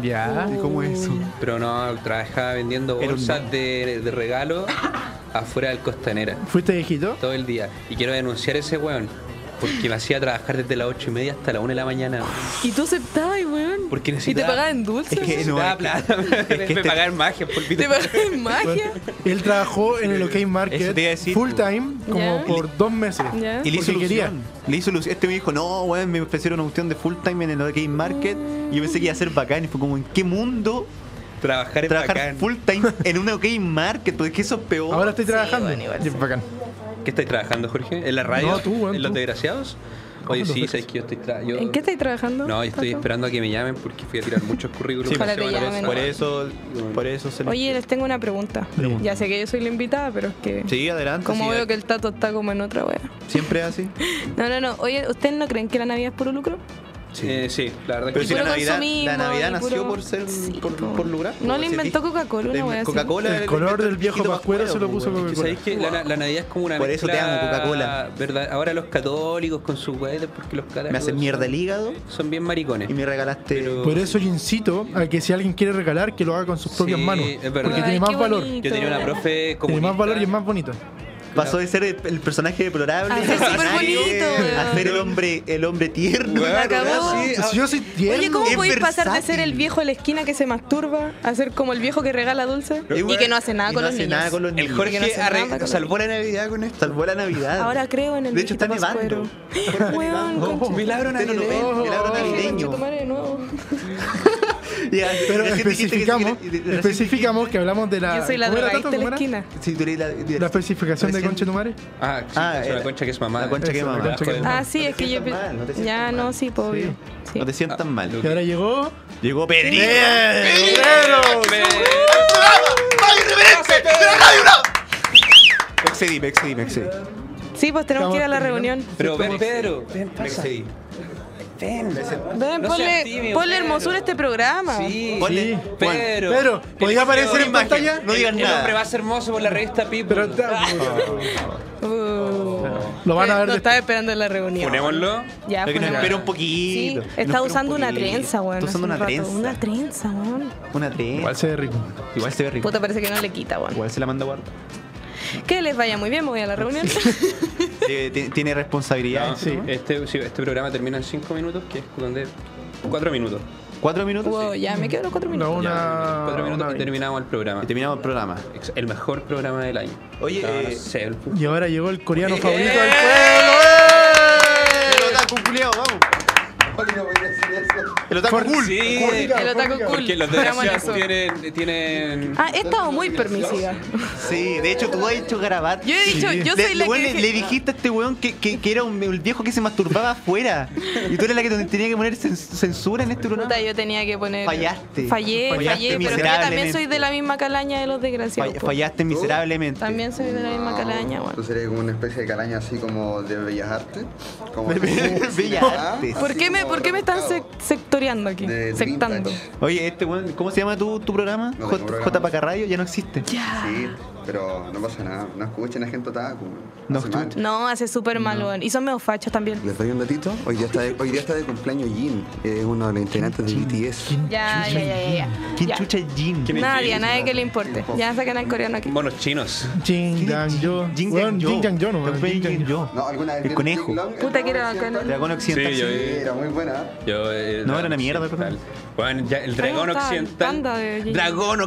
[SPEAKER 2] Ya.
[SPEAKER 1] ¿Y cómo es eso?
[SPEAKER 3] Pero no, trabajaba vendiendo
[SPEAKER 1] Era un
[SPEAKER 3] bolsas
[SPEAKER 1] niño.
[SPEAKER 3] de, de regalo afuera del Costanera.
[SPEAKER 2] ¿Fuiste viejito?
[SPEAKER 3] Todo el día. Y quiero denunciar a ese weón. Porque me hacía trabajar desde las 8 y media hasta la 1 de la mañana.
[SPEAKER 1] Ah,
[SPEAKER 5] Y tú aceptabas, weón.
[SPEAKER 3] Porque
[SPEAKER 5] Y te
[SPEAKER 3] necesitaba-
[SPEAKER 5] pagaban dulces.
[SPEAKER 1] Es que- no,
[SPEAKER 3] Necesitaba plata.
[SPEAKER 1] que
[SPEAKER 3] me
[SPEAKER 1] este-
[SPEAKER 3] pagaban magia, por
[SPEAKER 5] Te pagaban magia.
[SPEAKER 2] Bueno, él trabajó en el OK
[SPEAKER 1] Eso
[SPEAKER 2] Market
[SPEAKER 1] te iba a decir,
[SPEAKER 2] full
[SPEAKER 1] pues.
[SPEAKER 2] time como
[SPEAKER 5] Ya.
[SPEAKER 2] por dos meses.
[SPEAKER 5] Ya.
[SPEAKER 1] Y le hizo
[SPEAKER 2] Porque quería.
[SPEAKER 1] ilusión. Le hizo ilusión. Este me dijo, no, weón, me ofrecieron una cuestión de full time en el OK Market. Y yo pensé que iba a ser bacán. Y fue como, ¿en qué mundo
[SPEAKER 3] Trabajar en
[SPEAKER 1] trabajar
[SPEAKER 3] bacán.
[SPEAKER 1] full time en un OK Market? Porque eso es peor.
[SPEAKER 2] Ahora estoy trabajando.
[SPEAKER 5] bueno, igual
[SPEAKER 2] Y es bacán.
[SPEAKER 3] ¿Qué estáis trabajando, Jorge? ¿En la radio?
[SPEAKER 2] No, tú, weón,
[SPEAKER 3] ¿En los
[SPEAKER 2] tú.
[SPEAKER 3] desgraciados?
[SPEAKER 2] ¿Cómo
[SPEAKER 3] Oye,
[SPEAKER 2] los
[SPEAKER 3] sí,
[SPEAKER 2] ves?
[SPEAKER 3] sabes que yo estoy tra- yo-
[SPEAKER 5] ¿En qué estás trabajando?
[SPEAKER 3] No, yo estoy
[SPEAKER 5] Tato?
[SPEAKER 3] esperando a que me llamen porque fui a tirar muchos currículos.
[SPEAKER 1] Sí,
[SPEAKER 5] Ojalá te llamen.
[SPEAKER 1] por eso, por eso se le-
[SPEAKER 5] Oye, les tengo una pregunta.
[SPEAKER 2] Pregunta.
[SPEAKER 5] Ya sé que yo soy la invitada, pero es que.
[SPEAKER 1] Sí, adelante.
[SPEAKER 5] Como
[SPEAKER 1] sí, eh,
[SPEAKER 5] veo que el tato está como en otra wea.
[SPEAKER 1] Siempre es así.
[SPEAKER 5] No, no, no. Oye, ¿ustedes no creen que la Navidad es puro lucro?
[SPEAKER 1] Sí.
[SPEAKER 3] Eh, sí, la verdad
[SPEAKER 1] Pero
[SPEAKER 3] que
[SPEAKER 1] si la
[SPEAKER 5] puro
[SPEAKER 1] Navidad,
[SPEAKER 5] consumismo,
[SPEAKER 1] la Navidad
[SPEAKER 5] y
[SPEAKER 1] nació
[SPEAKER 5] puro-
[SPEAKER 1] por ser
[SPEAKER 5] Sí,
[SPEAKER 1] por,
[SPEAKER 5] po.
[SPEAKER 1] por lugar.
[SPEAKER 5] No
[SPEAKER 1] po, ese
[SPEAKER 5] la inventó
[SPEAKER 1] tic-
[SPEAKER 5] Coca-Cola, una
[SPEAKER 1] de-
[SPEAKER 5] wea así.
[SPEAKER 1] Coca-Cola
[SPEAKER 2] El
[SPEAKER 1] era
[SPEAKER 2] color
[SPEAKER 1] inventó
[SPEAKER 2] del viejo
[SPEAKER 1] Chiquito
[SPEAKER 2] Pascuero se lo
[SPEAKER 1] po,
[SPEAKER 2] puso
[SPEAKER 1] weón.
[SPEAKER 2] Coca-Cola.
[SPEAKER 3] ¿Sabéis que la, la Navidad es como una
[SPEAKER 1] Por eso te
[SPEAKER 3] mezcla,
[SPEAKER 1] amo, Coca-Cola.
[SPEAKER 3] ¿verdad? Ahora los católicos con sus weas, porque los católicos
[SPEAKER 1] Me hacen mierda el hígado
[SPEAKER 3] son bien maricones.
[SPEAKER 1] y me regalaste.
[SPEAKER 3] Pero-
[SPEAKER 2] Por eso yo incito a que si alguien quiere regalar, que lo haga con sus propias
[SPEAKER 3] Sí,
[SPEAKER 2] manos.
[SPEAKER 3] es verdad.
[SPEAKER 2] Porque
[SPEAKER 5] Ay,
[SPEAKER 2] tiene más
[SPEAKER 5] qué
[SPEAKER 2] valor.
[SPEAKER 5] bonito.
[SPEAKER 3] Yo tenía una profe como
[SPEAKER 2] Tiene más valor y es más bonito.
[SPEAKER 1] Pasó de ser el, el personaje deplorable,
[SPEAKER 5] A ser súper
[SPEAKER 1] ordinario,
[SPEAKER 5] bonito,
[SPEAKER 1] a
[SPEAKER 5] weón.
[SPEAKER 1] ser el hombre, el hombre tierno.
[SPEAKER 3] Weón,
[SPEAKER 5] acabó.
[SPEAKER 3] weón, sí,
[SPEAKER 1] ah,
[SPEAKER 2] Si yo soy tierno.
[SPEAKER 5] Oye, ¿cómo
[SPEAKER 1] Es
[SPEAKER 5] podéis pasar de
[SPEAKER 1] versátil.
[SPEAKER 5] ser el viejo de la esquina que se masturba a ser como el viejo que regala dulce
[SPEAKER 1] Eh,
[SPEAKER 5] y
[SPEAKER 1] weón,
[SPEAKER 5] que no hace nada
[SPEAKER 1] y
[SPEAKER 5] con
[SPEAKER 1] no
[SPEAKER 5] los
[SPEAKER 1] hace
[SPEAKER 5] niños?
[SPEAKER 1] nada con los
[SPEAKER 3] El
[SPEAKER 1] niños.
[SPEAKER 3] Jorge
[SPEAKER 5] Que no hace
[SPEAKER 3] arre-
[SPEAKER 5] nada con los
[SPEAKER 1] salvó la Navidad con este. esto, salvó la Navidad.
[SPEAKER 5] Ahora creo en el
[SPEAKER 1] De hecho, está
[SPEAKER 5] viejito
[SPEAKER 1] nevando.
[SPEAKER 5] Pascuero. Weón,
[SPEAKER 1] Oh,
[SPEAKER 5] concha-
[SPEAKER 1] milagro
[SPEAKER 2] Usted no lo
[SPEAKER 1] navideño.
[SPEAKER 2] ve.
[SPEAKER 1] milagro
[SPEAKER 5] Ay,
[SPEAKER 1] navideño.
[SPEAKER 5] conchetumare de nuevo.
[SPEAKER 1] Ya,
[SPEAKER 2] Pero
[SPEAKER 1] recién dijiste que-
[SPEAKER 2] especificamos,
[SPEAKER 1] que- que-
[SPEAKER 2] especificamos que hablamos
[SPEAKER 1] Ah,
[SPEAKER 2] de la.
[SPEAKER 5] Yo soy la
[SPEAKER 2] ¿cómo era,
[SPEAKER 5] drogadicta
[SPEAKER 2] Tato?
[SPEAKER 5] de la
[SPEAKER 2] ¿Cómo era?
[SPEAKER 5] esquina.
[SPEAKER 1] Sí, tú eres la,
[SPEAKER 2] La especificación de
[SPEAKER 1] recién-
[SPEAKER 2] Concha Tumare.
[SPEAKER 3] Ah, sí,
[SPEAKER 1] Ah,
[SPEAKER 3] es
[SPEAKER 1] eh,
[SPEAKER 3] una concha que es mamá.
[SPEAKER 1] la concha que es
[SPEAKER 2] Eso, la
[SPEAKER 1] mamá.
[SPEAKER 2] concha que es
[SPEAKER 5] Ah, sí, es que yo.
[SPEAKER 1] sientas mal, no te sientas
[SPEAKER 5] ya,
[SPEAKER 1] mal.
[SPEAKER 5] no, sí, pues, obvio. Sí.
[SPEAKER 1] No te sientas mal.
[SPEAKER 2] Y ahora llegó.
[SPEAKER 1] Llegó Pedrito. Me excedí, me excedí, me excedí.
[SPEAKER 5] Sí, pues tenemos que ir a la
[SPEAKER 2] Estamos
[SPEAKER 5] reunión.
[SPEAKER 3] Pero ven, Pedro. Ven,
[SPEAKER 1] Me excedí.
[SPEAKER 5] Ven,
[SPEAKER 3] No
[SPEAKER 5] ponle,
[SPEAKER 3] seas tímido,
[SPEAKER 5] ponle
[SPEAKER 3] Pedro.
[SPEAKER 5] hermosura a este programa.
[SPEAKER 3] Sí.
[SPEAKER 1] Ponle-
[SPEAKER 2] Sí.
[SPEAKER 1] Juan,
[SPEAKER 3] Pedro.
[SPEAKER 2] Pedro, ¿podía aparecer en
[SPEAKER 1] imagen.
[SPEAKER 2] pantalla?
[SPEAKER 1] No digas
[SPEAKER 3] El hombre va
[SPEAKER 1] nada.
[SPEAKER 3] a ser hermoso por la revista People.
[SPEAKER 2] Pero pues,
[SPEAKER 1] Ah,
[SPEAKER 5] Uh.
[SPEAKER 2] lo van a ver
[SPEAKER 5] Lo
[SPEAKER 2] después.
[SPEAKER 5] estaba esperando en la reunión.
[SPEAKER 3] Ponémoslo.
[SPEAKER 5] Ya,
[SPEAKER 1] Lo que nos
[SPEAKER 5] funémoslo.
[SPEAKER 1] espera un poquito.
[SPEAKER 5] Sí,
[SPEAKER 1] nos espera
[SPEAKER 5] está
[SPEAKER 1] un
[SPEAKER 5] usando una
[SPEAKER 1] poquito.
[SPEAKER 5] trenza, weón.
[SPEAKER 1] Está usando una
[SPEAKER 5] hace un rato.
[SPEAKER 1] trenza.
[SPEAKER 5] Una trenza, weón.
[SPEAKER 1] Una trenza.
[SPEAKER 2] Igual se ve rico.
[SPEAKER 1] Igual se ve rico.
[SPEAKER 5] Puta, parece que no le quita, weón.
[SPEAKER 1] Igual se la manda a guardar.
[SPEAKER 5] Que les vaya muy bien, me voy a la reunión.
[SPEAKER 1] Eh, ti- Tiene responsabilidad.
[SPEAKER 3] No,
[SPEAKER 2] sí.
[SPEAKER 3] Este, sí, este programa termina en 5 minutos, que es donde. 4 minutos.
[SPEAKER 1] Cuatro minutos
[SPEAKER 5] Wow, ya me quedo los cuatro
[SPEAKER 2] No,
[SPEAKER 5] minutos.
[SPEAKER 2] una.
[SPEAKER 3] 4
[SPEAKER 2] Ah, una
[SPEAKER 3] minutos y
[SPEAKER 2] veinte.
[SPEAKER 3] terminamos el
[SPEAKER 1] sí,
[SPEAKER 3] programa.
[SPEAKER 1] y terminamos el programa.
[SPEAKER 3] Ex- El mejor programa del año.
[SPEAKER 1] Oye,
[SPEAKER 3] Estaba, no
[SPEAKER 1] eh,
[SPEAKER 3] sé, el-
[SPEAKER 2] Y ahora llegó el coreano
[SPEAKER 3] Eh.
[SPEAKER 2] favorito del
[SPEAKER 5] eh.
[SPEAKER 1] El otaku culiao, vamos. El otaku
[SPEAKER 2] Por-
[SPEAKER 1] cool.
[SPEAKER 3] Sí,
[SPEAKER 5] El otaku cool.
[SPEAKER 3] porque los de la
[SPEAKER 5] Esperamos
[SPEAKER 3] ciudad
[SPEAKER 5] eso.
[SPEAKER 3] tienen. tienen
[SPEAKER 5] Ah, he estado muy permisiva.
[SPEAKER 1] Sí, de hecho tú has hecho garabato.
[SPEAKER 5] Yo he dicho, yo
[SPEAKER 1] Le-
[SPEAKER 5] soy la
[SPEAKER 1] weón,
[SPEAKER 5] que
[SPEAKER 1] le,
[SPEAKER 5] dije-
[SPEAKER 1] le dijiste a este weón que, que- que era un, el viejo que se masturbaba afuera. Y tú eres la que te tenía que poner cen- censura en este programa.
[SPEAKER 5] Puta, yo tenía que poner.
[SPEAKER 1] Fallaste.
[SPEAKER 5] Fallé,
[SPEAKER 1] Fallaste
[SPEAKER 5] fallé, pero es que yo también
[SPEAKER 1] miserablemente.
[SPEAKER 5] soy de la misma calaña de los desgraciados.
[SPEAKER 1] Fall-
[SPEAKER 5] po.
[SPEAKER 1] fallaste miserablemente.
[SPEAKER 5] pues. También soy de la
[SPEAKER 8] Ah,
[SPEAKER 5] misma calaña,
[SPEAKER 8] Esto
[SPEAKER 5] weón.
[SPEAKER 8] sería como una especie de calaña así como de bellas artes. Como
[SPEAKER 1] Bellas Artes.
[SPEAKER 5] ¿Por qué me, por qué me están
[SPEAKER 8] sectando?
[SPEAKER 5] sec- sectoreando aquí?
[SPEAKER 8] De
[SPEAKER 5] Sectando.
[SPEAKER 8] vintage.
[SPEAKER 1] Oye, este weón, ¿cómo se llama tu, tu programa?
[SPEAKER 8] tengo
[SPEAKER 1] J,
[SPEAKER 8] programa.
[SPEAKER 1] J Paca Radio ya no existe.
[SPEAKER 8] Sí, pero no pasa nada. No escuchen a gente otaku.
[SPEAKER 1] No
[SPEAKER 8] Hace mal.
[SPEAKER 5] No, hace súper mal, weón. Y son medio fachos también.
[SPEAKER 8] Les doy un datito. Hoy día está de, hoy día está de cumpleaños Jin. Es uno de los integrantes de BTS.
[SPEAKER 5] Ya, ya, ya, ya, ya.
[SPEAKER 1] ¿Quién
[SPEAKER 5] Ya.
[SPEAKER 1] chucha es Jin?
[SPEAKER 3] ¿Quién es
[SPEAKER 5] Nadie, a
[SPEAKER 3] Jin?
[SPEAKER 5] nadie que le importe. Ya sacan al coreano aquí.
[SPEAKER 3] monos chinos.
[SPEAKER 2] Jin Yang Yo.
[SPEAKER 1] Jin
[SPEAKER 2] Weón,
[SPEAKER 1] Yang Yo.
[SPEAKER 2] Jin Yang Yo, no,
[SPEAKER 1] Te
[SPEAKER 2] weón,
[SPEAKER 1] fue
[SPEAKER 2] Jin Yang
[SPEAKER 1] Jin Yo.
[SPEAKER 8] No, alguna vez
[SPEAKER 1] El
[SPEAKER 8] vieron
[SPEAKER 1] conejo.
[SPEAKER 8] Big Long?
[SPEAKER 5] Puta que era
[SPEAKER 8] Occidental.
[SPEAKER 5] bacana.
[SPEAKER 1] Dragón Occidental.
[SPEAKER 3] Sí, yo vi.
[SPEAKER 8] Sí, Era muy buena.
[SPEAKER 3] Yo, eh,
[SPEAKER 1] No, era una mierda,
[SPEAKER 3] occidental.
[SPEAKER 1] perdón.
[SPEAKER 3] Bueno, ya, el dragón
[SPEAKER 5] está, panda de
[SPEAKER 3] occidental.
[SPEAKER 5] Jin.
[SPEAKER 3] dragón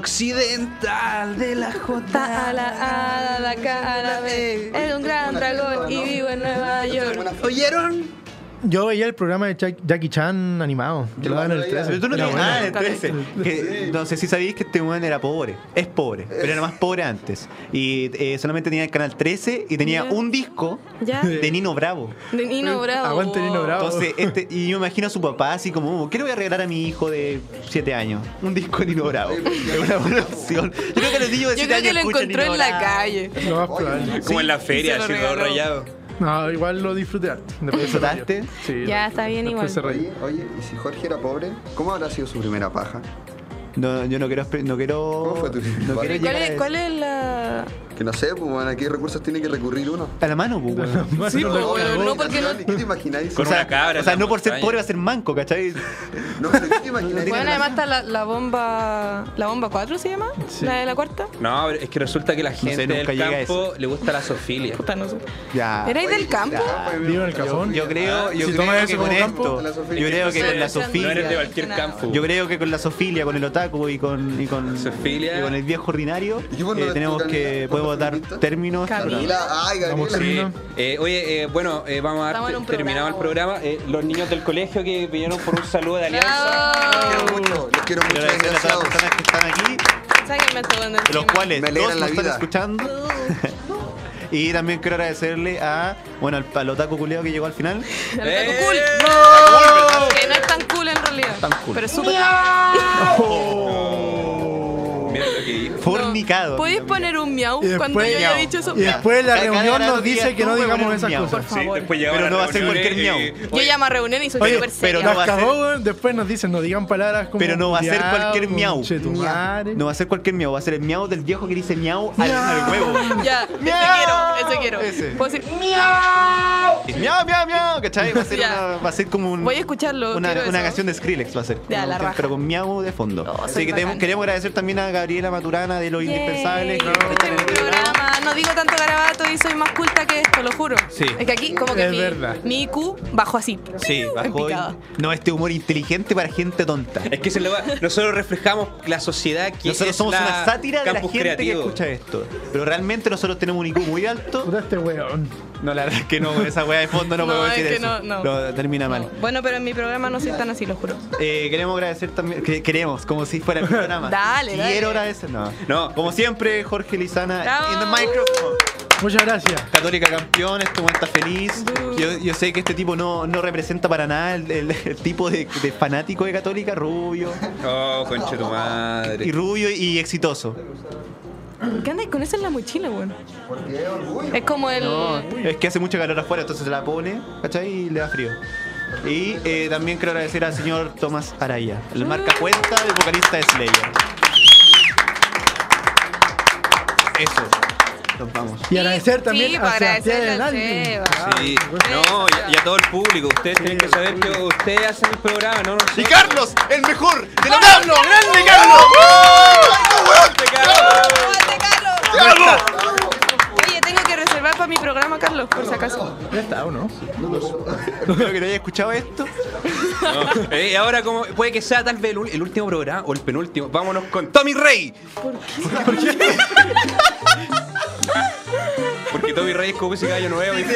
[SPEAKER 3] occidental de la
[SPEAKER 5] Ta a la A, a la K, a la B. Es un gran dragón y vivo en Nueva York.
[SPEAKER 1] ¿Oyeron?
[SPEAKER 2] Yo veía el programa de Jack- Jackie Chan animado. que lo daban en el 13.
[SPEAKER 1] Pero tú no
[SPEAKER 2] Era
[SPEAKER 1] tienes
[SPEAKER 2] bueno.
[SPEAKER 1] nada de 13. Que, no sé si sabéis que este weón era pobre. Es pobre, pero era más pobre antes. Y eh, solamente tenía el canal 13 y tenía
[SPEAKER 5] Ya.
[SPEAKER 1] un disco
[SPEAKER 5] Ya.
[SPEAKER 1] de Nino Bravo.
[SPEAKER 5] De Nino Bravo.
[SPEAKER 2] Aguante Nino Bravo.
[SPEAKER 1] Entonces,
[SPEAKER 8] Oh.
[SPEAKER 1] este, y yo imagino a su papá así como, "Oh, ¿qué le voy a regalar a mi hijo de 7 años? Un disco de Nino Bravo.
[SPEAKER 8] pues,
[SPEAKER 1] Es una buena opción. Yo creo que los niños de
[SPEAKER 5] Yo
[SPEAKER 1] 7
[SPEAKER 5] creo
[SPEAKER 1] años
[SPEAKER 5] que lo
[SPEAKER 1] escuchan
[SPEAKER 5] encontró
[SPEAKER 1] Nino
[SPEAKER 5] en la
[SPEAKER 1] Bravo.
[SPEAKER 5] calle.
[SPEAKER 2] Lo más probable.
[SPEAKER 3] Como en la feria,
[SPEAKER 5] se lo
[SPEAKER 3] así todo
[SPEAKER 5] regaló.
[SPEAKER 3] rayado.
[SPEAKER 2] No, igual lo disfruté harto. Después se rayó.
[SPEAKER 1] ¿Disfrutaste?
[SPEAKER 2] Sí.
[SPEAKER 5] Ya, está bien
[SPEAKER 2] Después
[SPEAKER 5] igual.
[SPEAKER 2] se rayó.
[SPEAKER 8] Oye, oye, ¿y si Jorge era pobre? ¿Cómo habrá sido su primera paja?
[SPEAKER 1] No, yo no quiero... espe- No quiero
[SPEAKER 8] ¿Cómo fue tu-
[SPEAKER 1] no quiero
[SPEAKER 8] ¿Cuál
[SPEAKER 5] ¿Cuál
[SPEAKER 1] llegar a
[SPEAKER 5] es,
[SPEAKER 1] eso.
[SPEAKER 5] cuál es la...?
[SPEAKER 8] Que no sé, pues bueno, ¿a qué recursos tiene que recurrir uno?
[SPEAKER 1] A la mano, pues, weón.
[SPEAKER 2] Más
[SPEAKER 5] Sí,
[SPEAKER 2] no
[SPEAKER 5] pues,
[SPEAKER 2] lo-
[SPEAKER 5] bueno,
[SPEAKER 8] no,
[SPEAKER 5] no porque no-
[SPEAKER 8] ¿Qué te imagináis?
[SPEAKER 3] Con
[SPEAKER 1] O sea,
[SPEAKER 3] una cabra
[SPEAKER 1] O sea,
[SPEAKER 3] en
[SPEAKER 1] no
[SPEAKER 3] la
[SPEAKER 1] por ser
[SPEAKER 3] montaña.
[SPEAKER 1] pobre va a ser manco, ¿cachai?
[SPEAKER 8] No, pero ¿qué te imagináis?
[SPEAKER 5] Bueno, además está la, la bomba... ¿La bomba 4 se llama? ¿La de la cuarta?
[SPEAKER 3] No, pero es que resulta que la gente
[SPEAKER 1] nunca
[SPEAKER 3] del
[SPEAKER 1] llega a
[SPEAKER 3] campo le gusta la sofilia.
[SPEAKER 5] Puta, no sé.
[SPEAKER 1] Ah, Ya.
[SPEAKER 5] ¿Erais del campo?
[SPEAKER 8] Ah,
[SPEAKER 2] Vivo en el cajón.
[SPEAKER 1] Yo creo, yo
[SPEAKER 2] Si
[SPEAKER 1] creo
[SPEAKER 2] tomas
[SPEAKER 1] que
[SPEAKER 2] eso
[SPEAKER 1] con
[SPEAKER 2] como
[SPEAKER 1] esto,
[SPEAKER 8] campo, la
[SPEAKER 1] yo
[SPEAKER 8] Sofía.
[SPEAKER 1] creo que con la
[SPEAKER 3] No
[SPEAKER 1] sofilia,
[SPEAKER 3] eres de cualquier campo.
[SPEAKER 1] yo creo que con la sofilia, con el otaku y con y con,
[SPEAKER 3] Sofilia.
[SPEAKER 1] y con el viejo ordinario,
[SPEAKER 8] ¿Y qué por
[SPEAKER 1] eh,
[SPEAKER 8] no ves
[SPEAKER 1] tenemos
[SPEAKER 8] tú,
[SPEAKER 1] que
[SPEAKER 8] Camila?
[SPEAKER 1] podemos
[SPEAKER 8] ¿Por
[SPEAKER 1] dar
[SPEAKER 8] feminista?
[SPEAKER 1] términos.
[SPEAKER 5] Camila.
[SPEAKER 8] Camila, ay,
[SPEAKER 2] Vamos,
[SPEAKER 8] Gabriela.
[SPEAKER 2] sí.
[SPEAKER 3] Eh, eh, oye, eh, bueno, eh, vamos a
[SPEAKER 5] Estamos
[SPEAKER 3] dar
[SPEAKER 5] en un
[SPEAKER 3] terminado el
[SPEAKER 5] programa.
[SPEAKER 3] programa. Eh, los niños del colegio que vinieron por un saludo de alianza.
[SPEAKER 8] Los
[SPEAKER 5] ¡Bravo!
[SPEAKER 8] quiero mucho, los
[SPEAKER 1] Quiero
[SPEAKER 8] quiero mucho,
[SPEAKER 1] agradecer a todas
[SPEAKER 8] desgraciados.
[SPEAKER 1] las personas que están aquí,
[SPEAKER 5] Sáquenme este buen
[SPEAKER 1] de los
[SPEAKER 5] encima.
[SPEAKER 1] cuales
[SPEAKER 8] Me
[SPEAKER 1] dos
[SPEAKER 8] alegran
[SPEAKER 1] nos
[SPEAKER 8] la
[SPEAKER 1] están
[SPEAKER 8] vida.
[SPEAKER 1] escuchando. Y también quiero agradecerle a bueno al, al otaku culiao que llegó al final.
[SPEAKER 5] El otaku
[SPEAKER 3] ¡Eh!
[SPEAKER 5] cool.
[SPEAKER 1] ¡No!
[SPEAKER 5] Que no es tan cool en realidad.
[SPEAKER 1] Tan cool.
[SPEAKER 5] Pero es súper...
[SPEAKER 3] Mira lo que dijo.
[SPEAKER 1] Forni picado.
[SPEAKER 5] ¿Podéis poner un miau cuando yo haya dicho eso?
[SPEAKER 2] y después la
[SPEAKER 1] Cada- cada
[SPEAKER 2] reunión
[SPEAKER 1] rato
[SPEAKER 2] nos dice
[SPEAKER 1] dirías
[SPEAKER 2] que
[SPEAKER 1] tú,
[SPEAKER 2] no
[SPEAKER 1] voy a
[SPEAKER 2] digamos
[SPEAKER 1] poner un
[SPEAKER 2] esas
[SPEAKER 1] miau.
[SPEAKER 2] cosas.
[SPEAKER 5] Por favor.
[SPEAKER 3] llegaban
[SPEAKER 1] Pero no
[SPEAKER 3] las
[SPEAKER 1] va a ser
[SPEAKER 3] reuniones
[SPEAKER 1] cualquier
[SPEAKER 3] y- eh,
[SPEAKER 5] Yo llamo a reuniones y soy
[SPEAKER 2] Oye,
[SPEAKER 5] súper
[SPEAKER 1] pero
[SPEAKER 5] seria.
[SPEAKER 1] no
[SPEAKER 2] Nos
[SPEAKER 1] va a ser-
[SPEAKER 2] cagó, weón. Después nos dicen, no digan palabras como.
[SPEAKER 1] Pero no va a ser
[SPEAKER 2] "Ya,
[SPEAKER 1] cualquier miau".
[SPEAKER 2] conchetumare.
[SPEAKER 1] No va a ser cualquier miau, va a ser el miau del viejo que dice miau al, al huevo.
[SPEAKER 5] Ya, ese quiero, ese
[SPEAKER 1] Ese.
[SPEAKER 5] quiero. Puedo decir,
[SPEAKER 1] Miau, miau, miau, ¿cachai? Va a ser,
[SPEAKER 5] Ya.
[SPEAKER 1] una- va a ser como un-
[SPEAKER 5] Voy a escucharlo,
[SPEAKER 1] una,
[SPEAKER 5] quiero
[SPEAKER 1] una
[SPEAKER 5] eso.
[SPEAKER 1] canción de Skrillex, va a ser. Una
[SPEAKER 5] Ya, la
[SPEAKER 1] canción,
[SPEAKER 5] raja.
[SPEAKER 1] Pero con miau de fondo.
[SPEAKER 5] Oh,
[SPEAKER 1] Así
[SPEAKER 5] soy
[SPEAKER 1] que tenemos-
[SPEAKER 5] bacán.
[SPEAKER 1] queremos agradecer también a Gabriela Maturana de Los Indispensables. que
[SPEAKER 5] Yay,
[SPEAKER 1] estuvo
[SPEAKER 5] escuché
[SPEAKER 1] en
[SPEAKER 5] mi
[SPEAKER 1] el programa.
[SPEAKER 5] programa. No digo tanto garabato y soy más culta que esto, lo juro.
[SPEAKER 1] Sí.
[SPEAKER 5] Es que aquí, como que
[SPEAKER 2] Es
[SPEAKER 5] mi,
[SPEAKER 2] verdad.
[SPEAKER 5] mi IQ bajó así.
[SPEAKER 1] Sí, bajó. y-
[SPEAKER 5] picada.
[SPEAKER 1] No, este humor inteligente para gente tonta.
[SPEAKER 3] Es que se le va- nosotros reflejamos la sociedad que
[SPEAKER 1] Nosotros
[SPEAKER 3] es
[SPEAKER 1] somos
[SPEAKER 3] la
[SPEAKER 1] una sátira de la
[SPEAKER 3] campus
[SPEAKER 1] gente que
[SPEAKER 3] creativo.
[SPEAKER 1] escucha esto. Pero realmente nosotros tenemos un IQ muy alto.
[SPEAKER 2] Puta este weón.
[SPEAKER 1] No, la verdad es que no, con esa weá de fondo no,
[SPEAKER 5] No,
[SPEAKER 1] puedo
[SPEAKER 5] es
[SPEAKER 1] decir
[SPEAKER 5] que
[SPEAKER 1] eso.
[SPEAKER 5] no, no.
[SPEAKER 1] termina mal.
[SPEAKER 5] Bueno, pero en mi programa no soy tan así, lo juro.
[SPEAKER 1] Eh, queremos agradecer también. que- queremos, como si fuera el programa.
[SPEAKER 5] Dale, dale.
[SPEAKER 1] Quiero agradecer. No.
[SPEAKER 3] No.
[SPEAKER 1] Como siempre, Jorge Lizana
[SPEAKER 5] Bravo.
[SPEAKER 1] en the microphone.
[SPEAKER 2] Muchas gracias.
[SPEAKER 1] Católica campeón, este weón está feliz. Yo, yo sé que este tipo no, no representa para nada el, el- el tipo de, de fanático de Católica, rubio.
[SPEAKER 3] Oh, conche tu
[SPEAKER 1] Y
[SPEAKER 3] madre.
[SPEAKER 1] rubio y exitoso.
[SPEAKER 5] ¿Qué andas con eso en la mochila, weón? Es como el.
[SPEAKER 1] No, es que hace mucho calor afuera, entonces se la pone, ¿cachai? Y le da frío. Y eh, también quiero agradecer al señor Tomás Araya, el marca cuenta del vocalista de Slayer. Eso. Nos vamos.
[SPEAKER 2] Y agradecer
[SPEAKER 5] Sí,
[SPEAKER 2] también a
[SPEAKER 5] para
[SPEAKER 2] Sebastián
[SPEAKER 5] agradecerle al
[SPEAKER 2] Elandi.
[SPEAKER 5] Seba.
[SPEAKER 2] Ah,
[SPEAKER 3] Sí. No, y a, y a todo el público. Ustedes tienen que saber que ustedes hacen el programa, no nosotros.
[SPEAKER 1] Y Carlos, el mejor de la tabla. ¡Grande Carlos!
[SPEAKER 2] Ah.
[SPEAKER 5] ¡Aguante, Carlos! Oye, tengo que reservar para mi programa, Carlos, por si acaso.
[SPEAKER 2] ¿Ya está o no?
[SPEAKER 1] Espero que no haya escuchado esto.
[SPEAKER 3] No. Eh, ahora como puede que sea tal vez el, ul- el último programa o el penúltimo. Vámonos con Tommy Rey. Porque Tommy Rey es como ese gallo nuevo. Y...
[SPEAKER 1] Ya, yo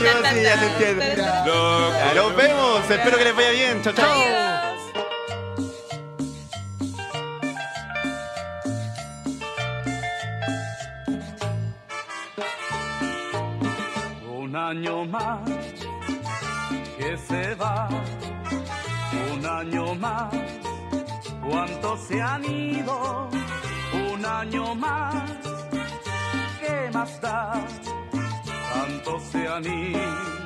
[SPEAKER 1] sí, ya se entiende.
[SPEAKER 3] Loco.
[SPEAKER 1] Ya, Nos vemos. Espero que les vaya bien. Chao, chao.
[SPEAKER 9] Un año más que se va, un año más, cuántos se han ido, un año más, ¿qué más da? Tantos se han ido.